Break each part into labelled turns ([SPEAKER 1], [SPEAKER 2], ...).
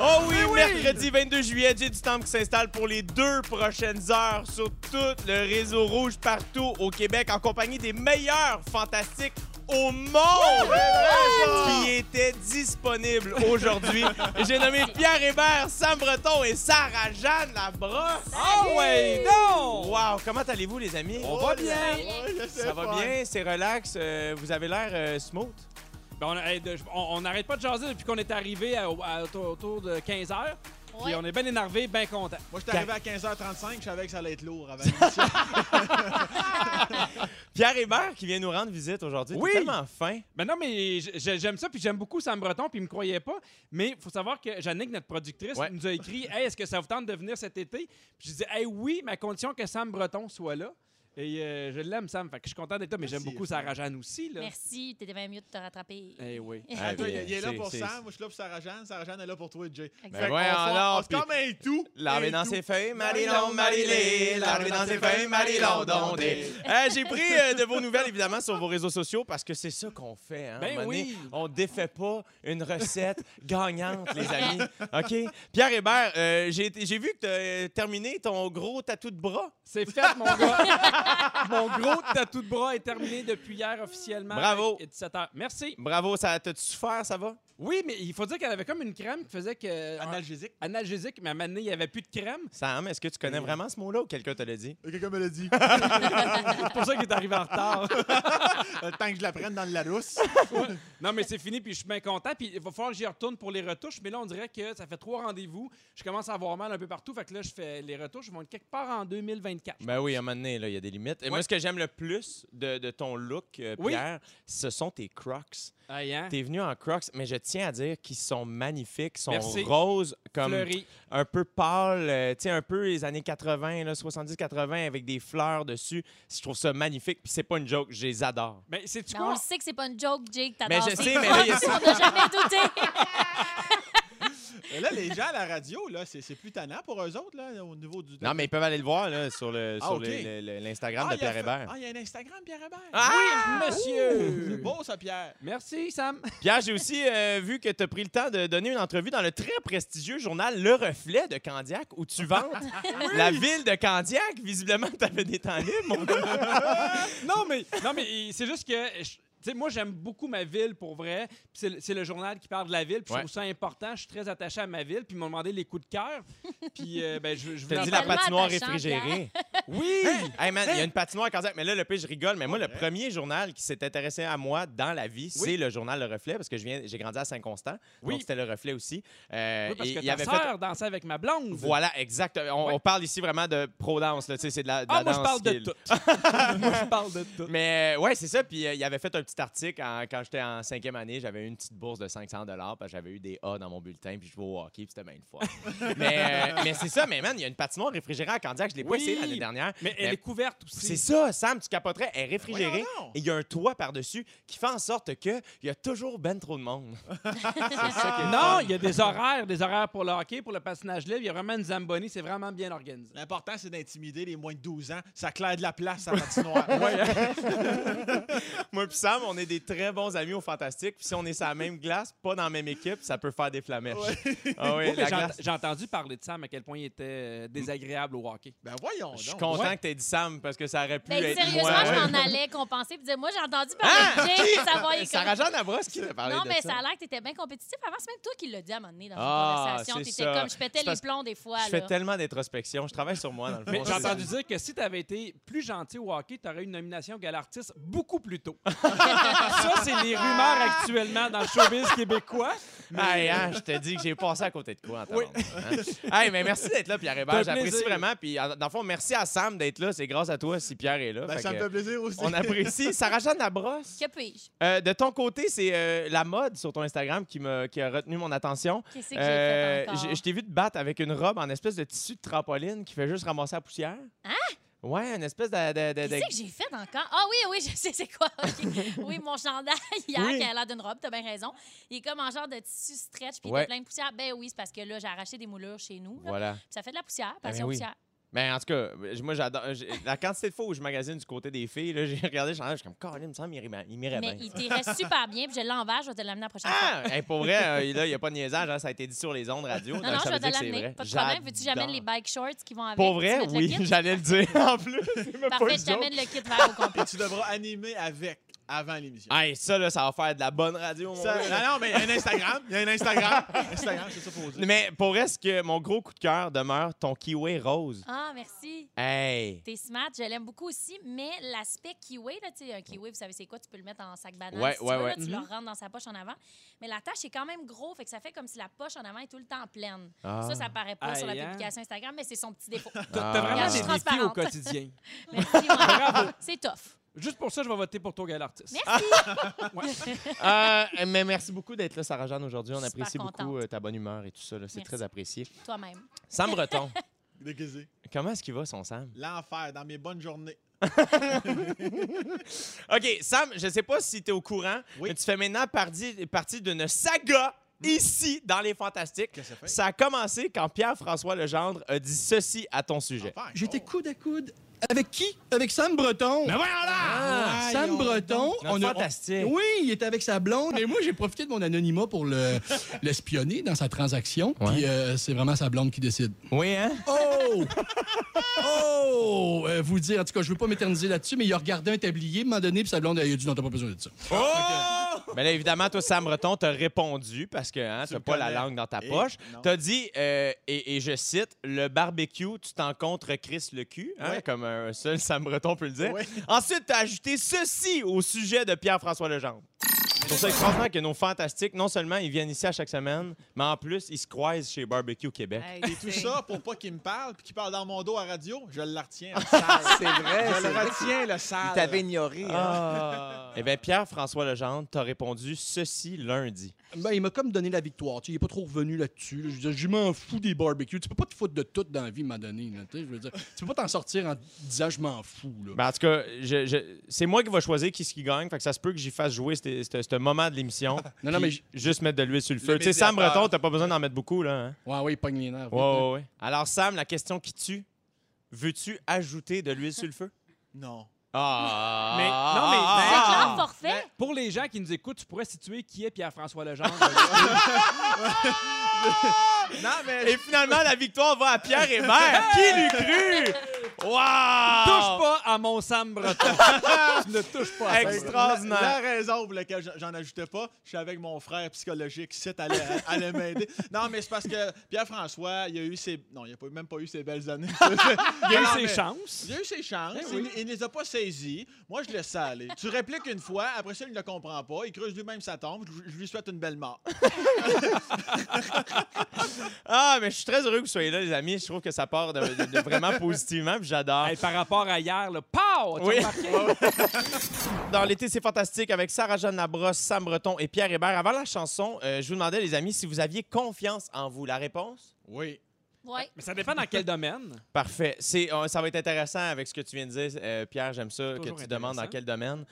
[SPEAKER 1] Oh oui,
[SPEAKER 2] Mais oui!
[SPEAKER 1] mercredi 22 juillet, Jay du Temple qui s'installe pour les deux prochaines heures sur tout le réseau rouge partout au Québec en compagnie des meilleurs fantastiques au monde qui
[SPEAKER 2] Ah!
[SPEAKER 1] étaient disponibles aujourd'hui. J'ai nommé Pierre Hébert, Sam Breton et Sarah Jeanne Labrosse.
[SPEAKER 2] Ah ouais, non!
[SPEAKER 1] Wow, comment allez-vous les amis?
[SPEAKER 2] On va bien.
[SPEAKER 1] Ça va bien, c'est relax, euh, vous avez l'air euh, smooth.
[SPEAKER 2] Ben, on hey, de- je- on on n'arrête pas de jaser depuis qu'on est arrivé à- à- autour, autour de 15 h Puis
[SPEAKER 3] Ouais.
[SPEAKER 2] on est bien énervé, bien content.
[SPEAKER 4] Moi, j'étais arrivé à 15h35, je savais que ça allait être lourd avant l'émission.
[SPEAKER 1] Pierre Hébert qui vient nous rendre visite aujourd'hui, t'es
[SPEAKER 2] Oui.
[SPEAKER 1] tellement fin.
[SPEAKER 2] Ben non, mais j- j- j'aime ça, puis j'aime beaucoup Sam Breton, puis il me croyait pas. Mais faut savoir que Jannick, notre productrice,
[SPEAKER 1] Ouais.
[SPEAKER 2] nous a écrit Hey, est-ce que ça vous tente de venir cet été Puis je dis Hey, oui, mais à condition que Sam Breton soit là. Et euh, je l'aime, Sam, fait que je suis content d'être là, mais j'aime
[SPEAKER 4] Merci,
[SPEAKER 2] beaucoup Sarah Jeanne aussi. Là.
[SPEAKER 3] Merci, t'étais même mieux de te rattraper.
[SPEAKER 2] Eh oui.
[SPEAKER 4] Attends, il, il est
[SPEAKER 1] Ah,
[SPEAKER 4] là
[SPEAKER 1] C'est-
[SPEAKER 4] pour
[SPEAKER 1] c'est-
[SPEAKER 4] Sam, moi, je suis là pour Sarah-Jeanne, Sarah-Jeanne est là pour toi, Jay.
[SPEAKER 3] Exact.
[SPEAKER 1] Ben
[SPEAKER 4] Fait qu'on
[SPEAKER 1] voyons
[SPEAKER 4] fait-
[SPEAKER 1] donc,
[SPEAKER 4] on se
[SPEAKER 1] puis-
[SPEAKER 4] comme un tout.
[SPEAKER 1] L'armée
[SPEAKER 4] un
[SPEAKER 1] dans
[SPEAKER 4] tout.
[SPEAKER 1] ses feuilles, Marilon, Marilé, l'armée dans ses feuilles, Marilon, dondé. Euh, J'ai pris euh, de vos nouvelles, évidemment, sur vos réseaux sociaux parce que c'est ça qu'on fait. Hein,
[SPEAKER 2] Ben
[SPEAKER 1] à un moment donné.
[SPEAKER 2] oui.
[SPEAKER 1] On défait pas une recette gagnante, les amis. OK? Pierre Hébert, euh, j'ai été- j'ai vu que tu terminé ton gros tatou de bras.
[SPEAKER 2] C'est fait, mon gars. mon gros tatou de bras est terminé depuis hier officiellement.
[SPEAKER 1] Bravo.
[SPEAKER 2] Et 17 heures. Merci.
[SPEAKER 1] Bravo, ça t'a-tu souffert, ça va?
[SPEAKER 2] Oui, mais il faut dire qu'elle avait comme une crème qui faisait que. euh,
[SPEAKER 4] Analgésique.
[SPEAKER 2] analgésique, mais à un moment donné, il n'y avait plus de crème.
[SPEAKER 1] Sam, est-ce que tu connais vraiment ce mot-là ou quelqu'un te l'a dit?
[SPEAKER 4] Quelqu'un me l'a dit.
[SPEAKER 2] C'est pour ça qu'il est arrivé en retard.
[SPEAKER 4] Le temps que je la prenne dans le Larousse.
[SPEAKER 2] non, mais c'est fini, puis je suis bien content. Puis il va falloir que j'y retourne pour les retouches. Mais là, on dirait que ça fait trois rendez-vous. Je commence à avoir mal un peu partout. Fait que là, je fais les retouches. Ils vont être quelque part en 2024.
[SPEAKER 1] Ben oui, à un moment donné, là, il y a des limites. Et moi,
[SPEAKER 2] Ouais.
[SPEAKER 1] ce que j'aime le plus de, de ton look, euh,
[SPEAKER 2] Oui.
[SPEAKER 1] Pierre, ce sont tes crocs.
[SPEAKER 2] Aïe, hein?
[SPEAKER 1] T'es venu en Crocs, mais je tiens à dire qu'ils sont magnifiques, sont
[SPEAKER 2] Merci.
[SPEAKER 1] roses, comme
[SPEAKER 2] Fleurie.
[SPEAKER 1] un peu pâles, euh, tu sais, un peu les années 80, 70-80, avec des fleurs dessus. Je trouve ça magnifique, puis c'est pas une joke, je les adore.
[SPEAKER 2] Mais c'est tu
[SPEAKER 3] Ben, on
[SPEAKER 2] quoi?
[SPEAKER 3] le sait que c'est pas une joke, Jake, t'as
[SPEAKER 1] Mais je sais, mais là, il y a ça.
[SPEAKER 3] On n'a jamais douté.
[SPEAKER 4] Et là, les gens à la radio, là, c'est c'est plus tannant pour eux autres, là, au niveau du.
[SPEAKER 1] Non, mais ils peuvent aller le voir là, sur le-
[SPEAKER 4] Ah,
[SPEAKER 1] sur
[SPEAKER 4] ok.
[SPEAKER 1] le- le- le- l'Instagram
[SPEAKER 4] Ah,
[SPEAKER 1] de
[SPEAKER 4] il y a
[SPEAKER 1] Pierre
[SPEAKER 4] fait-
[SPEAKER 1] Hébert. Ah!
[SPEAKER 4] Ah, il y a un Instagram, Pierre Hébert.
[SPEAKER 2] Oui,
[SPEAKER 4] C'est
[SPEAKER 2] Ah, monsieur!
[SPEAKER 4] beau, ça, Pierre.
[SPEAKER 2] Merci, Sam.
[SPEAKER 1] Pierre, j'ai aussi euh, vu que tu as pris le temps de donner une entrevue dans le très prestigieux journal Le Reflet de Candiac, où tu vantes la ville de Candiac. Visiblement, tu avais des temps libres, mon gars.
[SPEAKER 2] non, mais, non, mais il- c'est juste que. je- tu sais, moi, j'aime beaucoup ma ville pour vrai. Puis C'est le, c'est le journal qui parle de la ville. Puis
[SPEAKER 1] Ouais.
[SPEAKER 2] je trouve ça important. Je suis très attaché à ma ville. Puis ils m'ont demandé les coups de cœur. Puis euh, ben, je, je
[SPEAKER 1] Je te
[SPEAKER 2] voulais
[SPEAKER 1] dis
[SPEAKER 2] en
[SPEAKER 1] la
[SPEAKER 2] parler.
[SPEAKER 3] tellement
[SPEAKER 1] patinoire
[SPEAKER 3] attachant,
[SPEAKER 1] réfrigérée.
[SPEAKER 2] Oui!
[SPEAKER 1] Hey man, il y a une patinoire à Candiac. Mais là, le pire, je rigole. Mais moi, le premier journal qui s'est intéressé à moi dans la vie, c'est le journal Le Reflet, parce que je viens, j'ai grandi à Saint-Constant.
[SPEAKER 2] Oui.
[SPEAKER 1] Donc, c'était Le Reflet aussi. Euh,
[SPEAKER 2] Oui, parce
[SPEAKER 1] et
[SPEAKER 2] que
[SPEAKER 1] il
[SPEAKER 2] ta
[SPEAKER 1] avait
[SPEAKER 2] sœur dansait avec ma blonde.
[SPEAKER 1] Voilà, exact. On,
[SPEAKER 2] Ouais.
[SPEAKER 1] on parle ici vraiment de pro-danse. là. Tu sais, c'est de la, de
[SPEAKER 2] Ah,
[SPEAKER 1] la
[SPEAKER 2] moi, je
[SPEAKER 1] danse
[SPEAKER 2] parle
[SPEAKER 1] qui est-
[SPEAKER 2] de tout. moi, je parle de tout.
[SPEAKER 1] Mais euh, ouais, c'est ça. Puis euh, il avait fait un petit article en- quand j'étais en cinquième année. J'avais eu une petite bourse de 500 dollars parce que j'avais eu des A dans mon bulletin. Puis je vais au hockey. Puis c'était bien une fois. mais euh, mais c'est ça. Mais man, il y a une patinoire réfrigérée à Candiac. Je l'ai pas
[SPEAKER 2] Oui.
[SPEAKER 1] essayé l'année dernière.
[SPEAKER 2] Mais elle
[SPEAKER 1] Mais-
[SPEAKER 2] est couverte
[SPEAKER 1] C'est
[SPEAKER 2] aussi.
[SPEAKER 1] ça, Sam, tu capoterais. Elle est réfrigérée
[SPEAKER 4] Voyons donc.
[SPEAKER 1] et il y a un toit par-dessus qui fait en sorte que il y a toujours ben trop de monde. c'est ça qui est
[SPEAKER 2] Non, il y a des horaires, des horaires pour le hockey, pour le patinage libre. Il y a vraiment une Zamboni, c'est vraiment bien organisé.
[SPEAKER 4] L'important, c'est d'intimider les moins de 12 ans. Ça claire de la place à la patinoire.
[SPEAKER 1] Moi puis Sam, on est des très bons amis au Fantastique. Puis si on est sur la même glace, pas dans la même équipe, ça peut faire des flamèches. Ah oui,
[SPEAKER 2] Oui, Oh, mais
[SPEAKER 1] la
[SPEAKER 2] j'ai
[SPEAKER 1] glace.
[SPEAKER 2] ent- J'ai entendu parler de Sam à quel point il était euh, désagréable au hockey.
[SPEAKER 4] Ben voyons donc.
[SPEAKER 1] Je suis content
[SPEAKER 2] Ouais.
[SPEAKER 1] que t'aies dit Sam parce que ça aurait pu
[SPEAKER 3] Ben,
[SPEAKER 1] être
[SPEAKER 3] sérieusement,
[SPEAKER 1] moi.
[SPEAKER 3] je m'en allais compenser. Puis dire, moi, j'ai entendu
[SPEAKER 1] Ah!
[SPEAKER 3] parler de Jake, ça va, il est
[SPEAKER 1] Sarah
[SPEAKER 3] comme-
[SPEAKER 1] Jeanne Labrosse qui t'a parlé
[SPEAKER 3] Non,
[SPEAKER 1] de
[SPEAKER 3] mais
[SPEAKER 1] ça.
[SPEAKER 3] ça a l'air que t'étais bien compétitif. Avant, c'est même toi qui l'as dit à un moment donné dans une
[SPEAKER 1] Ah,
[SPEAKER 3] conversation.
[SPEAKER 1] c'est
[SPEAKER 3] T'étais
[SPEAKER 1] ça.
[SPEAKER 3] comme, je pétais
[SPEAKER 1] C'est parce-
[SPEAKER 3] les plombs des fois.
[SPEAKER 1] Je fais
[SPEAKER 3] là.
[SPEAKER 1] tellement d'introspection, je travaille sur moi dans le fond.
[SPEAKER 2] Mais j'ai
[SPEAKER 1] c'est ça.
[SPEAKER 2] entendu dire que si tu avais été plus gentil au hockey, tu aurais eu une nomination Gal Artiste beaucoup plus tôt. ça, c'est les rumeurs actuellement dans le showbiz québécois.
[SPEAKER 1] Hey, hein,
[SPEAKER 4] euh,
[SPEAKER 1] je te dis que j'ai passé à côté de quoi en oui. Hey, mais merci d'être là, Pierre Hébert.
[SPEAKER 2] T'as un
[SPEAKER 1] J'apprécie
[SPEAKER 2] plaisir.
[SPEAKER 1] vraiment. Puis, en- dans le fond, merci à Sam d'être là. C'est grâce à toi si Pierre est là.
[SPEAKER 4] Ben,
[SPEAKER 1] Fait
[SPEAKER 4] ça me
[SPEAKER 1] que,
[SPEAKER 4] fait plaisir aussi.
[SPEAKER 1] on apprécie. Sarah-Jeanne Labrosse,
[SPEAKER 3] Que puis-je?
[SPEAKER 1] euh, de ton côté, c'est euh, la mode sur ton Instagram qui, me, qui a retenu mon attention.
[SPEAKER 3] Qu'est-ce que j'ai
[SPEAKER 1] Euh,
[SPEAKER 3] fait encore?
[SPEAKER 1] je- je t'ai vu te battre avec une robe en espèce de tissu de trampoline qui fait juste ramasser la poussière.
[SPEAKER 3] Hein?
[SPEAKER 1] Ouais, une espèce de. de- de- de-
[SPEAKER 3] Qu'est-ce que j'ai fait encore? Ah oui, oui, je sais c'est quoi. ok. Oui, mon chandail hier
[SPEAKER 1] Oui.
[SPEAKER 3] qui a l'air d'une robe, t'as bien raison. Il est comme en genre de tissu stretch puis il
[SPEAKER 1] Ouais.
[SPEAKER 3] était plein de poussière. Ben oui, c'est parce que là, j'ai arraché des moulures chez nous. là,
[SPEAKER 1] Voilà.
[SPEAKER 3] puis ça fait de la poussière,
[SPEAKER 1] Ah,
[SPEAKER 3] parce
[SPEAKER 1] ben oui.
[SPEAKER 3] poussière.
[SPEAKER 1] Mais en tout cas, moi, j'adore. j'ai- La quantité de fois où je magasine du côté des filles, là, j'ai regardé le chandail, je suis comme, Colin, il me semble qu'il irait- il m'irait bien.
[SPEAKER 3] Mais il t'irait super bien, puis je l'envers, je vais te l'amener la prochaine fois.
[SPEAKER 1] Ah! Hey, pour vrai, euh, là, il n'y a pas de niaisage, hein, ça a été dit sur les ondes radio.
[SPEAKER 3] Non,
[SPEAKER 1] donc
[SPEAKER 3] non,
[SPEAKER 1] ça veut
[SPEAKER 3] je vais
[SPEAKER 1] dire
[SPEAKER 3] te
[SPEAKER 1] que c'est
[SPEAKER 3] l'amener.
[SPEAKER 1] vrai.
[SPEAKER 3] Pas de problème. Veux-tu que j'amène
[SPEAKER 1] J'adore.
[SPEAKER 3] les bike shorts qui vont avec?
[SPEAKER 1] Pour
[SPEAKER 3] Tu
[SPEAKER 1] vrai,
[SPEAKER 3] veux te le
[SPEAKER 1] oui,
[SPEAKER 3] kit?
[SPEAKER 1] j'allais le dire en plus. C'est même pas
[SPEAKER 3] Parfait,
[SPEAKER 1] une
[SPEAKER 3] je
[SPEAKER 1] joke.
[SPEAKER 3] t'amène le kit vert au complet.
[SPEAKER 4] Et tu devras animer avec avant l'émission.
[SPEAKER 1] Hey, ça, là, ça va faire de la bonne radio, mon
[SPEAKER 4] Ça-
[SPEAKER 1] gars.
[SPEAKER 4] non, non, mais il y a un Instagram. Il y a un Instagram. Instagram, c'est ça pour dire.
[SPEAKER 1] Mais pour vrai, ce que mon gros coup de cœur demeure ton kiwi rose.
[SPEAKER 3] Ah, merci.
[SPEAKER 1] Hey!
[SPEAKER 3] T'es smart, je l'aime beaucoup aussi, mais l'aspect kiwi, là, tu sais, un kiwi, vous savez c'est quoi, tu peux le mettre en sac banane,
[SPEAKER 1] Ouais,
[SPEAKER 3] si tu
[SPEAKER 1] ouais, Mm-hmm.
[SPEAKER 3] veux, là,
[SPEAKER 1] ouais.
[SPEAKER 3] tu le rentres dans sa poche en avant, mais la tâche est quand même gros, fait que ça fait comme si la poche en avant est tout le temps pleine.
[SPEAKER 1] Ah.
[SPEAKER 3] Ça, ça paraît pas sur la
[SPEAKER 2] Aïe, hein?
[SPEAKER 3] publication Instagram, mais c'est son petit défaut.
[SPEAKER 2] T'as
[SPEAKER 1] Ah.
[SPEAKER 2] t'as vraiment
[SPEAKER 1] Regarde,
[SPEAKER 2] des
[SPEAKER 1] je
[SPEAKER 3] suis
[SPEAKER 2] défis au
[SPEAKER 3] transparente.
[SPEAKER 2] quotidien.
[SPEAKER 3] Merci, ouais.
[SPEAKER 2] Bravo.
[SPEAKER 3] C'est tough.
[SPEAKER 2] Juste pour ça, je vais voter pour ton gars l'artiste.
[SPEAKER 3] Merci.
[SPEAKER 1] Euh, mais merci beaucoup d'être là, Sarah-Jeanne, aujourd'hui. On
[SPEAKER 3] Super
[SPEAKER 1] apprécie beaucoup
[SPEAKER 3] contente.
[SPEAKER 1] euh, ta bonne humeur et tout ça. là. C'est
[SPEAKER 3] Merci.
[SPEAKER 1] très apprécié.
[SPEAKER 3] Toi-même.
[SPEAKER 1] Sam Breton,
[SPEAKER 4] Déguisé.
[SPEAKER 1] comment est-ce qu'il va, son Sam?
[SPEAKER 4] L'enfer dans mes bonnes journées.
[SPEAKER 1] OK, Sam, je sais pas si tu es au courant,
[SPEAKER 4] Oui.
[SPEAKER 1] mais tu fais maintenant partie, partie d'une saga ici, dans Les Fantastiques.
[SPEAKER 4] Qu'est-ce que ça fait?
[SPEAKER 1] Ça a commencé quand Pierre-François Legendre a dit ceci à ton sujet.
[SPEAKER 4] L'enfer.
[SPEAKER 5] J'étais
[SPEAKER 4] Oh.
[SPEAKER 5] coude à coude. Avec qui? Avec Sam Breton.
[SPEAKER 1] Ben
[SPEAKER 4] Ah,
[SPEAKER 5] Sam
[SPEAKER 4] voyons
[SPEAKER 5] Breton.
[SPEAKER 4] donc.
[SPEAKER 1] Notre
[SPEAKER 5] a-
[SPEAKER 1] fantastique.
[SPEAKER 5] oui, il était avec sa blonde. Et moi, j'ai profité de mon anonymat pour le- l'espionner dans sa transaction.
[SPEAKER 1] Ouais.
[SPEAKER 5] Puis euh, c'est vraiment sa blonde qui décide.
[SPEAKER 1] Oui, hein?
[SPEAKER 5] Oh! oh! Euh, vous dire, en tout cas, je veux pas m'éterniser là-dessus, mais il a regardé un tablier, à un moment donné, puis sa blonde, elle a dit non, t'as pas besoin de ça.
[SPEAKER 1] Mais là, évidemment, toi, Sam Breton, t'as répondu parce que hein, t'as
[SPEAKER 4] Oh! me
[SPEAKER 1] pas la
[SPEAKER 4] connais.
[SPEAKER 1] langue dans ta
[SPEAKER 4] Eh,
[SPEAKER 1] poche.
[SPEAKER 4] non.
[SPEAKER 1] T'as dit, euh, et, et je cite, le barbecue, tu t'encontres Chris le cul, hein,
[SPEAKER 4] Ouais.
[SPEAKER 1] comme un seul Sam Breton peut le dire.
[SPEAKER 4] Ouais.
[SPEAKER 1] Ensuite, t'as ajouté ceci au sujet de Pierre-François Legendre. Je trouve ça extraordinaire que nos fantastiques, non seulement ils viennent ici à chaque semaine, mais en plus, ils se croisent chez Barbecue Québec.
[SPEAKER 4] Et tout ça pour pas qu'il me parle puis qu'il parle dans mon dos à radio, je le retiens. le sale.
[SPEAKER 6] C'est vrai,
[SPEAKER 4] je
[SPEAKER 6] c'est
[SPEAKER 4] le
[SPEAKER 6] vrai.
[SPEAKER 4] retiens, le sale.
[SPEAKER 6] Il t'avait ignoré. hein.
[SPEAKER 1] Eh bien, Pierre-François Legendre t'a répondu ceci lundi.
[SPEAKER 5] Ben, il m'a comme donné la victoire. tu sais, il est pas trop revenu là-dessus. là. Je veux dire, je m'en fous des barbecues. Tu peux pas te foutre de tout dans la vie, à un moment donné. là, tu sais, je veux dire, tu peux pas t'en sortir en disant je m'en fous. là.
[SPEAKER 1] Ben, en tout cas, je- je- c'est moi qui va choisir qui ce qui gagne. Fait que ça se peut que j'y fasse jouer c'te- c'te- ce moment de l'émission.
[SPEAKER 5] Non, non,
[SPEAKER 1] puis
[SPEAKER 5] mais j-
[SPEAKER 1] juste mettre de l'huile sur le feu.
[SPEAKER 4] Le
[SPEAKER 1] Tu sais, Sam
[SPEAKER 4] médiateur.
[SPEAKER 1] Breton, t'as pas besoin d'en mettre beaucoup, là. hein?
[SPEAKER 5] Ouais, ouais, il pogne les nerfs.
[SPEAKER 1] Ouais,
[SPEAKER 5] vite, là.
[SPEAKER 1] ouais, ouais. Alors, Sam, la question qui tue, veux-tu ajouter de l'huile sur le feu?
[SPEAKER 4] Non.
[SPEAKER 1] Ah!
[SPEAKER 2] Mais- non, mais-
[SPEAKER 3] C'est
[SPEAKER 2] Ah!
[SPEAKER 3] clair, forfait.
[SPEAKER 2] Pour les gens qui nous écoutent, tu pourrais situer qui est Pierre-François Legendre. ben,
[SPEAKER 4] Non, mais.
[SPEAKER 1] Et finalement, la victoire va à Pierre Hébert. qui l'eût cru? Wow!
[SPEAKER 2] touche pas à mon Sam Breton. tu ne touches pas à Sam Breton.
[SPEAKER 1] Extraordinaire.
[SPEAKER 4] La, la raison pour laquelle j'en- j'en ajoutais pas, je suis avec mon frère psychologique, c'est allait, allait m'aider. Non, mais c'est parce que Pierre-François, il a eu ses. Non, il a pas- même pas eu ses belles années.
[SPEAKER 2] Il y a eu
[SPEAKER 4] Non,
[SPEAKER 2] ses
[SPEAKER 4] mais-
[SPEAKER 2] chances.
[SPEAKER 4] Il a eu ses chances,
[SPEAKER 2] Eh
[SPEAKER 4] il-
[SPEAKER 2] oui.
[SPEAKER 4] il, ne les a pas saisies. Moi, je le sais aller. Tu répliques une fois, après ça, il ne le comprend pas, il creuse lui-même sa tombe, je, je lui souhaite une belle mort.
[SPEAKER 1] Ah, mais je suis très heureux que vous soyez là, les amis. Je trouve que ça part de, de- de vraiment positivement, puis j'adore.
[SPEAKER 2] Hey, par rapport à hier, le pow!
[SPEAKER 1] Oui.
[SPEAKER 2] Oui.
[SPEAKER 1] Dans l'été, c'est fantastique avec Sarah-Jeanne Labrosse, Sam Breton et Pierre Hébert. Avant la chanson, euh, je vous demandais, les amis, si vous aviez confiance en vous. La réponse?
[SPEAKER 4] Oui.
[SPEAKER 3] Ouais.
[SPEAKER 2] Mais ça dépend dans quel domaine.
[SPEAKER 1] Parfait. C'est, euh, ça va être intéressant avec ce que tu viens de dire, euh, Pierre. J'aime ça que
[SPEAKER 2] Toujours
[SPEAKER 1] tu demandes dans
[SPEAKER 2] intéressant.
[SPEAKER 1] quel domaine.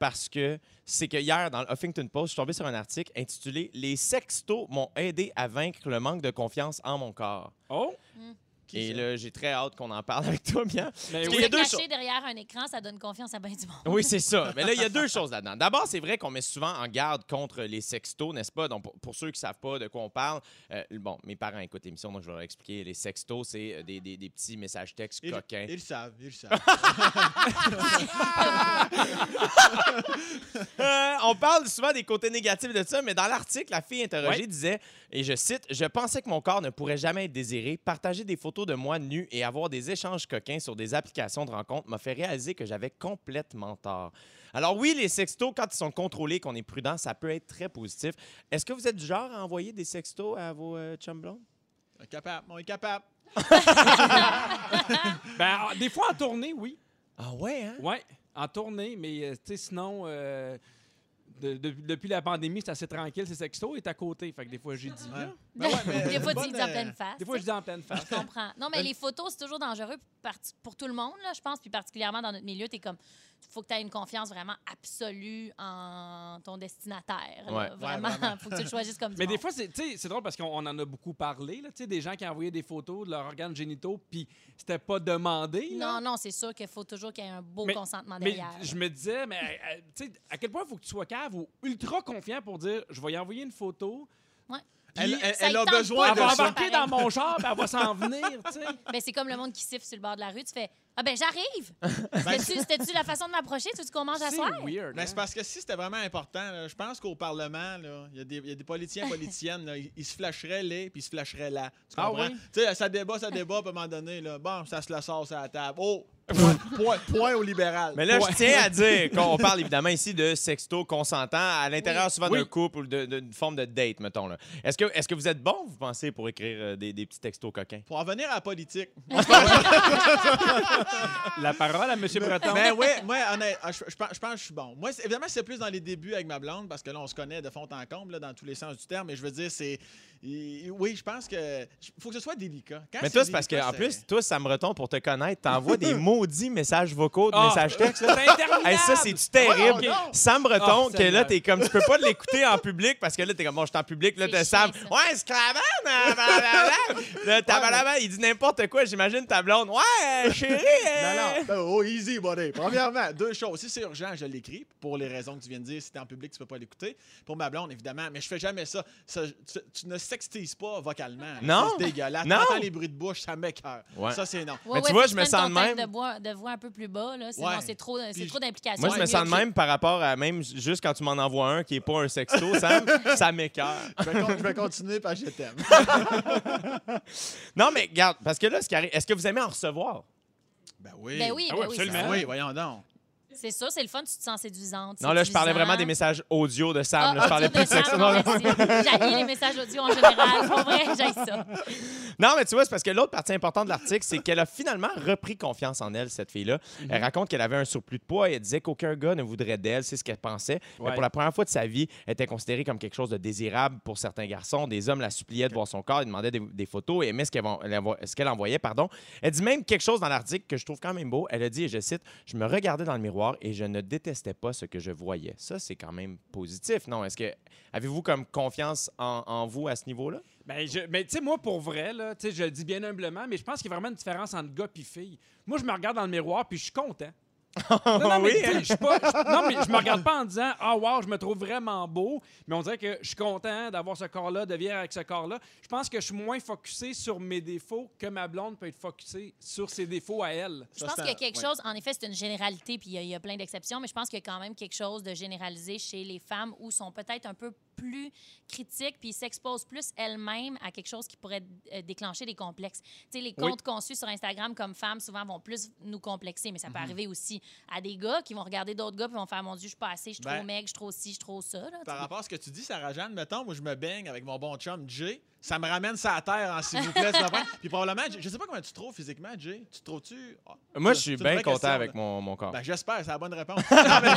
[SPEAKER 1] Parce que c'est que hier, dans le Huffington Post, je suis tombé sur un article intitulé Les sextos m'ont aidé à vaincre le manque de confiance en mon corps.
[SPEAKER 2] Oh!
[SPEAKER 1] et là, j'ai très hâte qu'on en parle avec toi, Pierre.
[SPEAKER 2] Mais
[SPEAKER 1] Parce qu'il y
[SPEAKER 2] oui.
[SPEAKER 1] a
[SPEAKER 3] Se
[SPEAKER 1] deux
[SPEAKER 3] cacher
[SPEAKER 1] choses.
[SPEAKER 3] derrière un écran, ça donne confiance à bien du monde.
[SPEAKER 1] Oui, c'est ça. Mais là, il y a deux choses là-dedans. D'abord, c'est vrai qu'on met souvent en garde contre les sextos, n'est-ce pas? Donc, pour, pour ceux qui ne savent pas de quoi on parle, euh, bon, mes parents écoutent l'émission, donc je vais leur expliquer. Les sextos, c'est euh, des, des- des petits messages textes
[SPEAKER 4] Ils,
[SPEAKER 1] coquins.
[SPEAKER 4] ils le savent, ils le savent.
[SPEAKER 1] Euh, on parle souvent des côtés négatifs de ça, mais dans l'article, la fille interrogée disait, et je cite, Je pensais que mon corps ne pourrait jamais être désiré. Partager des photos de moi nu et avoir des échanges coquins sur des applications de rencontres m'a fait réaliser que j'avais complètement tort. Alors oui, les sextos, quand ils sont contrôlés, qu'on est prudent, ça peut être très positif. Est-ce que vous êtes du genre à envoyer des sextos à vos euh, chums blondes?
[SPEAKER 4] capable, on est capable.
[SPEAKER 2] Ben, des fois en tournée, oui.
[SPEAKER 1] Ah ouais, hein?
[SPEAKER 2] Ouais, en tournée, mais euh, tu sais, sinon, euh, de- de- depuis la pandémie, c'est assez tranquille, c'est sexto, est à côté. Fait que des fois, j'ai dit.
[SPEAKER 4] Ouais.
[SPEAKER 3] Ben
[SPEAKER 4] ouais, mais
[SPEAKER 3] Des fois,
[SPEAKER 4] bonne,
[SPEAKER 3] tu le dis en
[SPEAKER 4] euh,
[SPEAKER 3] pleine face.
[SPEAKER 2] Des fois, je dis en pleine face.
[SPEAKER 3] Je comprends. Non,
[SPEAKER 1] Ben,
[SPEAKER 3] mais
[SPEAKER 4] Une-
[SPEAKER 3] les photos, c'est toujours dangereux parti- pour tout le monde, là, je pense, puis particulièrement dans notre milieu, t'es comme, faut que tu aies une confiance vraiment absolue en ton destinataire. là.
[SPEAKER 1] Ouais. Ouais,
[SPEAKER 3] vraiment,
[SPEAKER 4] vraiment.
[SPEAKER 3] faut que tu le choisisses comme
[SPEAKER 2] Mais
[SPEAKER 3] du
[SPEAKER 2] des
[SPEAKER 3] monde.
[SPEAKER 2] fois, c'est tu sais, c'est drôle parce qu'on on en a beaucoup parlé, là, tu sais, des gens qui envoyaient des photos de leurs organes génitaux, puis c'était pas demandé. là.
[SPEAKER 3] Non, non, c'est sûr qu'il faut toujours qu'il y ait un beau
[SPEAKER 2] Mais-
[SPEAKER 3] consentement
[SPEAKER 2] Mais
[SPEAKER 3] derrière.
[SPEAKER 2] je me disais, mais euh, euh, tu sais, à quel point il faut que tu sois cave ou ultra confiant pour dire je vais y envoyer une photo,
[SPEAKER 4] Elle, elle-
[SPEAKER 3] ça
[SPEAKER 4] elle
[SPEAKER 3] y
[SPEAKER 4] a
[SPEAKER 3] tente
[SPEAKER 4] besoin
[SPEAKER 2] elle
[SPEAKER 4] de
[SPEAKER 3] pas,
[SPEAKER 2] va
[SPEAKER 3] mais-
[SPEAKER 4] ça.
[SPEAKER 2] embarquer dans mon char, puis elle va s'en venir, tu sais.
[SPEAKER 3] Ben, c'est comme le monde qui siffle sur le bord de la rue, tu fais Ah ben j'arrive!
[SPEAKER 2] Ben,
[SPEAKER 3] C'était-tu c'était-tu la façon de m'approcher? Tu veux
[SPEAKER 4] Ah,
[SPEAKER 3] qu'on mange à
[SPEAKER 2] C'est
[SPEAKER 3] soir?
[SPEAKER 2] weird.
[SPEAKER 4] Mais
[SPEAKER 2] hein?
[SPEAKER 4] ben, c'est parce que si c'était vraiment important, là, je pense qu'au Parlement, là, il y, a des- il y a des politiciens politiciennes, là, ils, ils se flasheraient les puis ils se flasheraient là. Tu
[SPEAKER 2] Ah
[SPEAKER 4] comprends?
[SPEAKER 2] oui?
[SPEAKER 4] Tu sais, ça débat, ça débat, puis à un moment donné, là, bon, ça se la sort sur la table. Oh! Point, point, point au libéral.
[SPEAKER 1] Mais là,
[SPEAKER 4] Point.
[SPEAKER 1] je tiens à dire qu'on parle évidemment ici de sexto consentant à l'intérieur souvent d'un
[SPEAKER 2] Oui.
[SPEAKER 1] couple ou de- d'une forme de date, mettons. là. Est-ce que, est que vous êtes bon, vous pensez, pour écrire euh, des, des petits textos coquins?
[SPEAKER 4] Pour en venir à la politique.
[SPEAKER 2] Ben, La parole à M. Breton.
[SPEAKER 3] Ben
[SPEAKER 4] Mais ouais, moi, honnête, ah, je, je pense je pense que je suis bon. Moi, c'est- évidemment, c'est plus dans les débuts avec ma blonde, parce que là, on se connaît de fond en comble, là, dans tous les sens du terme, mais je veux dire, c'est. il- Oui, je pense que. faut que ce soit délicat. Quand
[SPEAKER 1] Mais
[SPEAKER 4] c'est
[SPEAKER 1] toi, c'est parce que,
[SPEAKER 4] délicat,
[SPEAKER 1] en
[SPEAKER 4] c'est-
[SPEAKER 1] plus, toi, ça me retombe pour te connaître, t'envoies des maudits messages vocaux, de
[SPEAKER 2] Ah,
[SPEAKER 1] messages textes.
[SPEAKER 2] C'est
[SPEAKER 1] là.
[SPEAKER 2] interminable.
[SPEAKER 1] Hey, ça, c'est terrible.
[SPEAKER 2] Voyons donc.
[SPEAKER 1] Sam Breton,
[SPEAKER 2] Oh,
[SPEAKER 1] que
[SPEAKER 2] Seigneur.
[SPEAKER 1] là, t'es comme, tu peux pas l'écouter en public parce que là, t'es comme, bon, je suis en public, là,
[SPEAKER 3] C'est
[SPEAKER 1] t'as
[SPEAKER 3] chiant,
[SPEAKER 1] Sam.
[SPEAKER 3] ça.
[SPEAKER 1] Ouais, c'est cravane, euh, blablabla. Là, ta blablabla, il dit n'importe quoi, j'imagine ta blonde. Ouais, euh, chérie. euh.
[SPEAKER 4] Non, non. Ben, Oh, easy, buddy. Premièrement, deux choses. Si c'est urgent, je l'écris. Pour les raisons que tu viens de dire, si t'es en public, tu peux pas l'écouter. Pour ma blonde, évidemment. Mais je fais jamais ça. Ça, tu, tu ne sextises pas vocalement.
[SPEAKER 1] Non.
[SPEAKER 4] Ça, C'est dégueulasse.
[SPEAKER 1] Non.
[SPEAKER 4] T'entends les bruits de bouche, ça m'écoeure.
[SPEAKER 1] Ouais.
[SPEAKER 4] Ça, c'est non.
[SPEAKER 3] Ouais,
[SPEAKER 1] Mais tu
[SPEAKER 3] ouais,
[SPEAKER 1] vois,
[SPEAKER 3] faut
[SPEAKER 1] je
[SPEAKER 3] que
[SPEAKER 1] me
[SPEAKER 3] prennes
[SPEAKER 1] sens
[SPEAKER 3] ton
[SPEAKER 1] de
[SPEAKER 3] timbre
[SPEAKER 1] même.
[SPEAKER 3] de voix, de voix un peu plus bas, là. Sinon,
[SPEAKER 4] Ouais.
[SPEAKER 3] c'est trop, c'est
[SPEAKER 4] Puis
[SPEAKER 3] trop
[SPEAKER 4] je-
[SPEAKER 3] d'implications.
[SPEAKER 1] Moi, je me sens de même par rapport à même juste quand tu m'en envoies un qui est pas un sexto, Sam, ça m'écœure.
[SPEAKER 4] Je vais, con- je vais continuer parce que je t'aime.
[SPEAKER 1] Non, mais regarde, parce que là, ce qui arrive, est-ce que vous aimez en recevoir?
[SPEAKER 4] Ben oui.
[SPEAKER 3] Ben oui,
[SPEAKER 2] Ah
[SPEAKER 3] ben
[SPEAKER 2] ouais,
[SPEAKER 3] oui,
[SPEAKER 4] Ben
[SPEAKER 2] absolument.
[SPEAKER 3] c'est
[SPEAKER 4] oui,
[SPEAKER 2] Hein?
[SPEAKER 4] voyons donc.
[SPEAKER 3] ça. C'est sûr, c'est le fun, tu te sens séduisante.
[SPEAKER 1] Non, là, je parlais
[SPEAKER 3] séduisant.
[SPEAKER 1] vraiment des messages audio de Sam.
[SPEAKER 3] Ah,
[SPEAKER 1] là, je parlais
[SPEAKER 3] audio
[SPEAKER 1] plus de
[SPEAKER 3] Sam,
[SPEAKER 1] sexto.
[SPEAKER 3] non,
[SPEAKER 1] Non, non.
[SPEAKER 3] merci. ah, J'haïs les messages audio en général. Pour vrai, j'haïs ça.
[SPEAKER 1] Non, mais tu vois, c'est parce que l'autre partie importante de l'article, c'est qu'elle a finalement repris confiance en elle, cette fille-là. Elle raconte qu'elle avait un surplus de poids et elle disait qu'aucun gars ne voudrait d'elle, c'est ce qu'elle pensait. Mais
[SPEAKER 2] Ouais.
[SPEAKER 1] pour la première fois de sa vie, elle était considérée comme quelque chose de désirable pour certains garçons. Des hommes la suppliaient de voir son corps, ils demandaient des, des photos et aimaient ce qu'elle en- elle envo- ce qu'elle envoyait. Pardon. Elle dit même quelque chose dans l'article que je trouve quand même beau. Elle a dit, et je cite, Je me regardais dans le miroir et je ne détestais pas ce que je voyais. Ça, c'est quand même positif, non? Est-ce que. Avez-vous comme confiance en, en vous à ce niveau-là?
[SPEAKER 2] Ben, je- mais tu sais, moi, pour vrai, là, tu sais, je le dis bien humblement, mais je pense qu'il y a vraiment une différence entre gars et filles. Moi, je me regarde dans le miroir puis je suis content. Non, non, mais,
[SPEAKER 1] Ah Oui, hein?
[SPEAKER 2] tu sais, je suis pas- je- non, mais je me regarde pas en disant Ah, wow, je me trouve vraiment beau, mais on dirait que je suis content d'avoir ce corps-là, de vivre avec ce corps-là. Je pense que je suis moins focusé sur mes défauts que ma blonde peut être focusée sur ses défauts à elle.
[SPEAKER 3] Je
[SPEAKER 4] Ça,
[SPEAKER 3] pense
[SPEAKER 4] c'est
[SPEAKER 3] qu'il y a
[SPEAKER 4] un-
[SPEAKER 3] quelque
[SPEAKER 4] ouais.
[SPEAKER 3] chose, en effet, c'est une généralité, puis il y a- il y, a plein d'exceptions, mais je pense qu'il y a quand même quelque chose de généralisé chez les femmes où sont peut-être un peu plus critiques, puis s'exposent plus elles-mêmes à quelque chose qui pourrait euh, déclencher des complexes. Tu sais, les
[SPEAKER 2] Oui.
[SPEAKER 3] comptes conçus sur Instagram comme femmes, souvent, vont plus nous complexer, mais ça peut
[SPEAKER 4] Mhm.
[SPEAKER 3] arriver aussi à des gars qui vont regarder d'autres gars, puis vont faire Mon Dieu, je suis pas assez, je suis trop
[SPEAKER 4] Ben,
[SPEAKER 3] maigre, je suis trop ci, je suis trop ça. là, tu
[SPEAKER 4] Par
[SPEAKER 3] sais.
[SPEAKER 4] rapport à ce que tu dis, Sarah Jeanne, mettons, moi, je me baigne avec mon bon chum Jay. Ça me ramène ça à terre, en s'il vous plaît. tu comprends? Puis probablement, je- je sais pas comment tu te trouves physiquement, Jay. Tu te trouves-tu. Ah,
[SPEAKER 1] Moi,
[SPEAKER 4] c'est-
[SPEAKER 1] je suis
[SPEAKER 4] c'est une
[SPEAKER 1] bien
[SPEAKER 4] vraie
[SPEAKER 1] content
[SPEAKER 4] question,
[SPEAKER 1] avec
[SPEAKER 4] là.
[SPEAKER 1] mon, mon corps.
[SPEAKER 4] Ben, j'espère, c'est la bonne réponse. non, mais,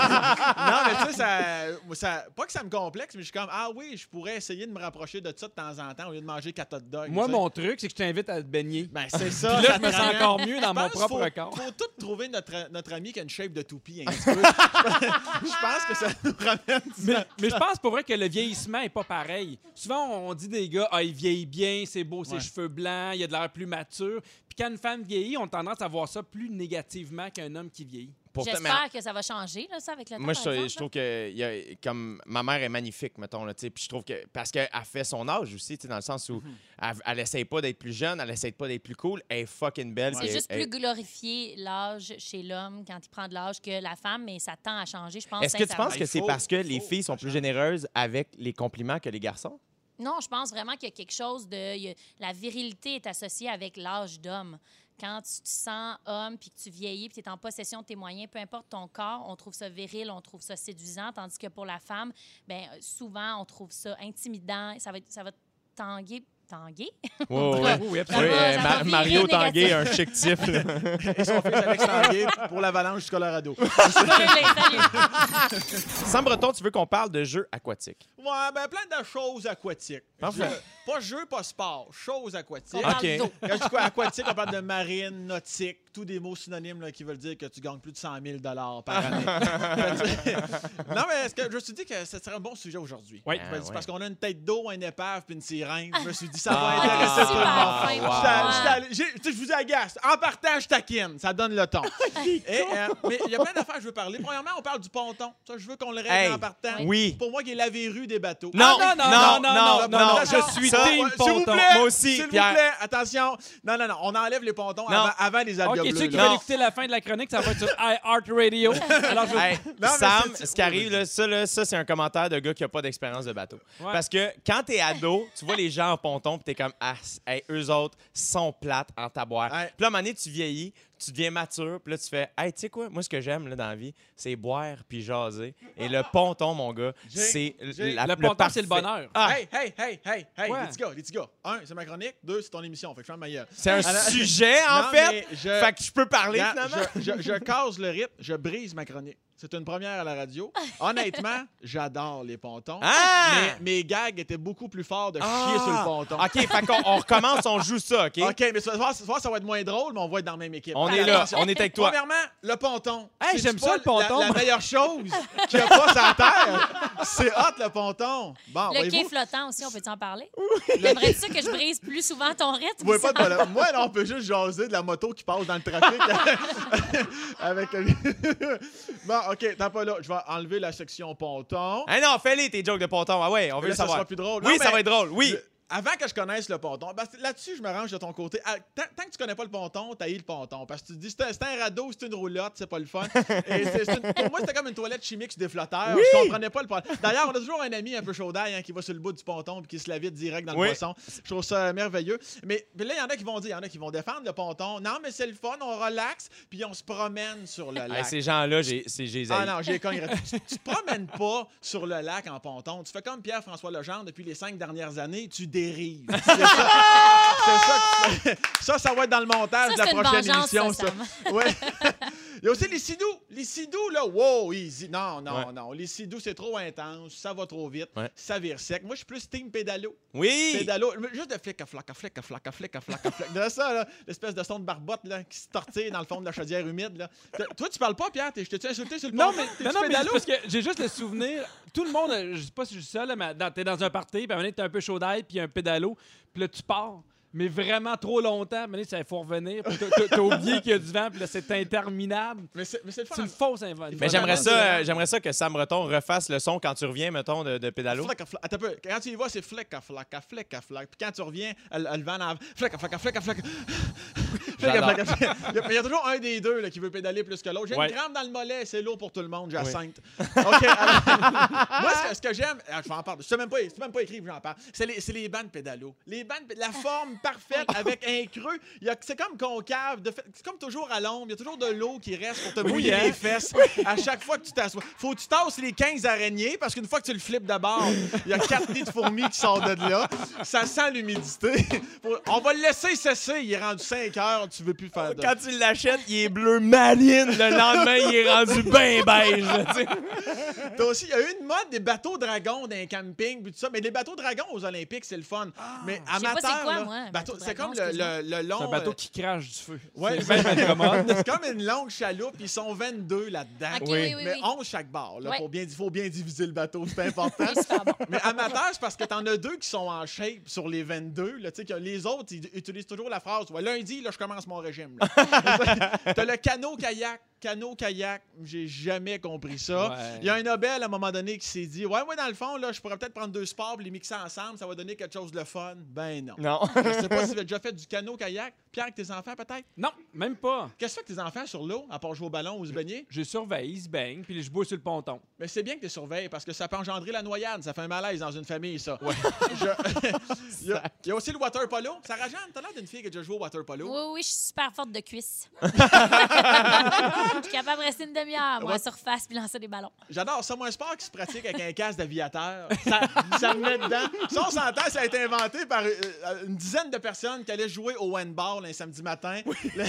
[SPEAKER 4] non, mais tu sais, ça, moi, ça- pas que ça me complexe, mais je suis comme, ah oui, je pourrais essayer de me rapprocher de ça de temps en temps au lieu de manger 4 hot dogs.
[SPEAKER 2] Moi,
[SPEAKER 4] tu sais.
[SPEAKER 2] mon truc, c'est que je t'invite à te baigner.
[SPEAKER 4] Ben, c'est ça.
[SPEAKER 2] Puis là,
[SPEAKER 4] ça
[SPEAKER 2] je me
[SPEAKER 4] te
[SPEAKER 2] sens
[SPEAKER 4] ramène.
[SPEAKER 2] encore mieux dans
[SPEAKER 4] Je
[SPEAKER 2] mon
[SPEAKER 4] pense
[SPEAKER 2] propre
[SPEAKER 4] faut,
[SPEAKER 2] corps.
[SPEAKER 4] faut tout trouver notre, notre ami qui a une shape de toupie un petit peu. je pense que ça nous ramène.
[SPEAKER 2] Mais, mais je pense pour vrai que le vieillissement est pas pareil. Souvent, on on dit des gars, ah, il vieillit bien, c'est beau, ses
[SPEAKER 4] Ouais.
[SPEAKER 2] cheveux blancs, il a de l'air plus mature. Puis quand une femme vieillit, on a tendance à voir ça plus négativement qu'un homme qui vieillit.
[SPEAKER 1] Pour te- mais-
[SPEAKER 3] J'espère que ça va changer, là, ça, avec le temps.
[SPEAKER 1] Moi, je,
[SPEAKER 3] par
[SPEAKER 1] trou-
[SPEAKER 3] exemple,
[SPEAKER 1] je
[SPEAKER 3] là.
[SPEAKER 1] trouve que il y a- comme ma mère est magnifique, mettons là, tu sais, puis je trouve que parce qu'elle fait son âge aussi, tu sais, dans le sens où elle, elle essaye pas d'être plus jeune, elle essaye pas d'être plus cool, elle est fucking belle.
[SPEAKER 3] C'est
[SPEAKER 1] puis
[SPEAKER 3] juste
[SPEAKER 1] elle-
[SPEAKER 3] plus glorifier l'âge chez l'homme quand il prend de l'âge que la femme, mais ça tend à changer, je pense.
[SPEAKER 1] elle- Est-ce que tu
[SPEAKER 3] sincèrement.
[SPEAKER 1] penses
[SPEAKER 4] Ah,
[SPEAKER 1] que
[SPEAKER 4] il
[SPEAKER 1] c'est
[SPEAKER 4] faut,
[SPEAKER 1] parce que
[SPEAKER 4] il
[SPEAKER 1] les
[SPEAKER 4] faut,
[SPEAKER 1] filles
[SPEAKER 4] ça
[SPEAKER 1] sont plus
[SPEAKER 4] change.
[SPEAKER 1] généreuses avec les compliments que les garçons?
[SPEAKER 3] Non, je pense vraiment qu'il y a quelque chose de. il y a- la virilité est associée avec l'âge d'homme. Quand tu te sens homme, puis que tu vieillis, puis tu es en possession de tes moyens, peu importe ton corps, on trouve ça viril, on trouve ça séduisant, tandis que pour la femme, ben, euh, souvent, on trouve ça intimidant, ça va, être- ça va te tanguer Tanguay.
[SPEAKER 1] Ouais, ouais.
[SPEAKER 2] Ah, Oui, oui,
[SPEAKER 1] Oui,
[SPEAKER 2] absolument.
[SPEAKER 3] va,
[SPEAKER 1] euh,
[SPEAKER 3] ça
[SPEAKER 1] Ma-
[SPEAKER 3] va virer
[SPEAKER 1] Mario
[SPEAKER 3] négatif.
[SPEAKER 1] Tanguay, un chic type. là.
[SPEAKER 4] Et son fils Alex Tanguay pour l'avalanche du Colorado.
[SPEAKER 3] Salut, salut.
[SPEAKER 1] Sam Breton, tu veux qu'on parle de jeux aquatiques?
[SPEAKER 4] Ouais, ben plein de choses aquatiques.
[SPEAKER 1] Parfait.
[SPEAKER 4] Je- pas jeu, pas sport. Choses aquatiques.
[SPEAKER 3] On
[SPEAKER 1] Ah.
[SPEAKER 3] parle
[SPEAKER 1] Ok.
[SPEAKER 3] d'eau.
[SPEAKER 4] Quand je dis quoi, aquatique, on parle de marine, nautique, tous des mots synonymes là, qui veulent dire que tu gagnes plus de 100 000 par année. non, mais est-ce que je me suis dit que ce serait un bon sujet aujourd'hui.
[SPEAKER 2] Oui.
[SPEAKER 4] Je me dis,
[SPEAKER 1] Ah, ouais.
[SPEAKER 4] Parce qu'on a une tête d'eau, une épave puis une sirène. Je me suis dit, ça va
[SPEAKER 1] Ah,
[SPEAKER 4] intéresser tout le
[SPEAKER 1] super
[SPEAKER 4] monde.
[SPEAKER 1] fin,
[SPEAKER 4] J'étais-
[SPEAKER 1] wow.
[SPEAKER 4] j'étais allé- j'ai- tu sais, Je vous agace. En partage, je taquine. Ça donne le ton. Et, euh, mais il y a plein d'affaires que je veux parler. Premièrement, on parle du ponton. Ça, je veux qu'on le règle
[SPEAKER 1] Hey.
[SPEAKER 4] en partant.
[SPEAKER 1] Oui.
[SPEAKER 4] Pour moi, qui est la verrue des bateaux.
[SPEAKER 1] Non,
[SPEAKER 2] Ah, non,
[SPEAKER 1] non,
[SPEAKER 2] non,
[SPEAKER 1] non,
[SPEAKER 2] non,
[SPEAKER 1] non,
[SPEAKER 2] non, non,
[SPEAKER 4] Attention,
[SPEAKER 2] je suis
[SPEAKER 1] ça,
[SPEAKER 2] team
[SPEAKER 4] ouais, s'il vous
[SPEAKER 2] ponton.
[SPEAKER 4] plaît.
[SPEAKER 1] Moi aussi,
[SPEAKER 4] S'il vous
[SPEAKER 1] Pierre.
[SPEAKER 4] plaît, attention. Non, non, non, on enlève les pontons
[SPEAKER 1] Non.
[SPEAKER 4] avant, avant les
[SPEAKER 2] OK,
[SPEAKER 4] alvéoles
[SPEAKER 2] ceux qui
[SPEAKER 1] là.
[SPEAKER 2] veulent
[SPEAKER 1] Non.
[SPEAKER 2] écouter la fin de la chronique, ça va être sur iHeartRadio. Alors, je vais-
[SPEAKER 1] Hey,
[SPEAKER 4] mais
[SPEAKER 1] Sam,
[SPEAKER 4] c'est-
[SPEAKER 1] ce qui arrive, là, ça, là, ça, c'est un commentaire de gars qui a pas d'expérience de bateau.
[SPEAKER 2] Ouais.
[SPEAKER 1] Parce que quand t'es ado, tu vois les gens en ponton, puis t'es comme, ah, c- hey, eux autres sont plates en taboire.
[SPEAKER 4] Ouais.
[SPEAKER 1] Puis là, à un moment donné, tu vieillis, tu deviens mature, puis là, tu fais, hey, tu sais quoi, moi, ce que j'aime là, dans la vie, c'est boire puis jaser. Et le ponton, mon gars,
[SPEAKER 4] J'ai-
[SPEAKER 1] c'est
[SPEAKER 4] j'ai-
[SPEAKER 1] la
[SPEAKER 2] le ponton, c'est le
[SPEAKER 1] parfait.
[SPEAKER 2] bonheur.
[SPEAKER 1] Ah,
[SPEAKER 4] Hey, hey, hey, hey, hey,
[SPEAKER 2] Ouais.
[SPEAKER 4] les petits gars, les petits gars. Un, c'est ma chronique. Deux, c'est ton émission. Fait que je ferme ma gueule.
[SPEAKER 1] c'est un
[SPEAKER 4] Alors-
[SPEAKER 1] sujet, en
[SPEAKER 4] Non,
[SPEAKER 1] fait.
[SPEAKER 4] mais je-
[SPEAKER 1] Fait que je peux parler,
[SPEAKER 4] Regarde,
[SPEAKER 1] finalement.
[SPEAKER 4] Je, je- je casse le rythme, je brise ma chronique. C'est une première à la radio. Honnêtement, j'adore les pontons.
[SPEAKER 1] Ah!
[SPEAKER 4] Mais mes gags étaient beaucoup plus forts de
[SPEAKER 1] Ah!
[SPEAKER 4] chier sur le ponton.
[SPEAKER 1] OK, fait qu'on on recommence, on joue ça, OK?
[SPEAKER 4] OK, mais ce soir, ce soir, ça va être moins drôle, mais on va être dans la même équipe.
[SPEAKER 1] On est là,
[SPEAKER 4] Attention.
[SPEAKER 1] on est avec toi.
[SPEAKER 4] Premièrement, le ponton.
[SPEAKER 2] Hey,
[SPEAKER 4] C'est
[SPEAKER 2] j'aime
[SPEAKER 4] pas
[SPEAKER 2] ça, le ponton.
[SPEAKER 4] La, la meilleure chose qu'il n'y a pas sur la terre, c'est hot le ponton. Bon,
[SPEAKER 3] Le quai
[SPEAKER 4] Ah, voyez-vous.
[SPEAKER 3] flottant aussi, on peut en parler? Aimerais-tu ça que je brise plus souvent ton rythme?
[SPEAKER 4] Vous voyez pas de problème. Moi, là, on peut juste jaser de la moto qui passe dans le trafic. avec Bon, OK, t'as pas là. Je vais enlever la section ponton.
[SPEAKER 1] Ah non, fais-les tes jokes de ponton. Ah ouais, on veut
[SPEAKER 4] Là,
[SPEAKER 1] le
[SPEAKER 4] ça
[SPEAKER 1] savoir.
[SPEAKER 4] sera plus drôle.
[SPEAKER 1] Oui,
[SPEAKER 4] Non,
[SPEAKER 1] ça
[SPEAKER 4] mais-
[SPEAKER 1] va être drôle, oui.
[SPEAKER 4] Le- Avant que je connaisse le ponton, parce que là-dessus, je me range de ton côté. À- Tant, tant que tu connais pas le ponton, t'as eu le ponton. Parce que tu te dis, c'est un, c'est un radeau, c'est une roulotte, c'est pas le fun. Et c'est- c'est une- pour moi, c'était comme une toilette chimique sur des flotteurs. Je comprenais pas le ponton. D'ailleurs, on a toujours un ami un peu chaud d'ail hein, qui va sur le bout du ponton et qui se la vide direct dans
[SPEAKER 1] Oui.
[SPEAKER 4] le poisson. Je trouve ça merveilleux. Mais puis là, il y en a qui vont dire, il y en a qui vont défendre le ponton. Non, mais c'est le fun, on relaxe, puis on se promène sur le
[SPEAKER 1] Hey,
[SPEAKER 4] lac.
[SPEAKER 1] ces gens-là, j'ai j'ai- j'ai les
[SPEAKER 4] Ah
[SPEAKER 1] haïs.
[SPEAKER 4] non, j'ai cogné. tu, tu te promènes pas sur le lac en ponton. Tu fais comme Pierre-François Legendre depuis les cinq dernières années, tu dérives. C'est ça, c'est ça que tu fais. Ça, ça va être dans le montage
[SPEAKER 3] Ça,
[SPEAKER 4] de la
[SPEAKER 3] c'est une
[SPEAKER 4] prochaine
[SPEAKER 3] vengeance,
[SPEAKER 4] émission.
[SPEAKER 3] ça,
[SPEAKER 4] Ouais. Il y a aussi les sidous. Les sidous, là, wow, easy. Non, non,
[SPEAKER 1] Ouais.
[SPEAKER 4] non. Les sidous, c'est trop intense. Ça va trop vite.
[SPEAKER 1] Ouais.
[SPEAKER 4] Ça vire sec. Moi, je suis plus team pédalo.
[SPEAKER 1] Oui!
[SPEAKER 4] Pédalo, mais juste de flic à flac à flic à flac à flic à flac à flic. De ça, là, l'espèce de son de barbotte là, qui se tortille dans le fond de la chaudière humide. Là. T- Toi, tu parles pas, Pierre? T'es- Je t'ai-tu insulté sur le
[SPEAKER 2] Non,
[SPEAKER 4] pont?
[SPEAKER 2] mais,
[SPEAKER 4] T'es-tu
[SPEAKER 2] non, non, mais
[SPEAKER 4] pédalo?
[SPEAKER 2] c'est parce que j'ai juste le souvenir. Tout le monde, euh, je sais pas si je suis seul, là, mais dans- t'es dans un party, puis à un moment donné, t'es un peu chaud d'ail, puis un pédalo, puis là, tu pars. Mais vraiment trop longtemps, mais il faut revenir. puis t'as- t'as- T'as oublié qu'il y a du vent, puis là, c'est interminable.
[SPEAKER 4] Mais c'est mais c'est le
[SPEAKER 2] C'est
[SPEAKER 4] fun.
[SPEAKER 2] une fausse invention.
[SPEAKER 1] Mais j'aimerais
[SPEAKER 4] c'est
[SPEAKER 1] ça,
[SPEAKER 4] vrai.
[SPEAKER 1] euh, j'aimerais ça que Sam Breton refasse le son quand tu reviens, mettons, de, de pédalo.
[SPEAKER 4] Flac à flac. Attends un peu. Quand tu y vas, c'est flic à flac à flic à flac. Puis quand tu reviens, elle, elle vend en flic à flac à flic à flac. Flic à
[SPEAKER 1] J'adore.
[SPEAKER 4] flac à flic. Il y a- mais il y a toujours un des deux là, qui veut pédaler plus que l'autre. J'ai
[SPEAKER 1] Ouais.
[SPEAKER 4] une gramme dans le mollet, c'est lourd pour tout le monde, Jacinthe. OK. alors- Moi, ce que, ce que j'aime, ah, je vais en parler. Je sais même pas, c'est même pas écrit, j'en parle. C'est les, c'est les bandes pédalos. Les bandes, la forme parfaite avec un creux. Il y a- C'est comme concave. de fait- C'est comme toujours à l'ombre. Il y a toujours de l'eau qui reste pour te mouiller
[SPEAKER 2] hein?
[SPEAKER 4] les fesses à chaque fois que tu t'assois. Faut que tu tasses les 15 araignées parce qu'une fois que tu le flippes d'abord, il y a 4 nids de fourmis qui sortent de là. Ça sent l'humidité. Faut- On va le laisser cesser. Il est rendu 5 heures. Tu veux plus faire de.
[SPEAKER 1] Quand tu l'achètes, il est bleu marine. Le lendemain, il est rendu ben beige. là, tu sais.
[SPEAKER 4] T'as aussi, il y a eu une mode des bateaux dragons dans les campings, puis tout ça. Mais les bateaux dragons aux Olympiques, c'est le fun. mais
[SPEAKER 3] Ah. Je sais pas
[SPEAKER 4] amateur,
[SPEAKER 3] c'est quoi,
[SPEAKER 4] là,
[SPEAKER 3] moi, un
[SPEAKER 4] bateau-
[SPEAKER 3] bateau
[SPEAKER 4] c'est
[SPEAKER 3] dragon,
[SPEAKER 4] comme le, le- le long.
[SPEAKER 2] C'est un bateau
[SPEAKER 4] euh,
[SPEAKER 2] qui crache du feu.
[SPEAKER 4] Ouais. ben,
[SPEAKER 2] C'est bien incommode.
[SPEAKER 4] C'est comme une longue chaloupe, ils sont 22 là-dedans.
[SPEAKER 3] Ok, oui, oui, oui.
[SPEAKER 4] Ah, mais 11 chaque barre. Là,
[SPEAKER 3] Ouais.
[SPEAKER 4] pour bien, faut bien diviser le bateau, c'est important.
[SPEAKER 3] Oui, c'est pas bon.
[SPEAKER 4] Mais amateur, c'est parce que t'en as deux qui sont en shape sur les 22. Là, tu sais, que les autres, ils utilisent toujours la phrase ouais, Lundi, là, je commence mon régime. là. T'as le canot-kayak. Canot-kayak, j'ai jamais compris ça.
[SPEAKER 2] Ouais.
[SPEAKER 4] Il y a un Nobel à un moment donné qui s'est dit Ouais, moi, dans le fond, là, je pourrais peut-être prendre deux sports puis les mixer ensemble, ça va donner quelque chose de fun. Ben non.
[SPEAKER 1] Non.
[SPEAKER 4] Je sais pas si tu as déjà fait du canot-kayak. Pierre, avec tes enfants, peut-être
[SPEAKER 2] Non, même pas.
[SPEAKER 4] Qu'est-ce que tu fais avec tes enfants sur l'eau, à part jouer au ballon ou se baigner?
[SPEAKER 2] J'ai surveillé, il se baigne, puis je bois sur le ponton.
[SPEAKER 4] Mais c'est bien que tu surveilles parce que ça peut engendrer la noyade. Ça fait un malaise dans une famille, ça. Je- il, y a, il y a aussi le water polo. Sarah-Jeanne, t'as l'air d'une fille qui a déjà joué au water polo.
[SPEAKER 3] Oui, oui, je suis super forte de cuisse. Je suis capable de rester une demi-heure, moi, en
[SPEAKER 4] Ouais.
[SPEAKER 3] surface, puis lancer des ballons.
[SPEAKER 4] J'adore ça. Moi, un sport qui se pratique avec un casque d'aviateur. Ça, ça me met dedans. Ça, on s'entend, ça a été inventé par euh, une dizaine de personnes qui allaient jouer au handball un samedi matin. Le,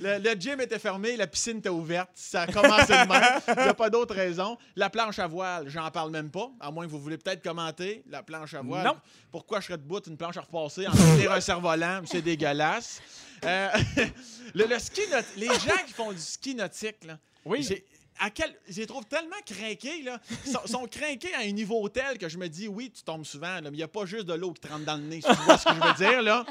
[SPEAKER 4] le- le gym était fermé, la piscine était ouverte. Ça a commencé de même. Il n'y a pas d'autre raison. La planche à voile, j'en parle même pas. À moins que vous voulez peut-être commenter la planche à voile.
[SPEAKER 2] Non.
[SPEAKER 4] Pourquoi je serais debout une planche à repasser en tenir un cerf-volant? C'est dégueulasse. Euh, le, le ski nau- les gens qui font du ski nautique, là,
[SPEAKER 2] Oui.
[SPEAKER 4] j'ai- à quel, je les trouve tellement craqués, là. Ils sont, sont craqués à un niveau tel que je me dis, oui, tu tombes souvent, là, mais il n'y a pas juste de l'eau qui te rentre dans le nez, si tu vois ce que je veux dire, là.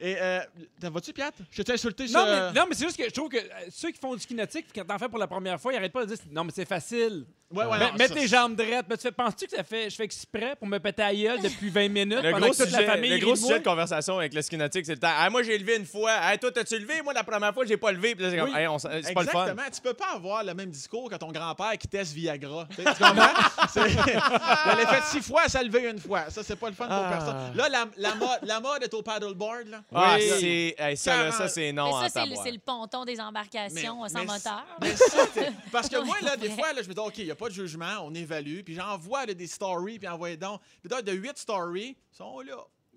[SPEAKER 4] Et, euh, t'en vas-tu, Piat? Je t'ai insulté sur...
[SPEAKER 2] Non, mais,
[SPEAKER 4] euh,
[SPEAKER 2] non, mais c'est juste que je trouve que euh, ceux qui font du kinétique, puis quand t'en fais pour la première fois, ils arrêtent pas de dire Non, mais c'est facile.
[SPEAKER 4] Ouais, ouais,
[SPEAKER 2] Mais-
[SPEAKER 4] non,
[SPEAKER 2] mets
[SPEAKER 4] ça-
[SPEAKER 2] tes jambes droites. Mais tu fais, penses-tu que ça fait, je fais exprès pour me péter à gueule depuis 20 minutes
[SPEAKER 1] Le
[SPEAKER 2] pendant
[SPEAKER 1] gros,
[SPEAKER 2] que toute
[SPEAKER 1] sujet,
[SPEAKER 2] la famille
[SPEAKER 1] le
[SPEAKER 2] rit
[SPEAKER 1] gros
[SPEAKER 2] de moi?
[SPEAKER 1] sujet de conversation avec le skinatique, c'est le temps. Ah, moi, j'ai levé une fois. Ah, toi, t'as-tu levé? Moi, la première fois, j'ai pas levé. Puis là, c'est comme,
[SPEAKER 2] Oui.
[SPEAKER 1] Hey, on s- c'est pas le fun.
[SPEAKER 4] Exactement. Tu peux pas avoir le même discours que ton grand-père qui teste Viagra. Tu sais, tu comprends? C'est- Elle l'a fait six fois, ça levé une fois. Ça, c'est pas le fun pour
[SPEAKER 1] Ah.
[SPEAKER 4] personne. Là, la, la mode, la mode est au paddleboard. Là.
[SPEAKER 1] Ah,
[SPEAKER 4] Oui.
[SPEAKER 1] c'est. hey, ça, là, ça, c'est non.
[SPEAKER 3] Mais
[SPEAKER 1] en
[SPEAKER 3] ça, c'est le,
[SPEAKER 1] tabarouette.
[SPEAKER 3] c'est le ponton des embarcations
[SPEAKER 4] Mais-
[SPEAKER 3] euh, sans
[SPEAKER 4] mais
[SPEAKER 3] moteur.
[SPEAKER 4] Mais ça, c'est- parce que moi, là,
[SPEAKER 3] Ouais,
[SPEAKER 4] des
[SPEAKER 3] ouais.
[SPEAKER 4] fois, là, je me dis, OK, il n'y a pas de jugement, on évalue, puis j'envoie là, des stories, puis envoie donc. Puis là, de 8 stories, ils sont là.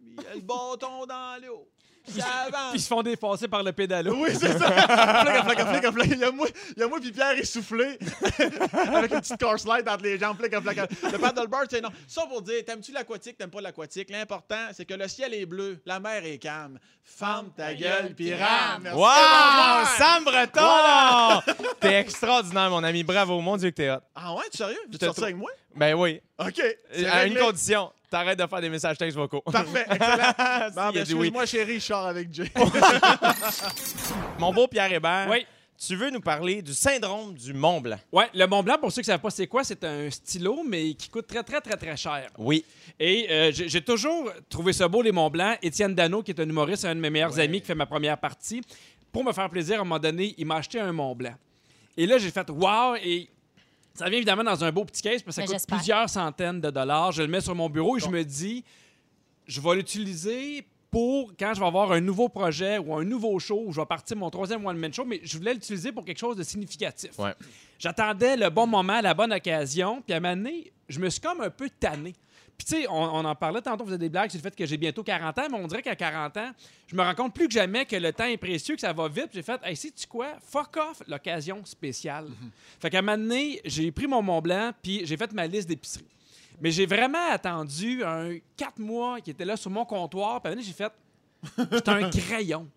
[SPEAKER 4] Il y a le bâton dans l'eau. Ça
[SPEAKER 2] Puis ils se
[SPEAKER 4] avance.
[SPEAKER 2] font dépasser par le pédalo.
[SPEAKER 4] Oui, c'est ça. Flac, flac, flac, flac, flac. Il y a moi, il y a moi puis Pierre essoufflé avec une petite course light entre les jambes. Flac, flac, flac. Le paddleboard, c'est non. Ça pour dire, t'aimes-tu l'aquatique, t'aimes pas l'aquatique? L'important, c'est que le ciel est bleu, la mer est calme. Ferme ta gueule, puis rame. Merci.
[SPEAKER 1] Wow! Sam Breton! T'es extraordinaire, mon ami. Bravo. Mon Dieu que t'es hot.
[SPEAKER 4] Ah ouais, tu es sérieux? Tu
[SPEAKER 1] te
[SPEAKER 4] sorti
[SPEAKER 1] trouve-
[SPEAKER 4] avec moi?
[SPEAKER 1] Ben oui.
[SPEAKER 4] OK. c'est
[SPEAKER 1] À une
[SPEAKER 4] réglé.
[SPEAKER 1] condition. T'arrêtes de faire des messages textes vocaux.
[SPEAKER 4] Parfait, excellent.
[SPEAKER 1] a
[SPEAKER 4] Bon, ben,
[SPEAKER 1] dit oui.
[SPEAKER 4] excuse-moi, chérie, je sors avec Jay.
[SPEAKER 1] Mon beau Pierre Hébert,
[SPEAKER 2] Oui.
[SPEAKER 1] tu veux nous parler du syndrome du Mont Blanc.
[SPEAKER 2] Ouais, le Mont Blanc, pour ceux qui ne savent pas c'est quoi, c'est un stylo, mais qui coûte très, très, très, très cher.
[SPEAKER 1] Oui.
[SPEAKER 2] Et euh, j'ai j'ai toujours trouvé ça beau, les Mont Blanc. Étienne Dano, qui est un humoriste, un de mes meilleurs amis qui fait ma première partie, pour me faire plaisir, à un moment donné, il m'a acheté un Mont Blanc. Et là, j'ai fait Wow! Et ça vient évidemment dans un beau petit caisse parce que ça
[SPEAKER 3] Mais
[SPEAKER 2] coûte
[SPEAKER 3] j'espère.
[SPEAKER 2] plusieurs centaines de dollars. Je le mets sur mon bureau et je me dis je vais l'utiliser pour quand je vais avoir un nouveau projet ou un nouveau show, où je vais partir mon troisième one-man show, mais je voulais l'utiliser pour quelque chose de significatif.
[SPEAKER 1] Ouais.
[SPEAKER 2] J'attendais le bon moment, la bonne occasion, puis à un moment donné, je me suis comme un peu tanné. Puis tu sais, on, on en parlait tantôt, vous avez des blagues sur le fait que j'ai bientôt 40 ans, mais on dirait qu'à 40 ans, je me rends compte plus que jamais que le temps est précieux, que ça va vite. Puis J'ai fait, hey, sais-tu quoi? Fuck off l'occasion spéciale. Fait qu'à un moment donné, j'ai pris mon Mont Blanc, puis j'ai fait ma liste d'épicerie. Mais j'ai vraiment attendu un 4 mois qui était là sur mon comptoir. Puis à un moment donné, j'ai fait, c'est un crayon.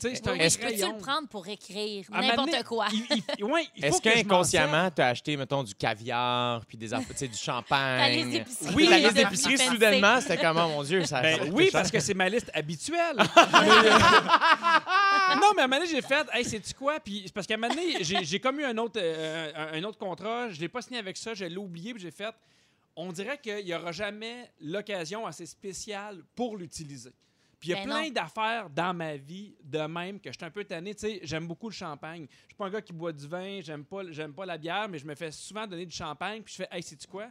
[SPEAKER 2] Tu sais, c'est un
[SPEAKER 3] Oui, je peux-tu
[SPEAKER 2] crayon.
[SPEAKER 3] le prendre pour écrire
[SPEAKER 2] À un moment donné,
[SPEAKER 3] n'importe quoi?
[SPEAKER 2] il- il- ouais, il faut
[SPEAKER 1] Est-ce
[SPEAKER 2] que je m'en
[SPEAKER 1] qu'inconsciemment, t'as acheté, mettons, du caviar, puis des, aff- tu sais, du
[SPEAKER 3] Ta liste
[SPEAKER 1] champagne?
[SPEAKER 3] d'épicerie.
[SPEAKER 1] Oui,
[SPEAKER 2] Oui,
[SPEAKER 1] la
[SPEAKER 2] les
[SPEAKER 1] liste d'épicerie,
[SPEAKER 3] fancy.
[SPEAKER 1] soudainement, c'était comment, mon Dieu? Ça,
[SPEAKER 2] Ben
[SPEAKER 1] ça-
[SPEAKER 2] oui,
[SPEAKER 1] ça-
[SPEAKER 2] parce que c'est ma liste habituelle. Mais, euh, non, mais à un moment donné, j'ai fait, hey, c'est-tu quoi? Puis, c'est parce qu'à un moment donné, j'ai j'ai comme eu un autre, euh, un- un autre contrat, je l'ai pas signé avec ça, je l'ai oublié, puis j'ai fait, on dirait qu'il n'y aura jamais l'occasion assez spéciale pour l'utiliser. Puis il y a
[SPEAKER 3] Ben
[SPEAKER 2] plein
[SPEAKER 3] non.
[SPEAKER 2] d'affaires dans ma vie de même que je suis un peu tanné. Tu sais, j'aime beaucoup le champagne. Je suis pas un gars qui boit du vin, j'aime pas, j'aime pas la bière, mais je me fais souvent donner du champagne. Puis je fais, hey, sais-tu quoi?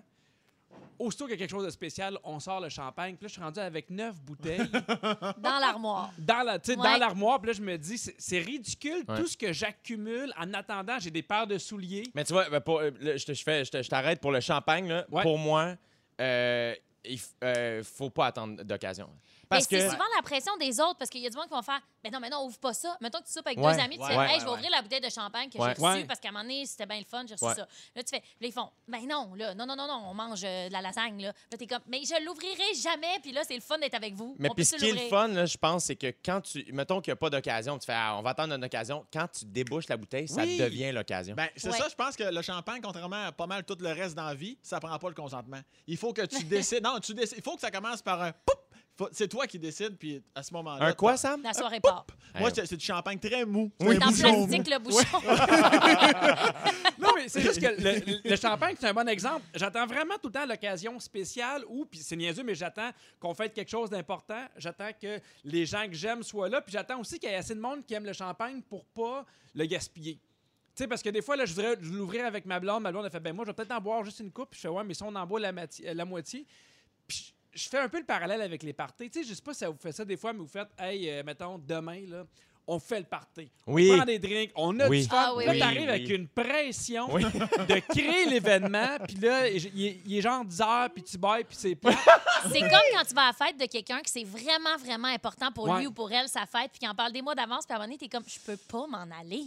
[SPEAKER 2] Aussitôt qu'il y a quelque chose de spécial, on sort le champagne. Puis là, je suis rendu avec neuf bouteilles
[SPEAKER 3] Dans l'armoire.
[SPEAKER 2] dans la- tu sais,
[SPEAKER 3] Ouais.
[SPEAKER 2] dans l'armoire. Puis là, je me dis, c'est c'est ridicule
[SPEAKER 1] Ouais.
[SPEAKER 2] tout ce que j'accumule. En attendant, j'ai des paires de souliers.
[SPEAKER 1] Mais tu vois, ben, pour- euh, là, je te- je fais- je te- je t'arrête pour le champagne. là.
[SPEAKER 2] Ouais.
[SPEAKER 1] Pour moi, euh, il f- euh, faut pas attendre d'occasion. Parce
[SPEAKER 3] Mais
[SPEAKER 1] que...
[SPEAKER 3] c'est souvent la pression des autres parce qu'il y a du monde qui vont faire Mais non, mais non, ouvre pas ça. Mettons que tu soupes avec
[SPEAKER 1] Ouais,
[SPEAKER 3] deux amis, tu
[SPEAKER 1] ouais,
[SPEAKER 3] fais
[SPEAKER 1] ouais,
[SPEAKER 3] Hey, je vais
[SPEAKER 4] ouais.
[SPEAKER 3] ouvrir la bouteille de champagne que
[SPEAKER 1] Ouais.
[SPEAKER 3] j'ai reçue
[SPEAKER 2] Ouais.
[SPEAKER 3] parce qu'à un moment donné, c'était bien le fun, j'ai reçu
[SPEAKER 1] Ouais.
[SPEAKER 3] ça. Là, tu fais Là, ils font Ben non, là, non, non, non, non, on mange euh, de la lasagne. Là, là t'es comme Mais je l'ouvrirai jamais, puis là, c'est le fun d'être avec vous.
[SPEAKER 1] Mais
[SPEAKER 3] on
[SPEAKER 1] puis
[SPEAKER 3] peut
[SPEAKER 1] ce qui est le
[SPEAKER 3] l'ouvrir.
[SPEAKER 1] fun, là, je pense, c'est que quand tu. Mettons qu'il n'y a pas d'occasion, tu fais Ah, on va attendre une occasion. Quand tu débouches la bouteille, ça
[SPEAKER 2] Oui.
[SPEAKER 1] devient l'occasion.
[SPEAKER 4] Ben, c'est
[SPEAKER 3] Ouais.
[SPEAKER 4] ça, je pense que le champagne, contrairement à pas mal tout le reste dans la vie, ça prend pas le consentement. Il faut que tu décides. Non, tu décides. Il faut que ça commence par un poup. Faut- C'est toi qui décides, puis à ce moment-là.
[SPEAKER 1] un quoi, Sam?
[SPEAKER 3] La soirée part.
[SPEAKER 4] t'as- Moi, c'est c'est du champagne très mou.
[SPEAKER 1] Oui,
[SPEAKER 3] Dans
[SPEAKER 1] un
[SPEAKER 3] le
[SPEAKER 1] bouchon.
[SPEAKER 3] plastique, le bouchon.
[SPEAKER 2] Non, mais c'est juste que le, le champagne, c'est un bon exemple. J'attends vraiment tout le temps l'occasion spéciale où, puis c'est niaiseux, mais j'attends qu'on fête quelque chose d'important. J'attends que les gens que j'aime soient là. Puis j'attends aussi qu'il y ait assez de monde qui aime le champagne pour pas le gaspiller. Tu sais, parce que des fois, là, je voudrais l'ouvrir avec ma blonde. Ma blonde, elle fait, ben moi, je vais peut-être en boire juste une coupe. Puis je fais, ouais, mais si on en boit la, mati- euh, la moitié. Puis je je fais un peu le parallèle avec les parties. Tu sais, je sais pas si ça vous fait ça des fois, mais vous faites, hey, euh, mettons, demain, là, on fait le party.
[SPEAKER 1] Oui.
[SPEAKER 2] On prend des drinks, on a
[SPEAKER 1] Oui.
[SPEAKER 2] du fun.
[SPEAKER 3] Ah oui,
[SPEAKER 2] là,
[SPEAKER 3] oui.
[SPEAKER 2] t'arrives
[SPEAKER 1] Oui,
[SPEAKER 2] avec
[SPEAKER 1] oui.
[SPEAKER 2] une pression
[SPEAKER 1] Oui.
[SPEAKER 2] de créer l'événement, puis là, il il est, il est genre 10 heures, puis tu bailles, puis c'est plat.
[SPEAKER 3] C'est comme quand tu vas à la fête de quelqu'un que c'est vraiment, vraiment important pour
[SPEAKER 2] Ouais.
[SPEAKER 3] lui ou pour elle, sa fête, puis qu'il en parle des mois d'avance, puis à un moment donné, t'es comme, je peux pas m'en aller.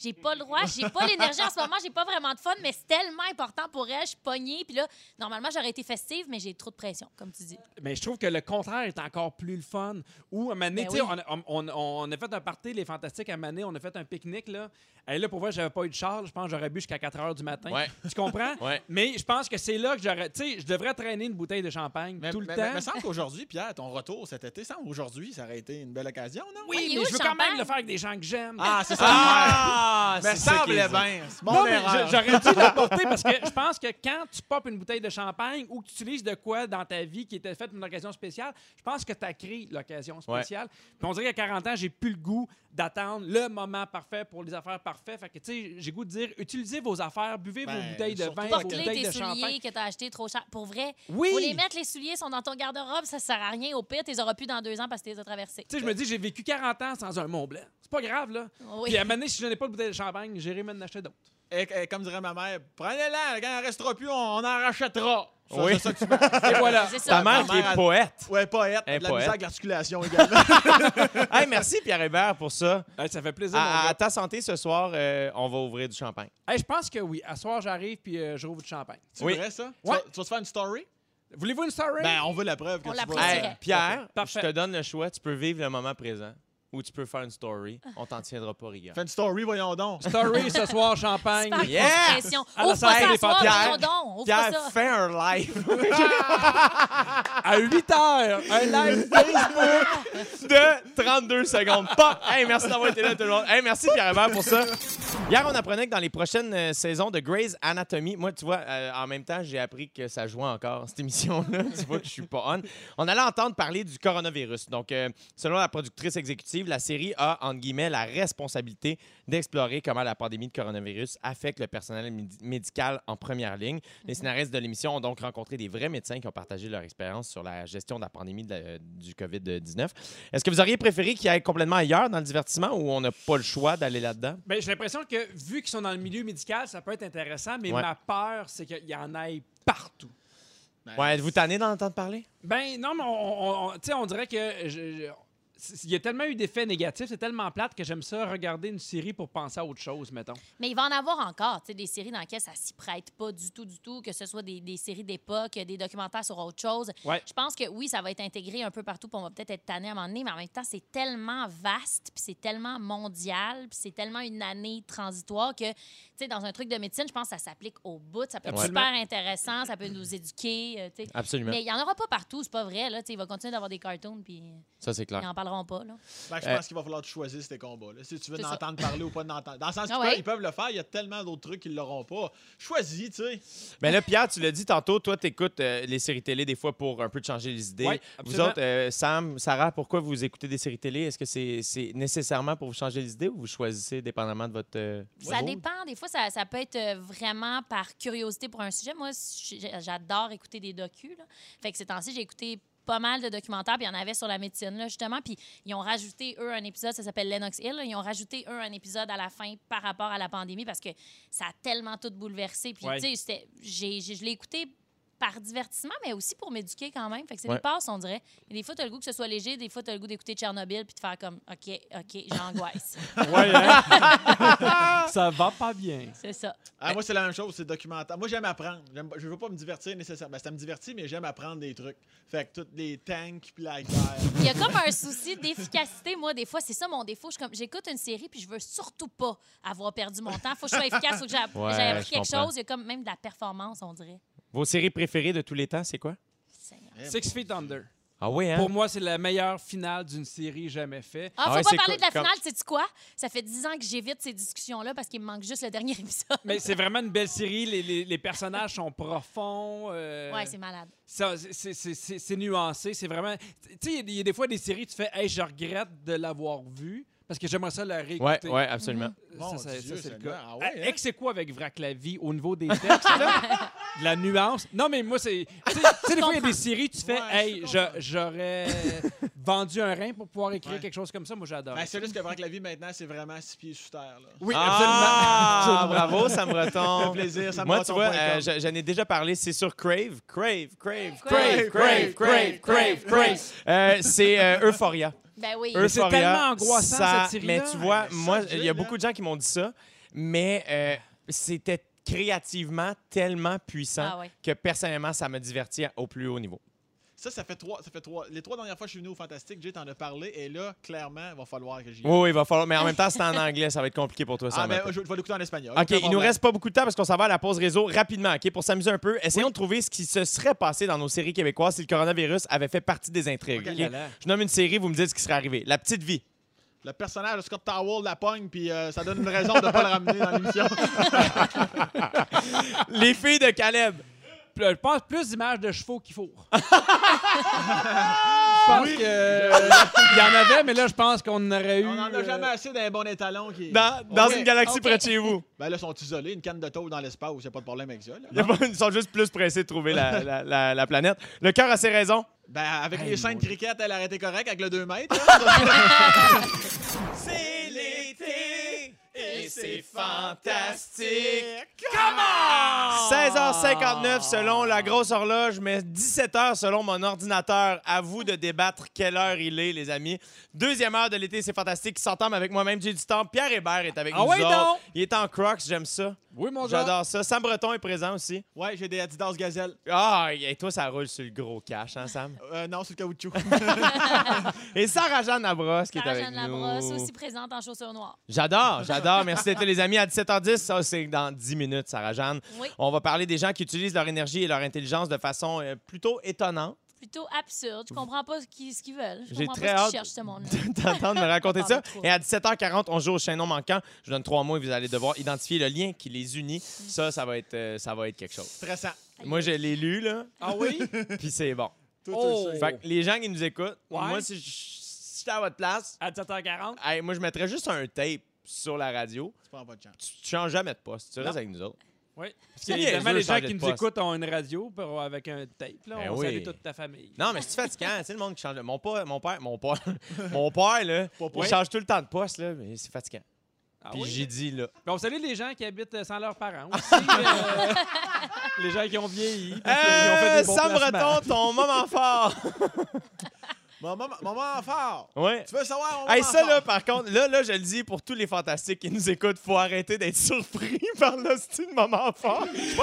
[SPEAKER 3] J'ai pas le droit, j'ai pas l'énergie en ce moment, j'ai pas vraiment de fun, mais c'est tellement important pour elle, je suis pognée. Puis là, normalement, j'aurais été festive, mais j'ai trop de pression, comme tu dis.
[SPEAKER 2] Mais je trouve que le contraire est encore plus le fun. Ou à Mané,
[SPEAKER 3] Ben
[SPEAKER 2] tu sais,
[SPEAKER 3] oui.
[SPEAKER 2] on, on- on- on a fait un party, les Fantastiques à Mané, on a fait un pique-nique. Là. Et là, pour vrai, j'avais pas eu de Charles. Je pense que j'aurais bu jusqu'à 4 heures du matin.
[SPEAKER 1] Ouais.
[SPEAKER 2] Tu comprends?
[SPEAKER 1] Ouais.
[SPEAKER 2] Mais je pense que c'est là que j'aurais. Tu sais, je devrais traîner une bouteille de champagne
[SPEAKER 4] Mais,
[SPEAKER 2] tout le
[SPEAKER 4] mais-
[SPEAKER 2] temps.
[SPEAKER 4] mais- mais semble qu'aujourd'hui, Pierre, ton retour cet été, semble aujourd'hui, ça aurait été une belle occasion, non?
[SPEAKER 3] Ouais,
[SPEAKER 2] oui,
[SPEAKER 3] il est
[SPEAKER 2] mais
[SPEAKER 3] où
[SPEAKER 2] je veux
[SPEAKER 3] le
[SPEAKER 2] quand même
[SPEAKER 3] champagne?
[SPEAKER 2] le faire avec des gens que j'aime.
[SPEAKER 4] Ah, c'est ça.
[SPEAKER 1] Ah!
[SPEAKER 4] mais
[SPEAKER 1] c'est ça
[SPEAKER 4] semble
[SPEAKER 1] qu'ils disent.
[SPEAKER 4] bien. C'est mon
[SPEAKER 2] Non, mais
[SPEAKER 4] erreur.
[SPEAKER 2] je- j'aurais dû le porter parce que je pense que quand tu popes une bouteille de champagne ou que tu utilises de quoi dans ta vie qui était faite pour une occasion spéciale, je pense que tu as créé l'occasion spéciale. Puis on dirait qu'à 40 ans, j'ai plus le goût d'attendre le moment parfait pour les affaires parfaites. Fait que, tu sais, j'ai goût de dire, utilisez vos affaires, buvez
[SPEAKER 4] Ben,
[SPEAKER 2] vos bouteilles de
[SPEAKER 4] surtout
[SPEAKER 2] vin, vos
[SPEAKER 4] que-
[SPEAKER 3] Porte-les
[SPEAKER 2] bouteilles
[SPEAKER 3] tes
[SPEAKER 2] de champagne.
[SPEAKER 3] souliers que t'as acheté trop cher. Pour vrai,
[SPEAKER 2] Oui!
[SPEAKER 3] faut les mettre, les souliers sont dans ton garde-robe, ça sert à rien. Au pire, t'es auras plus dans deux ans parce que t'es as traversés.
[SPEAKER 2] Tu sais, je me dis, j'ai vécu 40 ans sans un Mont Blanc. C'est pas grave, là.
[SPEAKER 3] Oui.
[SPEAKER 2] Puis à un moment donné, si je n'ai pas de bouteille de champagne, j'irai m'en acheter d'autres.
[SPEAKER 4] Et- et comme dirait ma mère, prenez-la, quand elle restera plus, on, on en rachètera. Ça,
[SPEAKER 1] Oui.
[SPEAKER 4] c'est ça que tu m'as-
[SPEAKER 2] Et voilà.
[SPEAKER 3] C'est ça.
[SPEAKER 1] Ta mère
[SPEAKER 4] Ma
[SPEAKER 1] qui
[SPEAKER 4] mère
[SPEAKER 1] est
[SPEAKER 4] a-
[SPEAKER 1] poète.
[SPEAKER 4] Ouais, poète,
[SPEAKER 1] Un
[SPEAKER 4] de la
[SPEAKER 1] poète.
[SPEAKER 4] misère avec l'articulation également.
[SPEAKER 1] Hey, merci Pierre Hébert pour ça.
[SPEAKER 2] Hey, ça fait plaisir. mon
[SPEAKER 1] À,
[SPEAKER 2] gars.
[SPEAKER 1] à ta santé ce soir, euh, on va ouvrir du champagne.
[SPEAKER 2] Ah, Hey, je pense que oui. À ce soir, j'arrive puis euh, je rouvre du champagne.
[SPEAKER 4] C'est
[SPEAKER 1] Oui.
[SPEAKER 4] vrai, ça? Tu
[SPEAKER 2] Ouais.
[SPEAKER 4] vas- Tu vas te faire une story?
[SPEAKER 2] Voulez-vous une story?
[SPEAKER 4] Ben, on veut la preuve que
[SPEAKER 3] On
[SPEAKER 4] tu
[SPEAKER 3] la
[SPEAKER 4] vas-
[SPEAKER 3] prend
[SPEAKER 1] Hey,
[SPEAKER 3] direct.
[SPEAKER 1] Pierre,
[SPEAKER 2] Parfait.
[SPEAKER 1] je te donne le choix. Tu peux vivre le moment présent ou tu peux faire une story. On t'en tiendra pas rigueur.
[SPEAKER 4] Fais une story, voyons donc.
[SPEAKER 2] Story ce soir, champagne.
[SPEAKER 3] Super
[SPEAKER 1] Yeah!
[SPEAKER 3] pression.
[SPEAKER 2] À la
[SPEAKER 3] Ouvre pas
[SPEAKER 2] salle
[SPEAKER 3] ça
[SPEAKER 2] des
[SPEAKER 3] à soir,
[SPEAKER 2] Pierre-
[SPEAKER 3] voyons donc, ouvre pas
[SPEAKER 1] Pierre,
[SPEAKER 3] ça.
[SPEAKER 1] fais un live
[SPEAKER 2] À 8 h, un live Facebook.
[SPEAKER 1] de 32 secondes. Pop! Hey, merci d'avoir été là, tout le monde. Hey, merci Pierre Hébert pour ça. Hier, on apprenait que dans les prochaines euh, saisons de Grey's Anatomy, moi, tu vois, euh, en même temps, j'ai appris que ça jouait encore, cette émission-là. tu vois que je suis pas on. On allait entendre parler du coronavirus. Donc, euh, selon la productrice exécutive, la série a, entre guillemets, la responsabilité d'explorer comment la pandémie de coronavirus affecte le personnel médi- médical en première ligne. Les scénaristes de l'émission ont donc rencontré des vrais médecins qui ont partagé leur expérience sur la gestion de la pandémie de la- euh, du COVID-19. Est-ce que vous auriez préféré qu'il aille complètement ailleurs dans le divertissement ou on n'a pas le choix d'aller là-dedans?
[SPEAKER 2] Mais Ben, j'ai l'impression que vu qu'ils sont dans le milieu médical, ça peut être intéressant, mais
[SPEAKER 1] Ouais.
[SPEAKER 2] ma peur, c'est qu'il y en aille partout.
[SPEAKER 1] Ouais, êtes-vous tanné d'en entendre parler?
[SPEAKER 2] Ben non, mais on, on- on- tu sais, on dirait que. je- je- c'est- il y a tellement eu d'effets négatifs, c'est tellement plate que j'aime ça regarder une série pour penser à autre chose, mettons.
[SPEAKER 3] Mais il va en avoir encore, tu sais, des séries dans lesquelles ça s'y prête pas du tout, du tout, que ce soit des, des séries d'époque, des documentaires sur autre chose.
[SPEAKER 2] Ouais.
[SPEAKER 3] Je pense que oui, ça va être intégré un peu partout, puis on va peut-être être tanné à un moment donné, mais en même temps, c'est tellement vaste, puis c'est tellement mondial, puis c'est tellement une année transitoire que, tu sais, dans un truc de médecine, je pense que ça s'applique au bout. Ça peut être
[SPEAKER 2] Absolument.
[SPEAKER 3] super intéressant, ça peut nous éduquer, euh, tu sais.
[SPEAKER 1] Absolument.
[SPEAKER 3] Mais il n'y en aura pas partout, c'est pas vrai, là. Tu sais, il va continuer d'avoir des cartoons, puis
[SPEAKER 1] Ça, c'est clair.
[SPEAKER 3] ils n'en parleront pas, là.
[SPEAKER 4] Ben, je
[SPEAKER 1] Euh,
[SPEAKER 4] pense qu'il va falloir que tu choisisses tes combats. là. Si tu veux
[SPEAKER 3] C'est ça.
[SPEAKER 4] d'entendre parler ou pas d'entendre. Dans le sens
[SPEAKER 3] Ah
[SPEAKER 4] qu'ils
[SPEAKER 3] ouais?
[SPEAKER 4] peuvent, ils peuvent le faire, il y a tellement d'autres trucs qu'ils l'auront pas. Choisis, tu sais.
[SPEAKER 1] Mais là, Pierre, tu l'as dit tantôt, toi, t'écoutes euh, les séries télé des fois pour un peu te changer les idées.
[SPEAKER 2] Ouais,
[SPEAKER 1] vous
[SPEAKER 2] absolument.
[SPEAKER 1] autres, euh, Sam, Sarah, pourquoi vous écoutez des séries télé? Est-ce que c'est c'est nécessairement pour vous changer les idées ou vous choisissez dépendamment de votre. euh,
[SPEAKER 3] Ça
[SPEAKER 1] rôle?
[SPEAKER 3] dépend. Des fois, ça, ça peut être euh, vraiment par curiosité pour un sujet. Moi, j'ai- j'adore écouter des docus. là. Fait que ces temps-ci, j'ai écouté pas mal de documentaires, puis il y en avait sur la médecine, là, justement. Puis ils ont rajouté, eux, un épisode, ça s'appelle Lennox Hill. là. Ils ont rajouté, eux, un épisode à la fin par rapport à la pandémie parce que ça a tellement tout bouleversé. Puis,
[SPEAKER 2] Ouais.
[SPEAKER 3] tu sais, c'était- j'ai- j'ai- je l'ai écouté par divertissement, mais aussi pour m'éduquer quand même. Fait que c'est
[SPEAKER 1] Ouais.
[SPEAKER 3] des passes, on dirait. Et des fois, t'as le goût que ce soit léger, des fois, t'as le goût d'écouter Tchernobyl puis de faire comme, OK, OK, j'angoisse.
[SPEAKER 2] Ouais,
[SPEAKER 1] hein?
[SPEAKER 2] ça va pas bien.
[SPEAKER 3] c'est ça.
[SPEAKER 4] Ah, moi, c'est la même chose, c'est documentaire. Moi, j'aime apprendre. J'aime- je veux pas me divertir nécessairement. Ben, ça me divertit, mais j'aime apprendre des trucs. Fait que toutes les tanks puis la guerre.
[SPEAKER 3] Il y a comme un souci d'efficacité, moi, des fois. C'est ça mon défaut. Je suis comme- J'écoute une série, puis je veux surtout pas avoir perdu mon temps. Faut que je sois efficace, faut que j'ai app-
[SPEAKER 1] Ouais,
[SPEAKER 3] j'ai appris
[SPEAKER 1] je
[SPEAKER 3] quelque
[SPEAKER 1] comprends.
[SPEAKER 3] chose. Il y a comme même de la performance, on dirait.
[SPEAKER 1] Vos séries préférées de tous les temps, c'est quoi?
[SPEAKER 3] Seigneur.
[SPEAKER 4] Eh,
[SPEAKER 2] Six Feet Under.
[SPEAKER 1] Ah oui, Eh, hein?
[SPEAKER 2] Pour moi, c'est la meilleure finale d'une série jamais faite.
[SPEAKER 3] Ah, faut
[SPEAKER 1] Ah ouais,
[SPEAKER 3] pas
[SPEAKER 1] c'est
[SPEAKER 3] parler de la
[SPEAKER 1] cool.
[SPEAKER 3] finale, sais-tu quoi? Ça fait dix ans que j'évite ces discussions-là parce qu'il me manque juste le dernier épisode.
[SPEAKER 2] Mais c'est vraiment une belle série. Les, les- les personnages sont profonds. euh,
[SPEAKER 3] Ouais, c'est malade.
[SPEAKER 2] Ça, c'est- c'est c'est- c'est nuancé, c'est vraiment. Tu sais, il y a des- il y a des fois des séries, tu fais, hey, je regrette de l'avoir vu parce que j'aimerais ça la
[SPEAKER 1] Ouais,
[SPEAKER 2] réécouter.
[SPEAKER 1] ouais, absolument.
[SPEAKER 2] Ça, ça,
[SPEAKER 4] Mon
[SPEAKER 2] ça,
[SPEAKER 4] Dieu,
[SPEAKER 2] c'est le
[SPEAKER 4] Seigneur.
[SPEAKER 2] cas.
[SPEAKER 4] Ah ouais, hein?
[SPEAKER 2] Ex aequo avec Vrac la vie au niveau des textes. là. de la nuance. Non, mais moi, c'est. Tu sais, tu sais, des fois, il y a
[SPEAKER 3] comprends.
[SPEAKER 2] des séries, tu fais,
[SPEAKER 4] Ouais,
[SPEAKER 2] hey,
[SPEAKER 4] je
[SPEAKER 2] je-
[SPEAKER 4] comprends.
[SPEAKER 2] j'aurais vendu un rein pour pouvoir écrire
[SPEAKER 4] Ouais.
[SPEAKER 2] quelque chose comme ça. Moi, j'adore.
[SPEAKER 4] Ben, c'est juste que Braque la vie maintenant, c'est vraiment six pieds sous terre. Là.
[SPEAKER 2] oui,
[SPEAKER 1] Ah,
[SPEAKER 2] absolument. Absolument.
[SPEAKER 1] bravo, ça me
[SPEAKER 4] Ça fait
[SPEAKER 1] retombe.
[SPEAKER 4] plaisir, ça me
[SPEAKER 1] Moi,
[SPEAKER 4] rend
[SPEAKER 1] tu
[SPEAKER 4] ton
[SPEAKER 1] vois,
[SPEAKER 4] point
[SPEAKER 1] euh,
[SPEAKER 4] com.
[SPEAKER 1] je- j'en ai déjà parlé, c'est sur Crave. Crave, Crave, Crave,
[SPEAKER 3] Crave,
[SPEAKER 1] Crave, Crave, Crave, Crave. Euh, c'est euh, Euphoria.
[SPEAKER 3] Ben oui.
[SPEAKER 2] Eux- c'est
[SPEAKER 1] Euphoria,
[SPEAKER 2] tellement angoissant, cette série-là.
[SPEAKER 1] Mais tu vois,
[SPEAKER 4] Mais ça,
[SPEAKER 1] moi,
[SPEAKER 4] j'ai,
[SPEAKER 1] il y a
[SPEAKER 4] là.
[SPEAKER 1] beaucoup de gens qui m'ont dit ça, mais euh, c'était créativement tellement puissant
[SPEAKER 3] Ah ouais.
[SPEAKER 1] que personnellement, ça me divertit au plus haut niveau.
[SPEAKER 4] Ça, ça fait trois. Ça fait trois. Les trois dernières fois que je suis venu au Fantastique, Jay t'en a parlé. Et là, clairement, il va falloir que j'y aille.
[SPEAKER 1] Oui, oui, il va falloir. Mais en même temps, c'est en anglais, ça va être compliqué pour toi, ça.
[SPEAKER 4] Ah,
[SPEAKER 1] Matt.
[SPEAKER 4] ben, je, je vais l'écouter en espagnol.
[SPEAKER 1] OK, il
[SPEAKER 4] Aucun
[SPEAKER 1] nous
[SPEAKER 4] problème.
[SPEAKER 1] reste pas beaucoup de temps parce qu'on s'en va à la pause réseau rapidement, OK, pour s'amuser un peu. Essayons de trouver ce qui se serait passé dans nos séries québécoises si le coronavirus avait fait partie des intrigues.
[SPEAKER 4] Ok,
[SPEAKER 1] OK?
[SPEAKER 2] là, là.
[SPEAKER 1] Je nomme une série, vous me dites ce qui serait arrivé. La petite vie.
[SPEAKER 4] Le personnage de Scott Towell la pogne, puis euh, ça donne une raison de pas le ramener dans l'émission.
[SPEAKER 1] Les filles de Caleb.
[SPEAKER 2] Je pense plus d'images de chevaux qui fourrent. je pense que. euh, Il y en avait, mais là, je pense qu'on en aurait eu.
[SPEAKER 4] On en a
[SPEAKER 2] euh,
[SPEAKER 4] jamais assez d'un bon étalon qui.
[SPEAKER 1] Dans, dans
[SPEAKER 4] Ok.
[SPEAKER 1] une galaxie
[SPEAKER 3] Ok.
[SPEAKER 1] près de chez vous.
[SPEAKER 4] Ben là, ils sont isolés, une canne de taux dans l'espace, il a pas de problème avec ça. là.
[SPEAKER 1] Y a pas- Ils sont juste plus pressés de trouver la, la- la- la planète. Le cœur a ses raisons.
[SPEAKER 4] Ben, avec
[SPEAKER 2] Hey,
[SPEAKER 4] les cinq
[SPEAKER 2] mon
[SPEAKER 4] cricket, elle aurait été correcte avec le 2 mètres.
[SPEAKER 1] C'est l'été
[SPEAKER 4] et c'est fantastique.
[SPEAKER 1] 16h59 selon la grosse horloge, mais 17h selon mon ordinateur. À vous de débattre quelle heure il est, les amis. Deuxième heure de l'été, c'est fantastique. Qui s'entend avec moi-même, j'ai du temps. Pierre Hébert est avec
[SPEAKER 2] Ah
[SPEAKER 1] nous
[SPEAKER 2] ouais,
[SPEAKER 1] autres.
[SPEAKER 2] donc?
[SPEAKER 1] Il est en Crocs, j'aime ça.
[SPEAKER 2] Oui, mon gars.
[SPEAKER 1] J'adore ça. Sam Breton est présent aussi.
[SPEAKER 4] ouais, j'ai des Adidas Gazelle.
[SPEAKER 1] Ah, et toi, ça roule sur le gros cash, hein, Sam?
[SPEAKER 4] Euh, non, c'est le caoutchouc.
[SPEAKER 1] Et Sarah-Jeanne Labrosse qui est avec
[SPEAKER 3] Sarah-Jeanne
[SPEAKER 1] nous.
[SPEAKER 3] Labrosse, aussi présente en chaussures noires.
[SPEAKER 1] J'adore, j'adore. Merci d'être là, les amis. À 17h10, ça, c'est dans 10 minutes, Sarah-Jeanne.
[SPEAKER 3] Oui,
[SPEAKER 1] On va parler des gens qui utilisent leur énergie et leur intelligence de façon euh, plutôt étonnante.
[SPEAKER 3] plutôt absurde. Je comprends pas ce qu'ils ce qu'ils veulent. Je
[SPEAKER 1] J'ai
[SPEAKER 3] comprends
[SPEAKER 1] très
[SPEAKER 3] pas ce
[SPEAKER 1] hâte
[SPEAKER 3] qu'ils cherchent, ce monde-là.
[SPEAKER 1] d'entendre me raconter
[SPEAKER 3] On
[SPEAKER 1] ça.
[SPEAKER 3] parle trop.
[SPEAKER 1] Et à 17h40, on joue au chaînon manquant. Je vous donne trois mots et vous allez devoir identifier le lien qui les unit.
[SPEAKER 3] Mm.
[SPEAKER 1] Ça, ça va être, euh, ça va être quelque chose.
[SPEAKER 4] Stressant.
[SPEAKER 1] Moi, je l'ai lu, là,
[SPEAKER 2] Ah oui?
[SPEAKER 1] puis c'est bon.
[SPEAKER 4] Tout,
[SPEAKER 2] Oh.
[SPEAKER 1] Fait que les gens qui nous écoutent,
[SPEAKER 2] Ouais.
[SPEAKER 1] moi, si je- si j'étais à votre place,
[SPEAKER 2] À 17h40?
[SPEAKER 1] hey, moi, je mettrais juste un tape sur la radio.
[SPEAKER 4] Tu prends pas de chance.
[SPEAKER 1] Tu, tu changes jamais de poste. Tu restes
[SPEAKER 2] Non.
[SPEAKER 1] avec nous autres.
[SPEAKER 2] Oui. Parce
[SPEAKER 1] que
[SPEAKER 2] qu'évidemment, les
[SPEAKER 1] niaiseux,
[SPEAKER 2] gens
[SPEAKER 1] changer
[SPEAKER 2] qui
[SPEAKER 1] de
[SPEAKER 2] nous
[SPEAKER 1] poste.
[SPEAKER 2] écoutent ont une radio pour- avec un tape. Là.
[SPEAKER 1] Ben
[SPEAKER 2] On
[SPEAKER 1] oui.
[SPEAKER 2] salue toute ta famille.
[SPEAKER 1] Non, mais c'est fatigant, c'est le monde qui change. de- Mon père, mon père, mon père, mon père là, il
[SPEAKER 4] Ouais.
[SPEAKER 1] change tout le temps de poste là, mais c'est fatigant.
[SPEAKER 2] Ah
[SPEAKER 1] Puis
[SPEAKER 2] oui?
[SPEAKER 1] j'ai dit là.
[SPEAKER 2] Ben, on salue les gens qui habitent euh, sans leurs parents aussi. euh, les gens qui ont vieilli. puis qui ont fait des bons
[SPEAKER 1] Sam
[SPEAKER 2] placements.
[SPEAKER 1] Breton, ton moment fort.
[SPEAKER 4] Mon moment, moment fort!
[SPEAKER 1] ouais.
[SPEAKER 4] Tu veux savoir mon
[SPEAKER 1] Hey,
[SPEAKER 4] moment
[SPEAKER 1] ça là,
[SPEAKER 4] fort?
[SPEAKER 1] par contre, là, là, je le dis pour tous les fantastiques qui nous écoutent, faut arrêter d'être surpris par l'hostie de moment fort. Man, on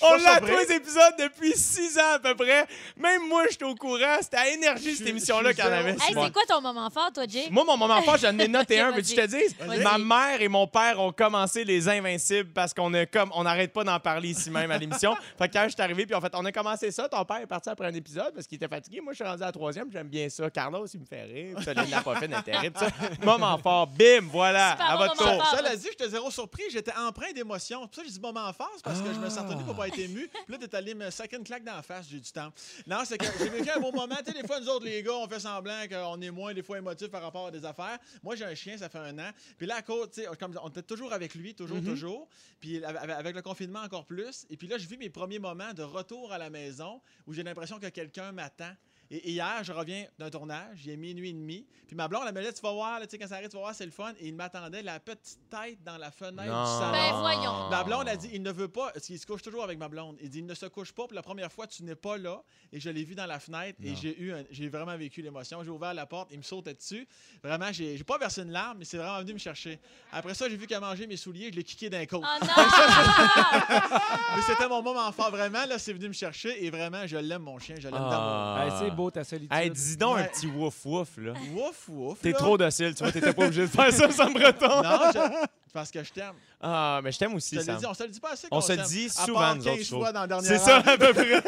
[SPEAKER 4] pas
[SPEAKER 1] l'a à
[SPEAKER 4] surpris.
[SPEAKER 1] tous les épisodes depuis six ans à peu près. Même moi, j'étais au courant. C'était à énergie
[SPEAKER 4] Je
[SPEAKER 1] cette
[SPEAKER 4] suis-
[SPEAKER 1] émission-là
[SPEAKER 4] je suis
[SPEAKER 1] qu'il y en avait.
[SPEAKER 4] zéro-
[SPEAKER 3] Hey,
[SPEAKER 1] Simon.
[SPEAKER 3] c'est quoi ton moment fort, toi, Jay?
[SPEAKER 1] Moi, mon moment fort, j'en ai noté un.
[SPEAKER 3] Ok,
[SPEAKER 1] Veux-tu que je te dise?
[SPEAKER 3] Vas-y.
[SPEAKER 1] Ma mère et mon père ont commencé Les Invincibles parce qu'on a comme on n'arrête pas d'en parler ici même à l'émission. fait que quand je suis arrivé, puis en fait, on a commencé ça. Ton père est parti après un épisode parce qu'il était fatigué. Moi, je suis rendu à la troisième. J'aime bien ça. Carlos, il me fait rire. Puis Ça, Lynn Lapoffin est terrible. ça. Moment fort. Bim, voilà.
[SPEAKER 3] Super
[SPEAKER 1] à
[SPEAKER 3] bon
[SPEAKER 1] votre
[SPEAKER 3] moment
[SPEAKER 1] tour.
[SPEAKER 3] fort.
[SPEAKER 4] Cela dit, j'étais zéro surpris, j'étais empreint d'émotion. C'est pour ça que j'ai dit moment fort, c'est parce que je me suis retenu pour pas être ému. Puis là, t'es allé me sacrer une claque dans la face, j'ai du temps. Non, c'est que j'ai vécu un bon moment. Tu sais, des fois, nous autres, les gars, on fait semblant qu'on est moins, des fois, émotifs par rapport à des affaires. Moi, j'ai un chien, ça fait un an. Puis là, à cause, tu sais, comme on était toujours avec lui, toujours, toujours. Puis avec avec le confinement, encore plus. Et puis là, je vis mes premiers moments de retour à la maison où j'ai l'impression que quelqu'un m'attend. Et hier, je reviens d'un tournage, il est minuit et demi. Puis ma blonde, elle me dit Tu vas voir, là, tu sais, quand ça arrive, tu vas voir, c'est le fun. Et il m'attendait la petite tête dans la fenêtre du salon.
[SPEAKER 3] Ben voyons.
[SPEAKER 1] Ah.
[SPEAKER 4] Ma blonde a dit il ne veut pas, parce qu'il se couche toujours avec ma blonde. Il dit il ne se couche pas, puis la première fois, tu n'es pas là. Et je l'ai vu dans la fenêtre, et j'ai eu, un- j'ai vraiment vécu l'émotion. J'ai ouvert la porte, il me sautait dessus. Vraiment, j'ai, j'ai pas versé une larme, mais c'est vraiment venu me chercher. Après ça, j'ai vu qu'elle mangeait mes souliers, je l'ai kické d'un côte.
[SPEAKER 3] Oh non!
[SPEAKER 4] Mais c'était mon moment fort, vraiment, là, c'est venu me chercher, et vraiment, je l'aime, mon chien, je l'aime d'amour.
[SPEAKER 1] Ah.
[SPEAKER 2] Hey, Ben, c'est beau ta solitude.
[SPEAKER 1] Hey, dis donc un
[SPEAKER 4] Ouais.
[SPEAKER 1] petit wouf wouf, là.
[SPEAKER 4] Ouf, ouf.
[SPEAKER 1] T'es
[SPEAKER 4] là.
[SPEAKER 1] trop docile, tu vois, t'étais pas obligé de faire ça, Sam Breton.
[SPEAKER 4] Non, je- parce que je t'aime.
[SPEAKER 1] Ah, mais je t'aime
[SPEAKER 4] Je
[SPEAKER 1] aussi,
[SPEAKER 4] te l'ai
[SPEAKER 1] Sam.
[SPEAKER 4] dit, on se le dit pas assez.
[SPEAKER 1] On
[SPEAKER 4] qu'on
[SPEAKER 1] se le
[SPEAKER 4] s'aime.
[SPEAKER 1] dit
[SPEAKER 4] À
[SPEAKER 1] souvent,
[SPEAKER 4] part
[SPEAKER 1] nous autres,
[SPEAKER 4] 15
[SPEAKER 1] je trouve.
[SPEAKER 4] fois dans la dernière
[SPEAKER 1] C'est ça, à peu près.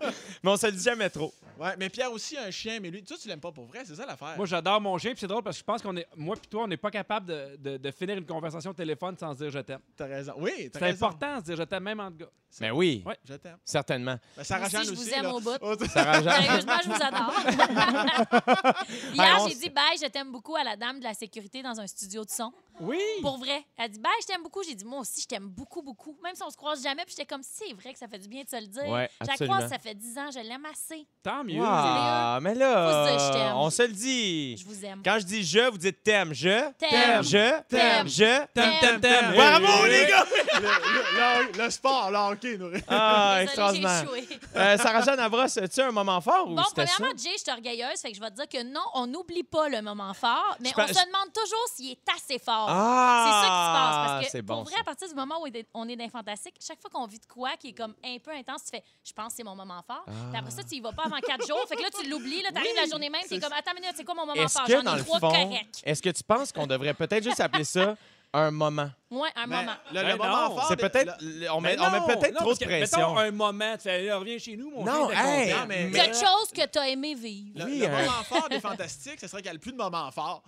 [SPEAKER 1] mais on se le dit jamais trop.
[SPEAKER 4] Ouais, mais Pierre aussi a un chien, mais lui, toi, tu l'aimes pas pour vrai, c'est ça l'affaire.
[SPEAKER 2] Moi, j'adore mon chien, puis c'est drôle parce que je pense qu'on est, moi puis toi, on n'est pas capable de, de- de finir une conversation au téléphone sans se dire je t'aime.
[SPEAKER 4] t'as raison. Oui, t'as
[SPEAKER 2] C'est
[SPEAKER 4] raison.
[SPEAKER 2] important de se dire je t'aime, même en gars.
[SPEAKER 1] Mais oui,
[SPEAKER 2] Ouais.
[SPEAKER 4] Je t'aime.
[SPEAKER 1] certainement.
[SPEAKER 4] Ben, Sarah
[SPEAKER 3] Moi
[SPEAKER 4] Jeanne
[SPEAKER 3] aussi, je
[SPEAKER 4] aussi.
[SPEAKER 3] vous aime
[SPEAKER 4] là.
[SPEAKER 3] au bout.
[SPEAKER 4] Oh, tu-
[SPEAKER 1] Sarah Jeanne.
[SPEAKER 3] Sérieusement, Ben, je vous adore.
[SPEAKER 1] Hey,
[SPEAKER 3] Hier,
[SPEAKER 1] on
[SPEAKER 3] j'ai
[SPEAKER 1] s-
[SPEAKER 3] dit bye, je t'aime beaucoup à la dame de la sécurité dans un studio de son.
[SPEAKER 2] Oui!
[SPEAKER 3] Pour vrai. Elle dit bye, je t'aime beaucoup. J'ai dit moi aussi, je t'aime beaucoup, beaucoup. Même si on se croise jamais, puis j'étais comme c'est vrai que ça fait du bien de se le dire.
[SPEAKER 1] Ouais,
[SPEAKER 3] je la
[SPEAKER 1] absolument.
[SPEAKER 3] croise, ça fait 10 ans, je l'aime assez.
[SPEAKER 2] Tant mieux.
[SPEAKER 1] Ah, mais
[SPEAKER 3] Faut se dire je
[SPEAKER 1] là,
[SPEAKER 3] t'aime.
[SPEAKER 1] on se le dit.
[SPEAKER 3] Je vous aime.
[SPEAKER 1] Quand je dis je, vous dites t'aimes. Je,
[SPEAKER 3] T'aimes.
[SPEAKER 1] je,
[SPEAKER 3] T'aimes.
[SPEAKER 1] je.
[SPEAKER 3] T'aimes, t'aimes,
[SPEAKER 2] t'aimes.
[SPEAKER 1] Bravo,
[SPEAKER 4] Oui.
[SPEAKER 1] les gars!
[SPEAKER 4] le, le- le- le sport, là, ok, nous.
[SPEAKER 1] Ah,
[SPEAKER 3] Désolée,
[SPEAKER 1] extraordinaire.
[SPEAKER 3] j'ai échoué.
[SPEAKER 1] Euh, Sarah-Jeanne Avros, as-tu un moment fort ou
[SPEAKER 3] Bon,
[SPEAKER 1] c'était ça?
[SPEAKER 3] premièrement, Jay, je suis orgueilleuse, fait que je vais te dire que non, on n'oublie pas le moment fort, mais
[SPEAKER 1] Je
[SPEAKER 3] on
[SPEAKER 1] pense-
[SPEAKER 3] se demande toujours s'il est assez fort. C'est ça qui se passe.
[SPEAKER 1] Ah!
[SPEAKER 3] Parce que
[SPEAKER 1] c'est bon,
[SPEAKER 3] pour vrai,
[SPEAKER 1] ça.
[SPEAKER 3] à partir du moment où on est dans le fantastique, chaque fois qu'on vit de quoi qui est comme un peu intense, tu fais je pense que c'est mon moment fort. Puis après ça,
[SPEAKER 1] Ah.
[SPEAKER 3] tu y vas pas avant quatre jours. Fait que là, tu l'oublies, là, t'arrives la journée même, t'es comme attends une minute, c'est quoi mon moment
[SPEAKER 1] Est-ce
[SPEAKER 3] fort?
[SPEAKER 1] que dans
[SPEAKER 3] J'en
[SPEAKER 1] le
[SPEAKER 3] ai trois
[SPEAKER 1] fond,
[SPEAKER 3] corrects.
[SPEAKER 1] est-ce que tu penses qu'on devrait peut-être juste appeler ça un moment?
[SPEAKER 3] Ouais, un
[SPEAKER 4] Mais
[SPEAKER 3] moment.
[SPEAKER 4] Le, le
[SPEAKER 2] Ben
[SPEAKER 4] moment
[SPEAKER 2] non.
[SPEAKER 4] fort.
[SPEAKER 1] C'est
[SPEAKER 4] de-
[SPEAKER 1] peut-être.
[SPEAKER 4] le-
[SPEAKER 1] le- On
[SPEAKER 4] Mais
[SPEAKER 1] met, on met
[SPEAKER 4] non,
[SPEAKER 1] peut-être
[SPEAKER 2] Non,
[SPEAKER 1] trop
[SPEAKER 2] parce
[SPEAKER 1] de
[SPEAKER 2] que,
[SPEAKER 1] pression.
[SPEAKER 2] mettons, un moment, tu fais, là, reviens chez nous, mon
[SPEAKER 1] Non,
[SPEAKER 2] chien, t'es
[SPEAKER 1] hey,
[SPEAKER 2] content.
[SPEAKER 4] mais-
[SPEAKER 3] Quelque chose que t'as aimé vivre.
[SPEAKER 4] le-
[SPEAKER 1] Oui,
[SPEAKER 4] le
[SPEAKER 1] hein.
[SPEAKER 4] moment fort des fantastiques, ce serait qu'il n'y a plus de moment fort.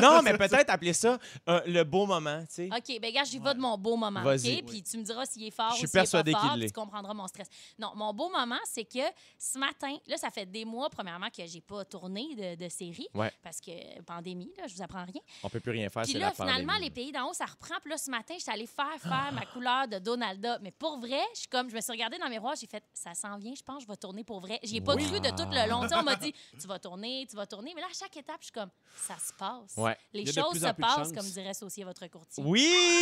[SPEAKER 1] Non, mais peut-être appeler ça euh, le beau moment, tu sais.
[SPEAKER 3] OK, ben gars, j'y vais de mon beau moment. OK?
[SPEAKER 1] Vas-y.
[SPEAKER 3] Puis tu me diras s'il est fort
[SPEAKER 1] Je suis
[SPEAKER 3] ou s'il est pas
[SPEAKER 1] persuadé qu'il
[SPEAKER 3] fort,
[SPEAKER 1] l'est.
[SPEAKER 3] puis tu comprendras mon stress. Non, mon beau moment, c'est que ce matin, là, ça fait des mois, premièrement, que j'ai pas tourné de, de série.
[SPEAKER 1] Ouais.
[SPEAKER 3] Parce que pandémie, là, je vous apprends rien.
[SPEAKER 1] On peut plus rien faire, Ah,
[SPEAKER 3] Puis
[SPEAKER 1] c'est
[SPEAKER 3] là,
[SPEAKER 1] la
[SPEAKER 3] finalement,
[SPEAKER 1] pandémie.
[SPEAKER 3] les pays d'en haut, ça reprend. Puis là, ce matin, j'étais allée faire faire ma couleur de Donalda. Mais pour vrai, je suis comme, je me suis regardée dans le miroir, j'ai fait, ça s'en vient, je pense, je vais tourner pour vrai. J'y ai pas
[SPEAKER 1] Oui.
[SPEAKER 3] cru de tout le long. Tu sais, on m'a dit, tu vas tourner, tu vas tourner. Mais là, à chaque étape, je suis comme, ça se passe.
[SPEAKER 1] Ouais.
[SPEAKER 3] Les
[SPEAKER 2] Il y a de
[SPEAKER 3] choses
[SPEAKER 2] plus
[SPEAKER 3] se
[SPEAKER 2] en plus de
[SPEAKER 3] passent,
[SPEAKER 2] chance.
[SPEAKER 3] comme dirait Saucier, votre courtier.
[SPEAKER 1] Oui!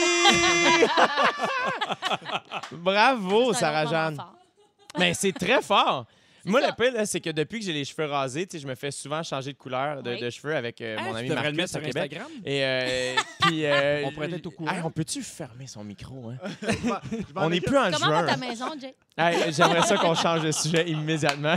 [SPEAKER 1] Bravo,
[SPEAKER 3] C'est un autre moment
[SPEAKER 1] Sarah-Jeanne.
[SPEAKER 3] fort.
[SPEAKER 1] Mais c'est très fort. Moi,
[SPEAKER 3] ça.
[SPEAKER 1] le pire, là, c'est que depuis que j'ai les cheveux rasés, tu sais, je me fais souvent changer de couleur de,
[SPEAKER 3] Oui. Ah,
[SPEAKER 1] de cheveux avec euh,
[SPEAKER 2] Hey,
[SPEAKER 1] mon
[SPEAKER 2] tu
[SPEAKER 1] ami
[SPEAKER 2] devrais le
[SPEAKER 1] Marcus
[SPEAKER 2] mettre
[SPEAKER 1] à
[SPEAKER 2] sur
[SPEAKER 1] Québec.
[SPEAKER 2] Instagram.
[SPEAKER 1] Et euh, puis, euh,
[SPEAKER 2] On pourrait être au courant.
[SPEAKER 1] Hey, on peut-tu fermer son micro? hein?
[SPEAKER 4] Je m'en- je m'en
[SPEAKER 1] On n'est
[SPEAKER 4] occupe.
[SPEAKER 1] plus en
[SPEAKER 3] Comment va
[SPEAKER 1] juin.
[SPEAKER 3] ta maison, Jay?
[SPEAKER 1] Hey, J'aimerais ça qu'on change de sujet immédiatement.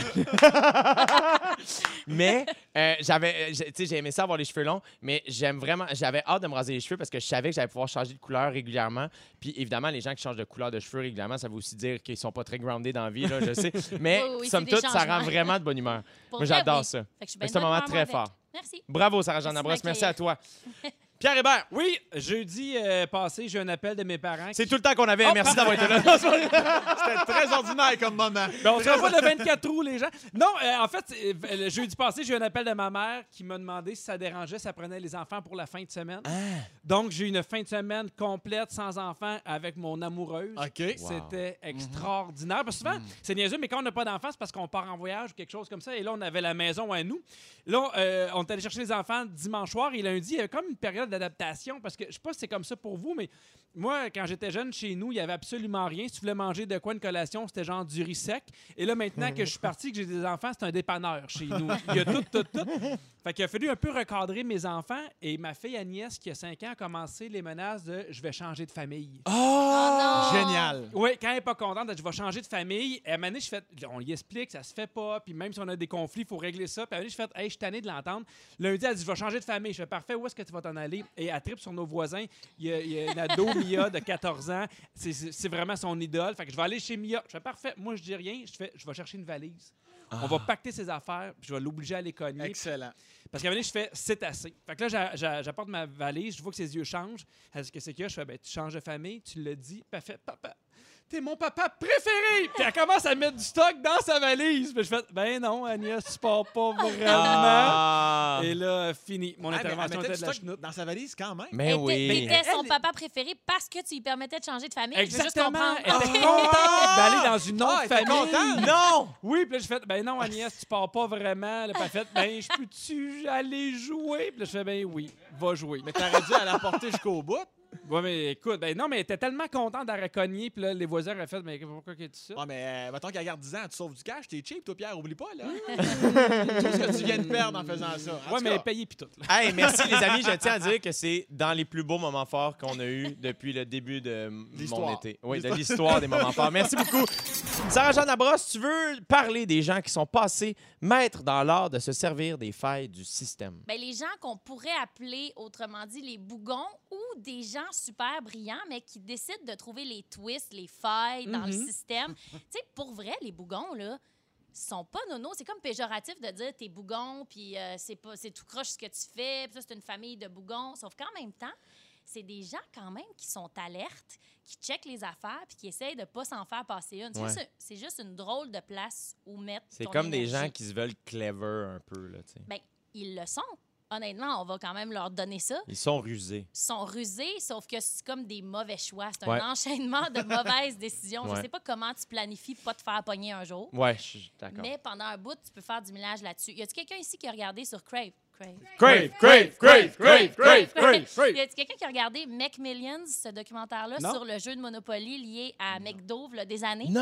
[SPEAKER 1] mais euh, j'avais, euh, j'ai- tu sais, j'ai aimé ça avoir les cheveux longs, mais j'aime vraiment, j'avais hâte de me raser les cheveux parce que je savais que j'allais pouvoir changer de couleur régulièrement. Puis évidemment, les gens qui changent de couleur de cheveux régulièrement, ça veut aussi dire qu'ils sont pas très groundés dans la vie, là, je sais. Mais
[SPEAKER 3] Oui, oui, oui,
[SPEAKER 1] somme
[SPEAKER 3] c'est des
[SPEAKER 1] toute, ça rend
[SPEAKER 3] changements.
[SPEAKER 1] vraiment de bonne humeur.
[SPEAKER 3] Pour
[SPEAKER 1] Moi,
[SPEAKER 3] vrai,
[SPEAKER 1] j'adore
[SPEAKER 3] oui.
[SPEAKER 1] ça.
[SPEAKER 3] Fait que je suis
[SPEAKER 1] Mais
[SPEAKER 3] ben
[SPEAKER 1] c'est un
[SPEAKER 3] bonne
[SPEAKER 1] moment
[SPEAKER 3] maman
[SPEAKER 1] très
[SPEAKER 3] avec.
[SPEAKER 1] fort.
[SPEAKER 3] Merci.
[SPEAKER 1] Bravo, Sarah-Jeanne
[SPEAKER 3] Merci de
[SPEAKER 1] Labrosse, merci à
[SPEAKER 3] m'accueillir.
[SPEAKER 1] toi. Pierre Hébert,
[SPEAKER 2] Oui, jeudi euh, passé, j'ai un appel de mes parents.
[SPEAKER 1] c'est tout le temps qu'on avait.
[SPEAKER 2] Oh,
[SPEAKER 1] merci d'avoir été là.
[SPEAKER 4] C'était très ordinaire comme moment.
[SPEAKER 2] Ben, on se revoit le 24 août, les gens. Non, euh, en fait, euh, le jeudi passé, j'ai eu un appel de ma mère qui m'a demandé si ça dérangeait, ça prenait les enfants pour la fin de semaine.
[SPEAKER 1] Ah!
[SPEAKER 2] Donc, j'ai eu une fin de semaine complète sans enfants avec mon amoureuse.
[SPEAKER 4] OK.
[SPEAKER 1] Wow.
[SPEAKER 2] C'était extraordinaire. Parce que souvent, c'est niaiseux, mais quand on n'a pas d'enfants, c'est parce qu'on part en voyage ou quelque chose comme ça. Et là, on avait la maison à nous. Là, euh, on est allé chercher les enfants dimanche soir et lundi, il y avait comme une période d'adaptation. Parce que je sais pas si c'est comme ça pour vous, mais moi, quand j'étais jeune chez nous, il y avait absolument rien. Si tu voulais manger de quoi une collation, c'était genre du riz sec. Et là, maintenant que je suis parti, que j'ai des enfants, c'est un dépanneur chez nous. Il y a tout, tout, tout. Fait qu'il a fallu un peu recadrer mes enfants. Et ma fille Agnès, qui a 5 ans, a commencé les menaces de je vais changer de famille.
[SPEAKER 3] Oh non!
[SPEAKER 4] Génial.
[SPEAKER 2] Oui, quand elle n'est pas contente, elle dit, je vais changer de famille. Et à un moment donné, je fais, on lui explique, ça se fait pas. Puis même si on a des conflits, il faut régler ça. Puis à un moment donné, je fais, hey, je suis tanné de l'entendre. Lundi, elle dit, je vais changer de famille. Je fais, parfait, où est-ce que tu vas t'en aller? Et elle tripe sur nos voisins. Il y a, il y a une ado, Mia, de 14 ans. C'est- C'est c'est vraiment son idole. Fait que je vais aller chez Mia. Je fais, parfait, moi, je dis rien. Je fais, je vais chercher une valise. On va pacter ses affaires, puis je vais l'obliger à les cogner.
[SPEAKER 4] Excellent.
[SPEAKER 2] Parce qu'à un moment donné, je fais c'est assez. Fait que là, j'a- j'a- j'apporte ma valise, je vois que ses yeux changent. Elle dit que c'est que je fais ben, tu changes de famille, tu le dis, puis elle fait papa. T'es mon papa préféré! Puis elle commence à mettre du stock dans sa valise. Puis je fais Ben non, Agnès, tu pars pas vraiment.
[SPEAKER 1] Ah.
[SPEAKER 2] Et là, fini. Mon
[SPEAKER 4] Ah, mais elle
[SPEAKER 2] intervention
[SPEAKER 4] mettait
[SPEAKER 2] était
[SPEAKER 4] du
[SPEAKER 2] de la
[SPEAKER 4] stock
[SPEAKER 2] chenoute.
[SPEAKER 4] dans sa valise quand même.
[SPEAKER 1] Mais
[SPEAKER 3] Elle était-
[SPEAKER 1] Eh oui.
[SPEAKER 3] T'étais son
[SPEAKER 2] Elle-
[SPEAKER 3] papa préféré parce que tu lui permettais de changer de famille.
[SPEAKER 2] Exactement.
[SPEAKER 3] Je
[SPEAKER 2] Elle
[SPEAKER 3] veux juste
[SPEAKER 2] était
[SPEAKER 3] comprendre.
[SPEAKER 2] contente d'aller dans une autre
[SPEAKER 4] Ah, elle était
[SPEAKER 2] famille.
[SPEAKER 4] contente.
[SPEAKER 1] Non!
[SPEAKER 2] Oui, puis là, je fais, ben non, Agnès, tu pars pas vraiment. Là, puis elle fait, ben, je peux-tu aller jouer? Puis là, je fais, ben oui, va jouer.
[SPEAKER 4] Mais t'aurais dû la porter jusqu'au bout.
[SPEAKER 2] Ouais, mais écoute, ben non, mais elle était tellement contente d'en recogner, puis là, les voisins avaient fait, mais pourquoi que tu ça?
[SPEAKER 4] Ouais, mais euh, mettons qu'elle garde 10 ans, tu sauves du cash, t'es cheap, toi, Pierre, oublie
[SPEAKER 3] Mm.
[SPEAKER 4] pas, là. Tout ce que tu viens de perdre en faisant ça. En
[SPEAKER 2] ouais,
[SPEAKER 4] tout
[SPEAKER 2] mais
[SPEAKER 4] cas,
[SPEAKER 2] payé puis tout. là.
[SPEAKER 1] Hey, merci les amis. Je tiens à dire que c'est dans les plus beaux moments forts qu'on a eu depuis le début de mon
[SPEAKER 4] L'histoire.
[SPEAKER 1] été. Oui, de l'histoire des moments forts. Merci beaucoup. Sarah-Jeanne Labrosse, tu veux parler des gens qui sont passés maîtres dans l'art de se servir des failles du système.
[SPEAKER 3] Ben, les gens qu'on pourrait appeler, autrement dit, les bougons ou des gens super brillants, mais qui décident de trouver les twists, les failles dans
[SPEAKER 1] Mm-hmm.
[SPEAKER 3] le système. tu sais, pour vrai, les bougons, là, sont pas nono. C'est comme péjoratif de dire t'es bougon, puis euh, c'est pas- c'est tout croche ce que tu fais, puis ça, c'est une famille de bougons. Sauf qu'en même temps, c'est des gens quand même qui sont alertes, qui checkent les affaires puis qui essayent de pas s'en faire passer une. C'est
[SPEAKER 1] Ouais.
[SPEAKER 3] juste- C'est juste une drôle de place où mettre
[SPEAKER 1] C'est
[SPEAKER 3] ton
[SPEAKER 1] comme des
[SPEAKER 3] énergie.
[SPEAKER 1] gens qui se veulent clever un peu, là, tu sais.
[SPEAKER 3] Ben, ils le sont. Honnêtement, on va quand même leur donner ça.
[SPEAKER 1] Ils sont rusés.
[SPEAKER 3] Ils sont rusés, sauf que c'est comme des mauvais choix. C'est
[SPEAKER 1] Ouais.
[SPEAKER 3] un enchaînement de mauvaises décisions.
[SPEAKER 1] Ouais.
[SPEAKER 3] Je sais pas comment tu planifies pas te faire pogner un jour.
[SPEAKER 1] Ouais, je suis d'accord.
[SPEAKER 3] Mais pendant un bout, tu peux faire du millage là-dessus. Y a-tu quelqu'un ici qui a regardé sur Crave? Crave.
[SPEAKER 1] Crave, crave, crave, crave, crave, crave.
[SPEAKER 3] Y a-tu quelqu'un qui a regardé Mac Millions, ce documentaire-là,
[SPEAKER 2] Non.
[SPEAKER 3] sur le jeu de Monopoly lié à McDo, v'là des années?
[SPEAKER 1] Non!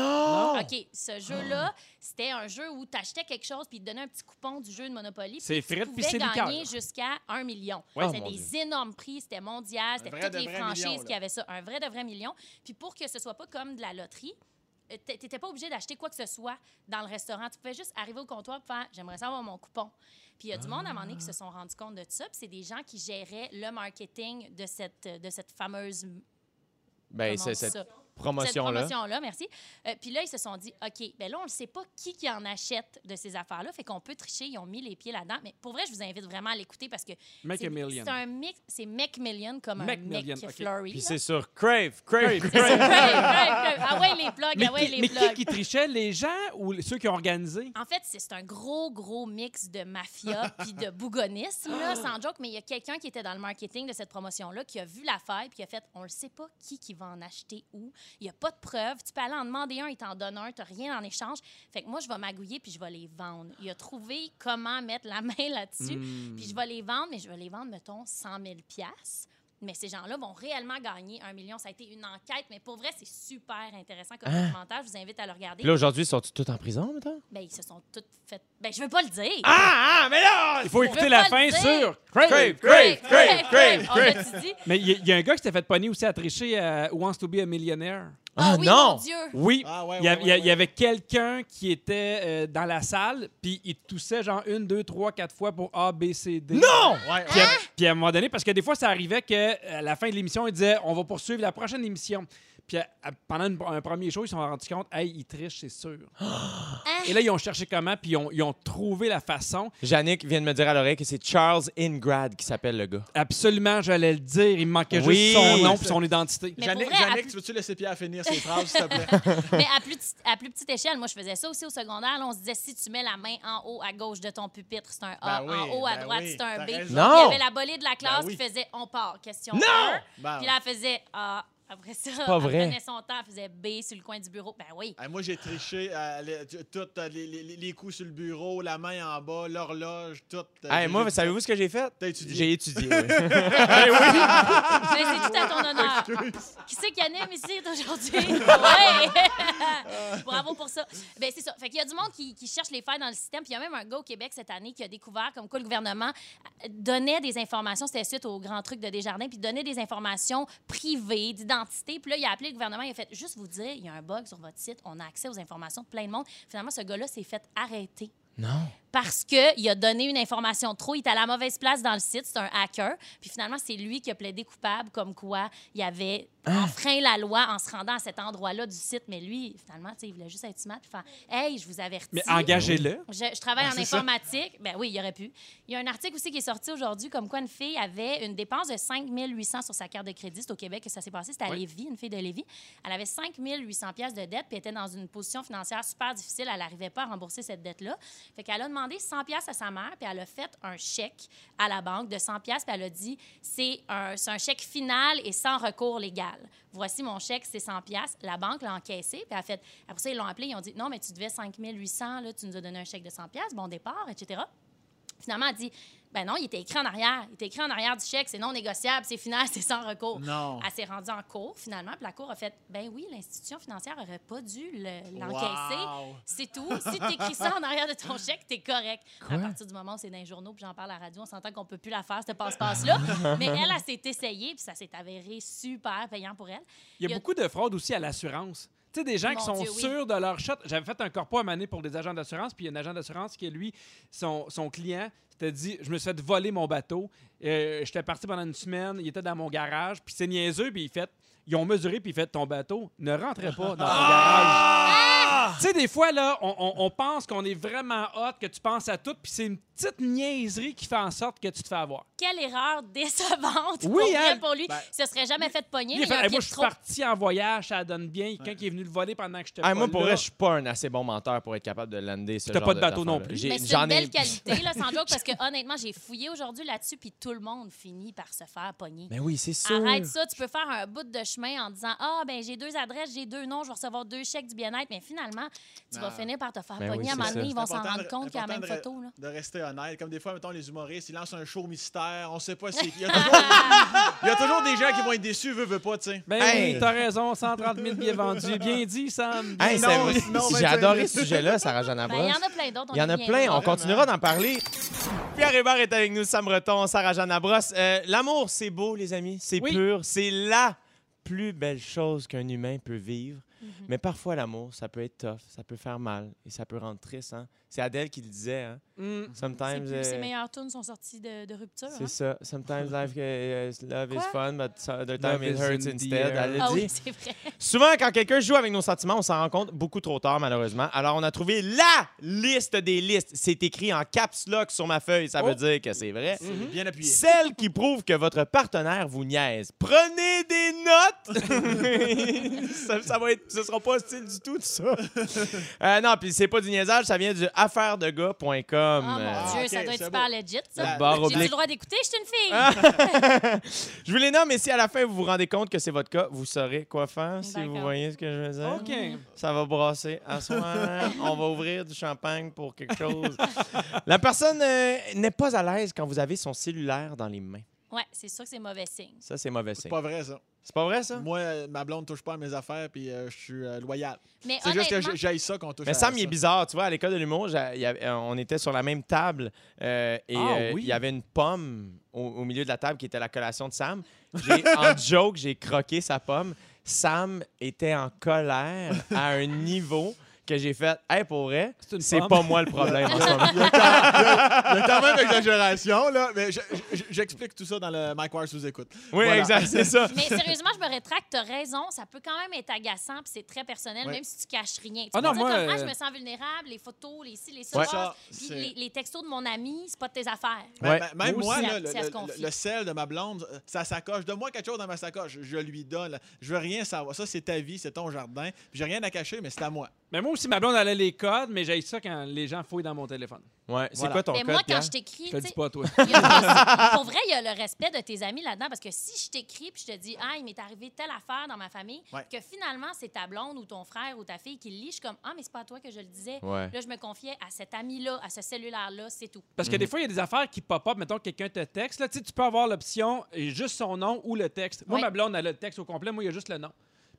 [SPEAKER 1] Ah.
[SPEAKER 3] OK, ce jeu-là, c'était un jeu où tu achetais quelque chose puis il te donnait un petit coupon du jeu de Monopoly.
[SPEAKER 2] C'est
[SPEAKER 3] puis
[SPEAKER 2] frais
[SPEAKER 3] Tu
[SPEAKER 2] de
[SPEAKER 3] pouvais
[SPEAKER 2] pisser du cœur.
[SPEAKER 3] gagner jusqu'à 1 million.
[SPEAKER 1] Ouais. Oh,
[SPEAKER 3] c'était
[SPEAKER 1] mon
[SPEAKER 3] des
[SPEAKER 1] Dieu.
[SPEAKER 3] énormes prix, c'était mondial, c'était
[SPEAKER 4] vrai
[SPEAKER 3] toutes
[SPEAKER 4] de
[SPEAKER 3] les
[SPEAKER 4] vrai
[SPEAKER 3] franchises
[SPEAKER 4] million, là.
[SPEAKER 3] qui avaient ça. Un vrai de vrai million. Puis pour que ce soit pas comme de la loterie, euh, t'é- t'étais pas obligé d'acheter quoi que ce soit dans le restaurant. Tu pouvais juste arriver au comptoir et faire J'aimerais savoir mon coupon. Puis il y a du monde à un moment donné qui
[SPEAKER 1] Ah.
[SPEAKER 3] se sont rendus compte de ça. Puis c'est des gens qui géraient le marketing de cette, de cette fameuse
[SPEAKER 1] Ben,
[SPEAKER 3] Comment
[SPEAKER 1] c'est
[SPEAKER 3] ça?
[SPEAKER 1] cette promotion-là.
[SPEAKER 3] cette promotion-là, merci. Euh, puis là, ils se sont dit, OK, ben là, on ne sait pas qui qui en achète de ces affaires-là. Fait qu'on peut tricher. Ils ont mis les pieds là-dedans. Mais pour vrai, je vous invite vraiment à l'écouter parce que
[SPEAKER 2] Make
[SPEAKER 3] c'est
[SPEAKER 2] a million.
[SPEAKER 3] c'est un mix. C'est McMillion comme
[SPEAKER 2] Macmillion,
[SPEAKER 3] un Mc
[SPEAKER 2] OK.
[SPEAKER 3] Flurry.
[SPEAKER 1] Puis
[SPEAKER 3] là.
[SPEAKER 1] c'est sur Crave, Crave,
[SPEAKER 2] Crave.
[SPEAKER 1] Crave.
[SPEAKER 3] Crave, crave, crave. Ah ouais, les plugs.
[SPEAKER 2] Mais,
[SPEAKER 3] ah ouais,
[SPEAKER 2] qui,
[SPEAKER 3] les
[SPEAKER 2] mais qui
[SPEAKER 3] plugs.
[SPEAKER 2] qui trichait, les gens ou ceux qui ont organisé?
[SPEAKER 3] En fait, c'est c'est un gros, gros mix de mafia puis de bougonnisme, là, sans joke. Mais il y a quelqu'un qui était dans le marketing de cette promotion-là qui a vu l'affaire puis qui a fait on ne sait pas qui qui va en acheter où. Il n'y a pas de preuves. Tu peux aller en demander un, il t'en donne un, tu n'as rien en échange. Fait que moi, je vais magouiller puis je vais les vendre. Il a trouvé comment mettre la main là-dessus.
[SPEAKER 2] Hmm.
[SPEAKER 3] Puis je vais les vendre, mais je vais les vendre, mettons, 100 000 mais ces gens-là vont réellement gagner un million. Ça a été une enquête, mais pour vrai, c'est super intéressant comme documentaire. Je vous invite à le regarder.
[SPEAKER 1] Puis là, aujourd'hui, sont-ils tous en prison, maintenant?
[SPEAKER 3] Ben, ils se sont toutes faites. Ben, je veux pas le dire.
[SPEAKER 1] Ah, ah, mais là!
[SPEAKER 2] Il faut
[SPEAKER 3] Je
[SPEAKER 2] écouter
[SPEAKER 3] veux
[SPEAKER 2] la
[SPEAKER 3] pas
[SPEAKER 2] fin
[SPEAKER 3] le dire.
[SPEAKER 2] sur
[SPEAKER 1] Crave,
[SPEAKER 3] Crave,
[SPEAKER 1] Crave, Crave, Crave,
[SPEAKER 3] On
[SPEAKER 1] Crave.
[SPEAKER 3] l'a-tu dit?
[SPEAKER 2] Mais il y, a- il y a un gars qui s'était fait pogner aussi à tricher à Who Wants to be a Millionaire.
[SPEAKER 3] Ah
[SPEAKER 1] Ah
[SPEAKER 3] oui, mon
[SPEAKER 1] non!
[SPEAKER 3] Dieu.
[SPEAKER 2] Oui,
[SPEAKER 4] Ah ouais,
[SPEAKER 2] il y, a-
[SPEAKER 4] ouais,
[SPEAKER 2] il y a-
[SPEAKER 4] ouais,
[SPEAKER 2] il y avait quelqu'un qui était euh, dans la salle, puis il toussait genre une, deux, trois, quatre fois pour A, B, C, D.
[SPEAKER 1] Non!
[SPEAKER 4] Ouais,
[SPEAKER 2] Puis à, puis à un moment donné, parce que des fois, ça arrivait qu'à la fin de l'émission, ils disaient on va poursuivre la prochaine émission. Puis à- à- pendant une- un premier show, ils se sont rendus compte hey, ils trichent, c'est sûr.
[SPEAKER 4] Ah!
[SPEAKER 3] Hein?
[SPEAKER 2] Et là, ils ont cherché comment, puis ils ont, ils ont trouvé la façon.
[SPEAKER 1] Yannick vient de me dire à l'oreille que c'est Charles Ingrad qui s'appelle le gars.
[SPEAKER 2] Absolument, j'allais le dire, il me manquait
[SPEAKER 1] Oui.
[SPEAKER 2] juste son nom et son identité.
[SPEAKER 3] Mais
[SPEAKER 4] Yannick,
[SPEAKER 3] pour vrai, à
[SPEAKER 4] Yannick,
[SPEAKER 3] plus-
[SPEAKER 4] tu veux-tu laisser Pierre finir ses phrases, s'il te plaît?
[SPEAKER 3] Mais à plus, petite- à plus petite échelle, moi, je faisais ça aussi au secondaire. Là, on se disait, si tu mets la main en haut à gauche de ton pupitre, c'est un A.
[SPEAKER 4] Ben
[SPEAKER 3] en
[SPEAKER 4] oui,
[SPEAKER 3] haut à
[SPEAKER 4] ben
[SPEAKER 3] droite,
[SPEAKER 4] oui,
[SPEAKER 3] c'est un
[SPEAKER 4] t'as
[SPEAKER 3] B.
[SPEAKER 4] raison.
[SPEAKER 1] Non!
[SPEAKER 3] Il y avait la bolée de la classe
[SPEAKER 4] Ben oui.
[SPEAKER 3] qui faisait on part, question
[SPEAKER 1] Non!
[SPEAKER 3] A.
[SPEAKER 4] Ben,
[SPEAKER 3] Puis là, elle faisait A. Après ça,
[SPEAKER 1] pas
[SPEAKER 3] elle
[SPEAKER 1] vrai.
[SPEAKER 3] prenait son temps, elle faisait B sur le coin du bureau. Ben oui.
[SPEAKER 4] Ah, moi, j'ai triché euh, les, tu- tout, euh, les, les- les- les coups sur le bureau, la main en bas, l'horloge, tout. euh,
[SPEAKER 1] Hey,
[SPEAKER 4] j'ai-
[SPEAKER 1] moi, savez-vous ce que j'ai fait?
[SPEAKER 4] T'as étudié.
[SPEAKER 1] J'ai étudié, oui.
[SPEAKER 3] Mais c'est tout à ton honneur. Qui c'est qui anime ici aujourd'hui? Ouais! Bravo pour ça. Ben, c'est ça. Fait qu'il y a du monde qui, qui cherche les failles dans le système. Puis il y a même un gars au Québec cette année qui a découvert comme quoi le gouvernement euh, donnait des informations. C'était suite au grand truc de Desjardins. Puis donnait des informations privées, d'identité. Puis là, il a appelé le gouvernement. Il a fait juste vous dire, il y a un bug sur votre site. On a accès aux informations de plein de monde. Finalement, ce gars-là s'est fait arrêter
[SPEAKER 1] Non.
[SPEAKER 3] parce qu'il a donné une information trop. Il était à la mauvaise place dans le site. C'est un hacker. Puis finalement, c'est lui qui a plaidé coupable, comme quoi il avait enfreint la loi en se rendant à cet endroit-là du site. Mais lui, finalement, tu sais, il voulait juste être smart. puis faire Hey, je vous avertis.
[SPEAKER 2] Mais engagez-le.
[SPEAKER 3] Je, je travaille en
[SPEAKER 4] Ah, c'est ça.
[SPEAKER 3] informatique. Ben oui, il aurait pu. Il y a un article aussi qui est sorti aujourd'hui comme quoi une fille avait une dépense de 5 800 sur sa carte de crédit. C'est au Québec que ça s'est passé. C'était à
[SPEAKER 2] Oui.
[SPEAKER 3] Lévis, une fille de Lévis. Elle avait 5 800 pièces de dette puis était dans une position financière super difficile. Elle n'arrivait pas à rembourser cette dette-là. Fait qu'elle a demandé 100 pièces à sa mère puis elle a fait un chèque à la banque de 100 pièces puis elle a dit c'est un, c'est un chèque final et sans recours légal. Voici mon chèque, c'est 100 pièces. La banque l'a encaissé puis elle a fait après ça ils l'ont appelé, ils ont dit non mais tu devais 5 800 là, tu nous as donné un chèque de 100 pièces, bon départ, etc. Finalement, elle dit ben non, il était écrit en arrière. Il était écrit en arrière du chèque, c'est non négociable, c'est final, c'est sans recours.
[SPEAKER 4] Non.
[SPEAKER 3] Elle s'est rendue en cours, finalement, puis la cour a fait ben oui, l'institution financière aurait pas dû le-
[SPEAKER 4] Wow.
[SPEAKER 3] l'encaisser. C'est tout. Si tu écris ça en arrière de ton chèque, t'es correct.
[SPEAKER 1] Quoi?
[SPEAKER 3] À partir du moment où c'est dans les journaux, puis j'en parle à la radio, on s'entend qu'on peut plus la faire, ce passe-passe-là. Mais elle, elle, s'est essayée, puis ça s'est avéré super payant pour elle.
[SPEAKER 2] Il y a beaucoup de fraudes aussi à l'assurance. Tu sais, des gens
[SPEAKER 3] Mon
[SPEAKER 2] qui sont
[SPEAKER 3] Dieu, oui.
[SPEAKER 2] sûrs de leur shot. J'avais fait un corpo à maner pour des agents d'assurance, puis il y a un agent d'assurance qui, lui, son, son client, s'était dit Je me suis fait voler mon bateau. Euh, J'étais parti pendant une semaine, il était dans mon garage, puis c'est niaiseux, puis il fait Ils ont mesuré, puis il fait Ton bateau ne rentrait pas dans ton garage.
[SPEAKER 3] Ah!
[SPEAKER 2] Tu sais, des fois, là, on, on- on pense qu'on est vraiment hot, que tu penses à tout, puis c'est une petite niaiserie qui fait en sorte que tu te fais avoir.
[SPEAKER 3] Quelle erreur décevante
[SPEAKER 2] Oui,
[SPEAKER 3] pour, vrai,
[SPEAKER 2] hein?
[SPEAKER 3] pour lui.
[SPEAKER 4] Ben,
[SPEAKER 3] Ce serait jamais fait pogner, mais
[SPEAKER 2] Il
[SPEAKER 3] il
[SPEAKER 2] a fait,
[SPEAKER 3] a un
[SPEAKER 2] Hey,
[SPEAKER 3] pied
[SPEAKER 2] moi,
[SPEAKER 3] de
[SPEAKER 2] je suis
[SPEAKER 3] trop.
[SPEAKER 2] parti en voyage, ça donne bien. Quelqu'un qui est venu le voler pendant que j'étais
[SPEAKER 1] Ah,
[SPEAKER 2] pas
[SPEAKER 1] moi, pour
[SPEAKER 2] là.
[SPEAKER 1] vrai, je suis pas un assez bon menteur pour être capable de lander ce
[SPEAKER 2] T'as
[SPEAKER 1] genre
[SPEAKER 2] pas de bateau non
[SPEAKER 1] d'affaires-là.
[SPEAKER 2] plus.
[SPEAKER 1] J'ai-
[SPEAKER 3] Mais c'est
[SPEAKER 1] j'en
[SPEAKER 3] une
[SPEAKER 1] ai-
[SPEAKER 3] belle qualité, là, sans joke, parce que honnêtement, j'ai fouillé aujourd'hui là-dessus, puis tout le monde finit par se faire pogner.
[SPEAKER 1] Ben oui, c'est sûr.
[SPEAKER 3] Arrête ça, tu peux faire un bout de chemin en disant Ah, ben j'ai deux adresses, j'ai deux noms, je vais recevoir deux chèques du bien-être, mais finalement, tu vas
[SPEAKER 4] Non.
[SPEAKER 3] finir par te faire
[SPEAKER 1] Ben oui,
[SPEAKER 3] pogner à un
[SPEAKER 1] c'est
[SPEAKER 3] moment
[SPEAKER 1] ça.
[SPEAKER 3] donné, ils vont s'en
[SPEAKER 4] Ah. Important
[SPEAKER 3] rendre
[SPEAKER 4] de-
[SPEAKER 3] compte qu'il y a la même
[SPEAKER 4] important de-
[SPEAKER 3] photo. Là.
[SPEAKER 4] De rester honnête. Comme des fois, mettons, les humoristes, ils lancent un show mystère. On sait pas c'est qui. Il y a toujours- il y a toujours des gens qui vont être déçus, veux, veux pas, tu sais.
[SPEAKER 2] Ben
[SPEAKER 1] Hey.
[SPEAKER 2] oui, t'as raison, 130 000 billets vendus. Bien dit, Sam.
[SPEAKER 1] Hey,
[SPEAKER 4] Non,
[SPEAKER 1] c'est-
[SPEAKER 4] non,
[SPEAKER 1] si-
[SPEAKER 4] non,
[SPEAKER 1] J'ai
[SPEAKER 4] ben,
[SPEAKER 1] adoré
[SPEAKER 4] ben,
[SPEAKER 1] ce sujet-là, Sarah Jeanne
[SPEAKER 3] Ben, il y
[SPEAKER 1] Labrosse.
[SPEAKER 3] en a plein d'autres. on
[SPEAKER 1] Ah Il y en a
[SPEAKER 3] bien
[SPEAKER 1] plein,
[SPEAKER 3] là.
[SPEAKER 1] on continuera d'en parler. Pierre Hébert est avec nous, Sam Breton, Sarah Jeanne Labrosse. Euh, L'amour, c'est beau, les amis, c'est
[SPEAKER 2] Oui.
[SPEAKER 1] pur, c'est la plus belle chose qu'un humain peut vivre.
[SPEAKER 3] Mhm.
[SPEAKER 1] Mais parfois, l'amour, ça peut être tough, ça peut faire mal et ça peut rendre triste. hein. C'est Adèle qui le disait. Hein.
[SPEAKER 2] Mm.
[SPEAKER 3] C'est
[SPEAKER 1] Sometimes.
[SPEAKER 3] plus-
[SPEAKER 1] euh,
[SPEAKER 3] Ses meilleures tunes sont sorties de, de rupture.
[SPEAKER 1] c'est
[SPEAKER 3] hein?
[SPEAKER 1] ça. Sometimes life, euh, love is
[SPEAKER 3] Quoi?
[SPEAKER 1] fun, but so- other time
[SPEAKER 2] Love
[SPEAKER 1] it
[SPEAKER 2] is
[SPEAKER 1] hurts
[SPEAKER 2] in the
[SPEAKER 1] instead.
[SPEAKER 2] air.
[SPEAKER 1] Elle le
[SPEAKER 3] Ah oui,
[SPEAKER 1] dit.
[SPEAKER 3] c'est vrai.
[SPEAKER 1] Souvent, quand quelqu'un joue avec nos sentiments, on s'en rend compte beaucoup trop tard, malheureusement. Alors, on a trouvé la liste des listes. C'est écrit en caps lock sur ma feuille. Ça veut
[SPEAKER 2] Oh.
[SPEAKER 1] dire que c'est vrai.
[SPEAKER 3] Mm-hmm.
[SPEAKER 4] C'est Bien appuyé.
[SPEAKER 1] Celle qui prouve que votre partenaire vous niaise. Prenez des notes! ça, ça va être, ce sera pas hostile du tout, tout ça. Euh, non, puis c'est pas du niaisage, ça vient du affairesdegars.com.
[SPEAKER 3] Ah,
[SPEAKER 1] Euh,
[SPEAKER 3] mon Dieu,
[SPEAKER 4] ok,
[SPEAKER 3] ça doit être
[SPEAKER 4] c'est
[SPEAKER 3] super legit, ça.
[SPEAKER 1] La barre
[SPEAKER 3] J'ai-tu le
[SPEAKER 1] oblique. Ah.
[SPEAKER 3] droit d'écouter? Je suis une fille.
[SPEAKER 1] Je vous les nomme, mais si à la fin vous vous rendez compte que c'est votre cas, vous saurez quoi faire, si vous
[SPEAKER 3] D'accord.
[SPEAKER 1] voyez ce que je veux dire.
[SPEAKER 2] OK.
[SPEAKER 1] Ça va brasser. À ce moment, on va ouvrir du champagne pour quelque chose. La personne euh, n'est pas à l'aise quand vous avez son cellulaire dans les mains.
[SPEAKER 3] Ouais, c'est sûr que c'est mauvais signe.
[SPEAKER 1] Ça, c'est mauvais
[SPEAKER 4] C'est
[SPEAKER 1] signe.
[SPEAKER 4] pas vrai, ça.
[SPEAKER 1] C'est pas vrai, ça?
[SPEAKER 4] Moi, euh, ma blonde touche pas à mes affaires, puis euh, je suis euh, loyal.
[SPEAKER 3] Mais
[SPEAKER 4] C'est juste que
[SPEAKER 3] honnêtement,
[SPEAKER 4] j'ai- j'aille ça qu'on touche
[SPEAKER 1] Mais
[SPEAKER 4] à
[SPEAKER 1] Sam,
[SPEAKER 4] ça.
[SPEAKER 1] il est bizarre. Tu vois, à l'école de l'humour, j'a- il y avait- euh, on était sur la même table euh, et
[SPEAKER 2] Ah,
[SPEAKER 1] euh,
[SPEAKER 2] oui.
[SPEAKER 1] il y avait une pomme au, au milieu de la table qui était la collation de Sam. J'ai- en joke, j'ai croqué sa pomme. Sam était en colère à un niveau que j'ai fait Hey, pour vrai,
[SPEAKER 2] C'est une
[SPEAKER 1] c'est
[SPEAKER 2] pomme.
[SPEAKER 1] pas moi le problème en ce moment.
[SPEAKER 4] Il y a quand même exagération, là, mais je- je- j'explique tout ça dans le Mike Ward sous écoute.
[SPEAKER 1] Oui,
[SPEAKER 4] Voilà.
[SPEAKER 1] exact, c'est ça.
[SPEAKER 3] mais sérieusement, je me rétracte, t'as raison, ça peut quand même être agaçant, puis c'est très personnel,
[SPEAKER 1] Ouais.
[SPEAKER 3] même si tu caches rien. Tu
[SPEAKER 2] Ah
[SPEAKER 3] peux
[SPEAKER 2] non,
[SPEAKER 3] dire
[SPEAKER 2] moi,
[SPEAKER 3] comme, ah,
[SPEAKER 2] euh,
[SPEAKER 3] je me sens vulnérable, les photos, les ci, les ça,
[SPEAKER 1] Ouais.
[SPEAKER 3] passe,
[SPEAKER 4] Ça,
[SPEAKER 3] puis
[SPEAKER 4] c'est-
[SPEAKER 3] les, les textos de mon ami, c'est pas de tes affaires.
[SPEAKER 4] Mais-
[SPEAKER 1] Ouais.
[SPEAKER 4] mais- Même
[SPEAKER 2] Moi
[SPEAKER 4] moi,
[SPEAKER 3] aussi,
[SPEAKER 4] là,
[SPEAKER 3] ça-
[SPEAKER 4] le,
[SPEAKER 3] ça se
[SPEAKER 4] le-
[SPEAKER 3] confie.
[SPEAKER 4] le sel de ma blonde, euh, sa sacoche, donne-moi quelque chose dans ma sacoche, je lui donne. Je veux rien savoir. Ça, c'est ta vie, c'est ton jardin. Puis J'ai rien à cacher, mais c'est à moi.
[SPEAKER 2] Mais moi aussi, ma blonde, elle a les codes, mais j'ai ça quand les gens fouillent dans mon téléphone.
[SPEAKER 1] Ouais, c'est
[SPEAKER 4] Voilà.
[SPEAKER 1] quoi ton
[SPEAKER 3] Mais
[SPEAKER 1] code,
[SPEAKER 3] moi, quand
[SPEAKER 1] Pierre?
[SPEAKER 3] je
[SPEAKER 2] Je
[SPEAKER 3] t'écris,
[SPEAKER 2] te le
[SPEAKER 3] tu
[SPEAKER 2] dis
[SPEAKER 3] sais,
[SPEAKER 2] pas, toi.
[SPEAKER 3] il y a une- pour vrai, il y a le respect de tes amis là-dedans, parce que si je t'écris puis je te dis, ah, il m'est arrivé telle affaire dans ma famille,
[SPEAKER 4] Ouais.
[SPEAKER 3] que finalement, c'est ta blonde ou ton frère ou ta fille qui le lit, je suis comme, ah, mais c'est pas à toi que je le disais.
[SPEAKER 1] Ouais.
[SPEAKER 3] Là, je me confiais à cet ami-là, à ce cellulaire-là, c'est tout.
[SPEAKER 2] Parce que des fois, il y a des affaires qui pop-up. Mettons, quelqu'un te texte. Là, tu sais, tu peux avoir l'option euh, juste son nom ou le texte. Moi,
[SPEAKER 3] Ouais.
[SPEAKER 2] ma blonde, elle a le texte au complet. Moi, il y a juste le nom.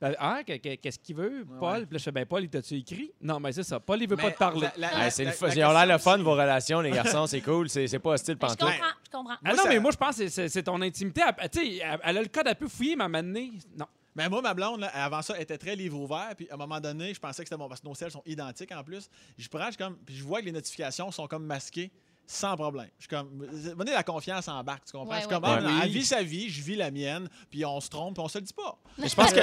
[SPEAKER 2] Ben, ah, que- que- qu'est-ce qu'il veut, Paul? Puis là, je fais, ben, Paul, il t'a-tu écrit? Non, mais c'est ça. Paul, il veut pas
[SPEAKER 4] Mais
[SPEAKER 2] te parler.
[SPEAKER 4] la- la-
[SPEAKER 1] Ah,
[SPEAKER 4] la-
[SPEAKER 1] c'est le
[SPEAKER 4] la-
[SPEAKER 1] fun.
[SPEAKER 4] la
[SPEAKER 1] Ils ont l'air le
[SPEAKER 4] question,
[SPEAKER 1] fun, vos relations, les garçons. C'est cool. C'est c'est pas hostile
[SPEAKER 3] Mais je
[SPEAKER 1] pantoute.
[SPEAKER 3] comprends, je comprends.
[SPEAKER 2] Ah
[SPEAKER 4] Moi,
[SPEAKER 2] non,
[SPEAKER 4] ça-
[SPEAKER 2] mais moi, je pense que c'est- c'est ton intimité. Elle- elle- Tu sais, elle, elle a le code, elle peut fouiller, mais à un moment donné, non.
[SPEAKER 4] Mais Ben, moi, ma blonde, là, avant ça, elle était très livre ouvert. Puis à un moment donné, je pensais que c'était bon parce que nos selles sont identiques en plus. Je prends, je suis comme, puis je vois que les notifications sont comme masquées sans problème. Je suis comme, venez la confiance en barque, tu comprends?
[SPEAKER 3] Ouais,
[SPEAKER 4] je suis comme,
[SPEAKER 3] ouais.
[SPEAKER 4] ah,
[SPEAKER 1] Ouais.
[SPEAKER 4] non,
[SPEAKER 1] Oui.
[SPEAKER 4] elle vit sa vie, je vis la mienne, puis on se trompe, puis on se le dit pas.
[SPEAKER 1] Je pense que.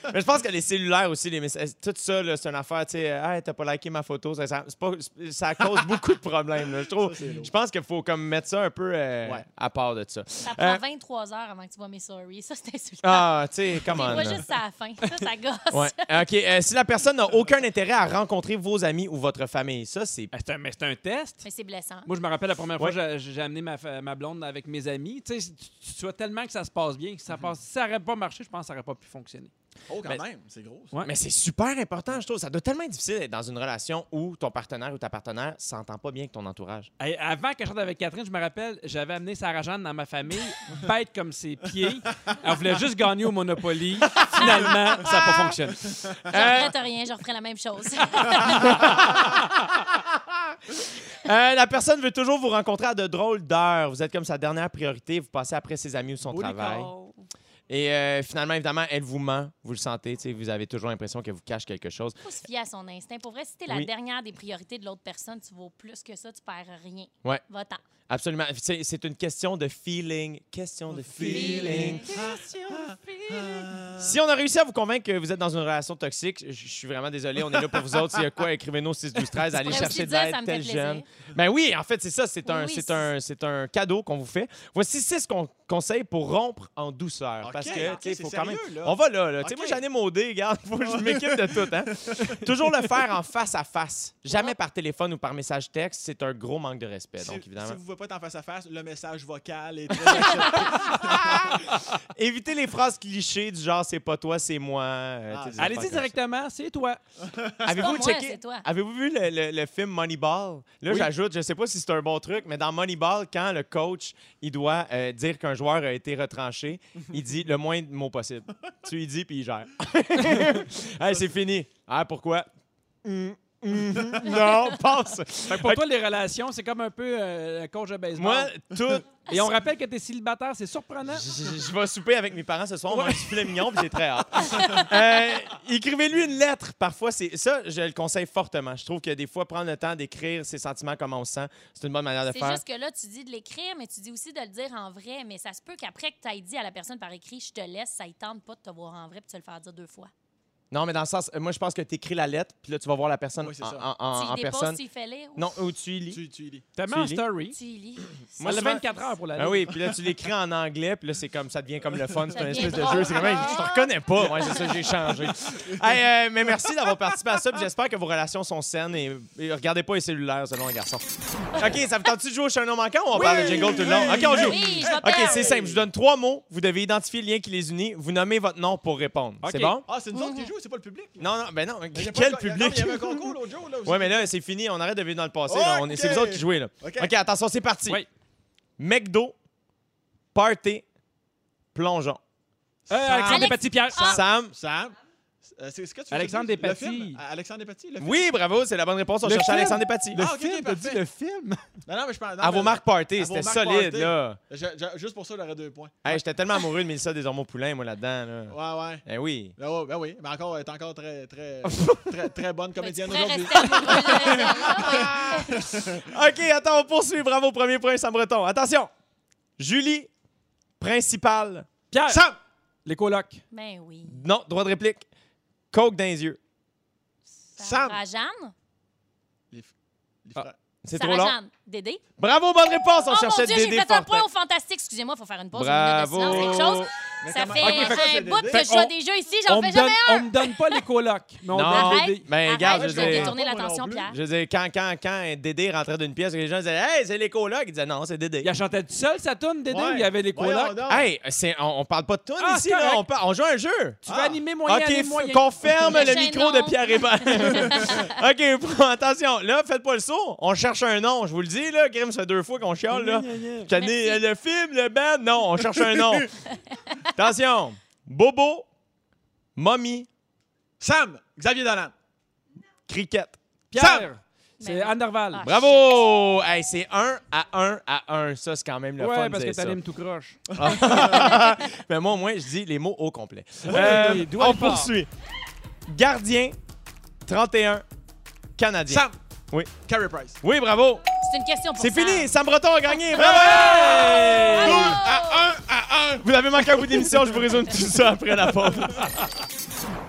[SPEAKER 1] Mais je pense que les cellulaires aussi, les messages, tout ça, là, c'est une affaire, tu sais, euh, hey, t'as pas liké ma photo, ça, ça- c'est pas- c'est- ça cause beaucoup de problèmes, là, je trouve.
[SPEAKER 4] Ça, c'est lourd.
[SPEAKER 1] Je pense qu'il faut comme mettre ça un peu euh,
[SPEAKER 4] Ouais.
[SPEAKER 1] à part de ça.
[SPEAKER 3] Ça
[SPEAKER 1] Euh,
[SPEAKER 3] prend 23 heures avant que tu vois mes stories. Ça, c'est insultant.
[SPEAKER 1] Ah, tu sais, come on.
[SPEAKER 3] Moi,
[SPEAKER 1] là.
[SPEAKER 3] juste ça à la fin. Ça, ça gosse.
[SPEAKER 1] Ouais. OK. euh, si la personne n'a aucun intérêt à rencontrer vos amis ou votre famille, ça, c'est.
[SPEAKER 2] Ah, c'est un- mais c'est un test.
[SPEAKER 3] Mais c'est blessant.
[SPEAKER 2] Moi, je me rappelle la première fois que j'ai- j'ai amené ma, fa- ma blonde avec mes amis. Tu sais, tu- tu tu vois tellement que ça se passe bien. que Ça passe, si ça n'aurait pas marché, je pense que ça n'aurait pas pu fonctionner.
[SPEAKER 4] Oh, quand
[SPEAKER 1] Mais-
[SPEAKER 4] même, c'est gros. ça.
[SPEAKER 2] Ouais.
[SPEAKER 1] Mais c'est super important, je trouve. Ça doit tellement être difficile d'être dans une relation où ton partenaire ou ta partenaire s'entend pas bien avec ton entourage.
[SPEAKER 2] Hey, Avant que je sorte avec Catherine, je me rappelle, j'avais amené Sarah Jeanne dans ma famille, bête comme ses pieds. Elle voulait juste gagner au Monopoly. Finalement, ça n'a pas fonctionné.
[SPEAKER 3] Je regrette rien, je referais la même chose.
[SPEAKER 1] Euh, la personne veut toujours vous rencontrer à de drôles d'heures. Vous êtes comme sa dernière priorité. Vous passez après ses amis ou son travail. Et euh, finalement, évidemment, elle vous ment. Vous le sentez. tu sais, Vous avez toujours l'impression qu'elle vous cache quelque chose.
[SPEAKER 3] faut se fier à son instinct. Pour vrai, si t'es la
[SPEAKER 1] Oui.
[SPEAKER 3] dernière des priorités de l'autre personne, tu vaux plus que ça, tu perds rien.
[SPEAKER 1] Ouais.
[SPEAKER 3] Va-t'en.
[SPEAKER 1] Absolument. C'est c'est une question de feeling. Question de feeling.
[SPEAKER 4] Euh,
[SPEAKER 1] Si on a réussi à vous convaincre que vous êtes dans une relation toxique, je je suis vraiment désolé. On est là pour vous autres. S'il y a quoi, écrivez-nous au 6 12 13 Allez
[SPEAKER 3] pourrais
[SPEAKER 1] chercher
[SPEAKER 3] aussi
[SPEAKER 1] de
[SPEAKER 3] dire,
[SPEAKER 1] l'aide,
[SPEAKER 3] ça me fait
[SPEAKER 1] tel
[SPEAKER 3] plaisir.
[SPEAKER 1] jeune. Ben oui, en fait, c'est ça. C'est
[SPEAKER 3] Oui,
[SPEAKER 1] un,
[SPEAKER 3] oui,
[SPEAKER 1] c'est
[SPEAKER 3] c'est-
[SPEAKER 1] un, c'est un cadeau qu'on vous fait. Voici six con- conseils pour rompre en douceur.
[SPEAKER 4] Ok,
[SPEAKER 1] parce que,
[SPEAKER 4] ok,
[SPEAKER 1] tu sais,
[SPEAKER 4] c'est
[SPEAKER 1] faut quand même.
[SPEAKER 4] sérieux, là.
[SPEAKER 1] On va là, là. Tu sais,
[SPEAKER 4] Ok.
[SPEAKER 1] moi, j'en ai maudé, regarde. Faut que je m'équipe de tout, hein. Toujours le faire en face à face. Jamais par téléphone ou par message texte. C'est un gros manque de respect.
[SPEAKER 4] Si,
[SPEAKER 1] Donc, évidemment.
[SPEAKER 4] si vous ne pouvez pas être en face à face, le message vocal est très
[SPEAKER 1] Évitez les phrases clichés du genre c'est pas toi, c'est moi. euh,
[SPEAKER 4] Ah,
[SPEAKER 1] tu sais, des
[SPEAKER 2] Allez-y
[SPEAKER 1] affaires comme ça.
[SPEAKER 2] directement, c'est toi.
[SPEAKER 1] Avez-vous
[SPEAKER 3] pas moi,
[SPEAKER 1] checké-
[SPEAKER 3] c'est toi.
[SPEAKER 1] Avez-vous vu le, le- le film Moneyball? Là,
[SPEAKER 5] Oui.
[SPEAKER 1] j'ajoute, je sais pas si c'est un bon truc, mais dans Moneyball, quand le coach il doit euh, dire qu'un joueur a été retranché, il dit le moins de mots possible. tu y dis, puis il gère. Hey, c'est fini. Ah, pourquoi? Hum, hum, non, passe.
[SPEAKER 2] Mm, mm-hmm. Fait que pour toi, les relations, c'est comme un peu euh, le coach de baseball.
[SPEAKER 1] Moi, tout.
[SPEAKER 2] Et on rappelle que t'es célibataire, c'est surprenant.
[SPEAKER 1] Je, je- je vais souper avec mes parents ce soir, on mange du filet mignon, puis j'ai très hâte. Euh, Écrivez-lui une lettre. Parfois, c'est ça, je le conseille fortement. Je trouve que des fois, prendre le temps d'écrire ses sentiments, comment on se sent, c'est une bonne manière de
[SPEAKER 3] C'est
[SPEAKER 1] faire.
[SPEAKER 3] juste que là, tu dis de l'écrire, mais tu dis aussi de le dire en vrai. Mais ça se peut qu'après que tu aies dit à la personne par écrit, je te laisse, ça ne tente pas de te voir en vrai puis de te le faire dire deux fois.
[SPEAKER 1] Non, mais dans le sens, euh, moi, je pense que tu écris la lettre, puis là, tu vas voir la personne
[SPEAKER 4] Oui, c'est
[SPEAKER 1] en,
[SPEAKER 4] ça.
[SPEAKER 1] en- en-
[SPEAKER 3] tu
[SPEAKER 1] en
[SPEAKER 3] y déposes,
[SPEAKER 1] personne.
[SPEAKER 3] tu y fais lire, ou
[SPEAKER 1] Non, ou tu y lis.
[SPEAKER 4] tu, tu y lis.
[SPEAKER 2] T'as mis
[SPEAKER 1] Tu
[SPEAKER 2] en
[SPEAKER 1] lis.
[SPEAKER 2] story.
[SPEAKER 3] tu y lis.
[SPEAKER 1] Moi,
[SPEAKER 2] Moi, le
[SPEAKER 1] souvent-
[SPEAKER 2] 24 heures pour la
[SPEAKER 1] Ah oui, puis là, tu l'écris en anglais, puis là, c'est comme ça devient comme le fun, c'est
[SPEAKER 3] Ça
[SPEAKER 1] un
[SPEAKER 3] devient
[SPEAKER 1] espèce de
[SPEAKER 3] drôle.
[SPEAKER 1] jeu. C'est comme, Hey, je te reconnais pas. Ouais, c'est ça, j'ai changé. Hey, euh, mais merci d'avoir participé à ça, puis j'espère que vos relations sont saines et, et regardez pas les cellulaires, selon un garçon. OK, ça vous tente-tu de jouer au Chien non manquant ou on parle de jingle tout le long? OK, on joue.
[SPEAKER 3] Oui, je vais
[SPEAKER 1] OK,
[SPEAKER 3] perdre.
[SPEAKER 1] c'est simple. Je vous donne trois mots. Vous devez identifier le lien qui les unit. Vous nommez votre nom pour répondre. C'est
[SPEAKER 2] OK.
[SPEAKER 1] bon?
[SPEAKER 4] Ah, c'est nous
[SPEAKER 3] Mhm.
[SPEAKER 4] autres qui jouons, c'est pas le public. là.
[SPEAKER 1] Non, non, ben non.
[SPEAKER 4] Il y a pas
[SPEAKER 1] Quel
[SPEAKER 4] le- il y a- non,
[SPEAKER 1] public?
[SPEAKER 4] mais Il y avait un concours l'autre jour. Là, aussi.
[SPEAKER 1] Ouais, mais là, c'est fini. On arrête de vivre dans le passé. là. On est- C'est
[SPEAKER 4] OK.
[SPEAKER 1] vous autres qui jouez, là.
[SPEAKER 4] OK.
[SPEAKER 1] OK, attention, c'est parti.
[SPEAKER 2] Oui.
[SPEAKER 1] McDo, party, plongeon.
[SPEAKER 2] Euh, Alexandre
[SPEAKER 3] Alex-
[SPEAKER 2] Despatie, Pierre.
[SPEAKER 3] Ah.
[SPEAKER 1] Sam.
[SPEAKER 4] Sam. euh, c'est ce que tu
[SPEAKER 2] Alexandre
[SPEAKER 4] tu- le
[SPEAKER 2] Despatie.
[SPEAKER 4] film? Euh, Alexandre Despatie, le film?
[SPEAKER 1] Oui, bravo, c'est la bonne réponse. On
[SPEAKER 2] Le
[SPEAKER 1] cherchait
[SPEAKER 2] film?
[SPEAKER 1] Alexandre Despatie.
[SPEAKER 4] Le- Ah, ok, ok,
[SPEAKER 2] t'as
[SPEAKER 4] parfait.
[SPEAKER 2] dit le film.
[SPEAKER 4] Non, non, mais je parle. non,
[SPEAKER 1] À
[SPEAKER 4] mais-
[SPEAKER 1] vos marques party,
[SPEAKER 4] à
[SPEAKER 1] c'était
[SPEAKER 4] vos marques
[SPEAKER 1] solide,
[SPEAKER 4] party.
[SPEAKER 1] là.
[SPEAKER 4] Je- je- juste pour ça, j'aurais deux points.
[SPEAKER 1] Hey, J'étais tellement amoureux de Mélissa Desormeaux-Poulain, moi, là-dedans. Là.
[SPEAKER 4] Ouais, ouais.
[SPEAKER 1] Eh oui.
[SPEAKER 4] Ben ouais, ben oui, mais encore, elle est encore très, très, très, très bonne
[SPEAKER 3] Ben, tu
[SPEAKER 4] comédienne
[SPEAKER 3] pourrais
[SPEAKER 4] aujourd'hui.
[SPEAKER 3] rester amoureux de celle-là.
[SPEAKER 1] OK, attends, on poursuit. Bravo, premier point, Sam Breton. Attention. Julie, principale.
[SPEAKER 2] Pierre.
[SPEAKER 1] Sam!
[SPEAKER 2] Les colocs.
[SPEAKER 3] Ben oui.
[SPEAKER 1] Non, droit de réplique. Coke dans les yeux.
[SPEAKER 4] Sam.
[SPEAKER 3] Sarah Jeanne.
[SPEAKER 4] Les f- les
[SPEAKER 1] Ah.
[SPEAKER 4] frères.
[SPEAKER 1] C'est trop
[SPEAKER 3] Sarah
[SPEAKER 1] long.
[SPEAKER 3] Jeanne. Dédé.
[SPEAKER 1] Bravo, bonne réponse. On
[SPEAKER 3] oh mon
[SPEAKER 1] cherchait
[SPEAKER 3] Dieu,
[SPEAKER 1] Dédé
[SPEAKER 3] j'ai fait un
[SPEAKER 1] Fortin.
[SPEAKER 3] point au fantastique. Excusez-moi, il faut faire une pause.
[SPEAKER 1] Bravo.
[SPEAKER 3] Une minute de silence, quelque chose.
[SPEAKER 4] Mais
[SPEAKER 3] Ça
[SPEAKER 4] comment-
[SPEAKER 3] fait
[SPEAKER 4] Ok, fait que ça, c'est
[SPEAKER 3] un bout
[SPEAKER 4] Dédé.
[SPEAKER 3] que
[SPEAKER 2] Fait
[SPEAKER 3] je vois
[SPEAKER 2] qu'on-
[SPEAKER 3] des jeux ici, j'en
[SPEAKER 2] On
[SPEAKER 3] fais
[SPEAKER 2] me,
[SPEAKER 3] jamais
[SPEAKER 2] donne,
[SPEAKER 3] un.
[SPEAKER 2] on me donne pas les colocs, mais
[SPEAKER 1] Non.
[SPEAKER 2] on donne
[SPEAKER 3] Arrête,
[SPEAKER 2] les dés.
[SPEAKER 1] Ben, regarde,
[SPEAKER 3] arrête
[SPEAKER 1] je
[SPEAKER 3] de
[SPEAKER 1] veux dire-
[SPEAKER 3] détourner
[SPEAKER 4] Pas moi
[SPEAKER 3] l'attention,
[SPEAKER 4] non plus.
[SPEAKER 3] Pierre. Ben,
[SPEAKER 1] Je veux dire, quand, quand, quand Dédé rentrait d'une pièce, les gens disaient Hey, c'est les colocs. Ils disaient Non, c'est Dédé.
[SPEAKER 2] Il a chanté tout seul, sa tourne, Dédé,
[SPEAKER 4] Ouais.
[SPEAKER 2] ou il y avait les
[SPEAKER 4] Voyons
[SPEAKER 2] colocs?
[SPEAKER 4] donc.
[SPEAKER 1] Hey, c'est- on, on parle pas de tout
[SPEAKER 2] Ah,
[SPEAKER 1] ici,
[SPEAKER 2] c'est
[SPEAKER 1] là.
[SPEAKER 2] correct.
[SPEAKER 1] On, par- on joue à un jeu.
[SPEAKER 2] Tu
[SPEAKER 4] Ah.
[SPEAKER 2] vas animer moyen,
[SPEAKER 1] OK,
[SPEAKER 2] animer
[SPEAKER 1] f-
[SPEAKER 2] moyen.
[SPEAKER 1] qu'on ferme
[SPEAKER 3] Le
[SPEAKER 1] le
[SPEAKER 3] chaînon.
[SPEAKER 1] micro de Pierre Hébert. OK, pr- attention. Là, faites pas le saut. On cherche un nom. Je vous le dis, là. Grim, ça fait deux fois qu'on chiale, là. Qu'on est-
[SPEAKER 3] Merci.
[SPEAKER 1] le film, le band. Non, on cherche un nom. attention. Bobo, Mommy,
[SPEAKER 4] Sam, Xavier Dolan.
[SPEAKER 1] Cricket.
[SPEAKER 2] Pierre,
[SPEAKER 3] Ben
[SPEAKER 2] c'est
[SPEAKER 3] oui.
[SPEAKER 2] Anderval.
[SPEAKER 3] Ah,
[SPEAKER 1] Bravo! Hey, c'est 1 à 1 à 1. Ça, c'est quand même le fun
[SPEAKER 2] ouais,
[SPEAKER 1] de
[SPEAKER 2] parce que
[SPEAKER 1] dire ça.
[SPEAKER 2] t'animes tout croche.
[SPEAKER 1] Mais moi, au moins, je dis les mots au complet.
[SPEAKER 2] les doigts
[SPEAKER 1] on
[SPEAKER 2] le fort.
[SPEAKER 1] poursuit. Gardien, 31, Canadien.
[SPEAKER 4] Sam.
[SPEAKER 1] Oui.
[SPEAKER 4] Carey Price.
[SPEAKER 1] Oui, bravo.
[SPEAKER 3] C'est une question pour
[SPEAKER 1] C'est
[SPEAKER 3] Sam.
[SPEAKER 1] fini. Sam Breton a gagné. Bravo!
[SPEAKER 3] Bravo!
[SPEAKER 1] Deux à un à un. Vous avez manqué un bout d'émission. Je vous résume tout ça après la pause.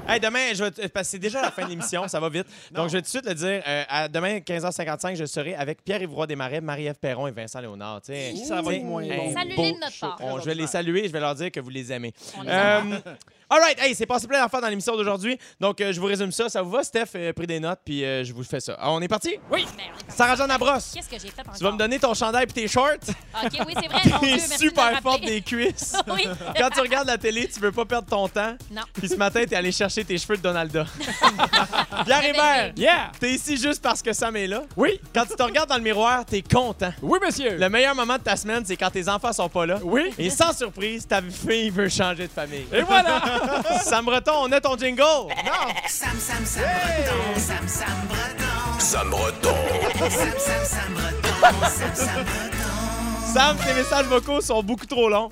[SPEAKER 1] Hey, demain, je vais t- parce que c'est déjà la fin de l'émission, ça va vite. Donc, je vais tout de suite le dire. euh, à demain, 15h55, je serai avec Pierre-Yvroy Desmarais, Marie-Ève Perron et Vincent Léonard. Tu sais,
[SPEAKER 2] Ça va
[SPEAKER 1] tu sais,
[SPEAKER 2] être moins
[SPEAKER 1] un
[SPEAKER 2] bon.
[SPEAKER 3] Salut-les
[SPEAKER 1] beau
[SPEAKER 3] de notre
[SPEAKER 1] show.
[SPEAKER 3] part.
[SPEAKER 1] On- je vais les saluer, je vais leur dire que vous les aimez.
[SPEAKER 3] On les
[SPEAKER 1] Euh, all right, hey, c'est passé plein d'affaires dans l'émission d'aujourd'hui. Donc, euh, je vous résume ça. Ça vous va, Steph? Euh, pris des notes, puis euh, je vous fais ça. Ah, on est parti? Oui.
[SPEAKER 3] Merde, on est parti.
[SPEAKER 1] Sarah-Jeanne Labrosse,
[SPEAKER 3] Ben, Qu'est-ce que j'ai fait encore?
[SPEAKER 1] tu vas me donner ton chandail puis tes shorts.
[SPEAKER 3] OK, oui, c'est vrai. Mon Dieu,
[SPEAKER 1] T'es
[SPEAKER 3] merci de me
[SPEAKER 1] super
[SPEAKER 3] rappeler.
[SPEAKER 1] forte des cuisses.
[SPEAKER 3] oui.
[SPEAKER 1] Quand tu regardes la télé, tu veux pas perdre ton temps.
[SPEAKER 3] Non.
[SPEAKER 1] Puis ce matin, t'es allé chercher tes cheveux de Donalda. Pierre Hébert,
[SPEAKER 2] Yeah!
[SPEAKER 1] t'es ici juste parce que Sam est là.
[SPEAKER 2] Oui!
[SPEAKER 1] Quand tu te regardes dans le miroir, t'es content.
[SPEAKER 2] Oui, monsieur!
[SPEAKER 1] Le meilleur moment de ta semaine, c'est quand tes enfants sont pas là.
[SPEAKER 2] Oui! Eh
[SPEAKER 1] Et sans surprise, ta fille veut changer de famille.
[SPEAKER 2] Et voilà!
[SPEAKER 1] Sam Breton, on a ton jingle.
[SPEAKER 6] Sam, Sam, Sam Breton, Sam, Sam Breton,
[SPEAKER 7] Sam Breton.
[SPEAKER 6] Sam, Sam, Sam Breton, Sam, Sam Breton.
[SPEAKER 1] Sam, tes messages vocaux sont beaucoup trop longs.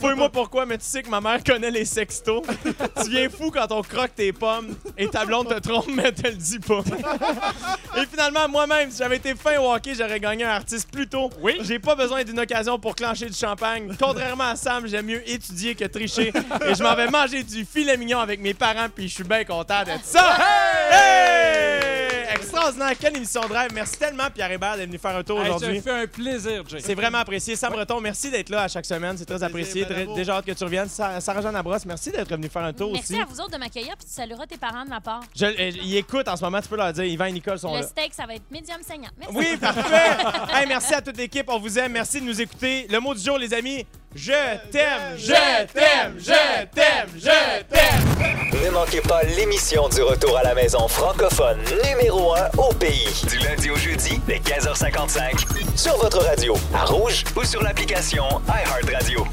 [SPEAKER 1] Fouille-moi pourquoi, mais tu sais que ma mère connaît les sextos. Tu viens fou quand on croque tes pommes et ta blonde te trompe, mais te le dit pas. Et finalement, moi-même, si j'avais été fin au hockey, j'aurais gagné un artiste plus tôt. Oui. J'ai pas besoin d'une occasion pour clencher du champagne. Contrairement à Sam, j'aime mieux étudier que tricher. Et je m'en vais manger du filet mignon avec mes parents, puis je suis bien content d'être ça. Hey! Extraordinaire, quelle émission de rêve. Merci tellement, Pierre Hébert, d'être venu faire un tour
[SPEAKER 2] Hey, ça
[SPEAKER 1] aujourd'hui.
[SPEAKER 2] fait un plaisir, Jay.
[SPEAKER 1] C'est vraiment apprécié. Sam Breton, merci d'être là à chaque semaine. C'est très apprécié.
[SPEAKER 4] ben,
[SPEAKER 1] Très-
[SPEAKER 4] bravo.
[SPEAKER 1] déjà hâte que tu reviennes. Sa- Sarah-Jeanne Labrosse, merci d'être venu faire un tour
[SPEAKER 3] Merci
[SPEAKER 1] aussi.
[SPEAKER 3] à vous autres de m'accueillir, puis tu salueras tes parents de ma part.
[SPEAKER 1] Je, euh, ils écoutent en ce moment, tu peux leur dire. Yvan et Nicole sont
[SPEAKER 3] Le
[SPEAKER 1] là.
[SPEAKER 3] steak, ça va être médium saignant. Merci.
[SPEAKER 1] Oui, parfait. Hey, merci à toute l'équipe. On vous aime. Merci de nous écouter. Le mot du jour, les amis. Je t'aime, je t'aime, je t'aime, je t'aime.
[SPEAKER 7] Ne manquez pas l'émission du retour à la maison francophone numéro 1 au pays. Du lundi au jeudi, dès 15h55. Sur votre radio, à Rouge ou sur l'application iHeartRadio.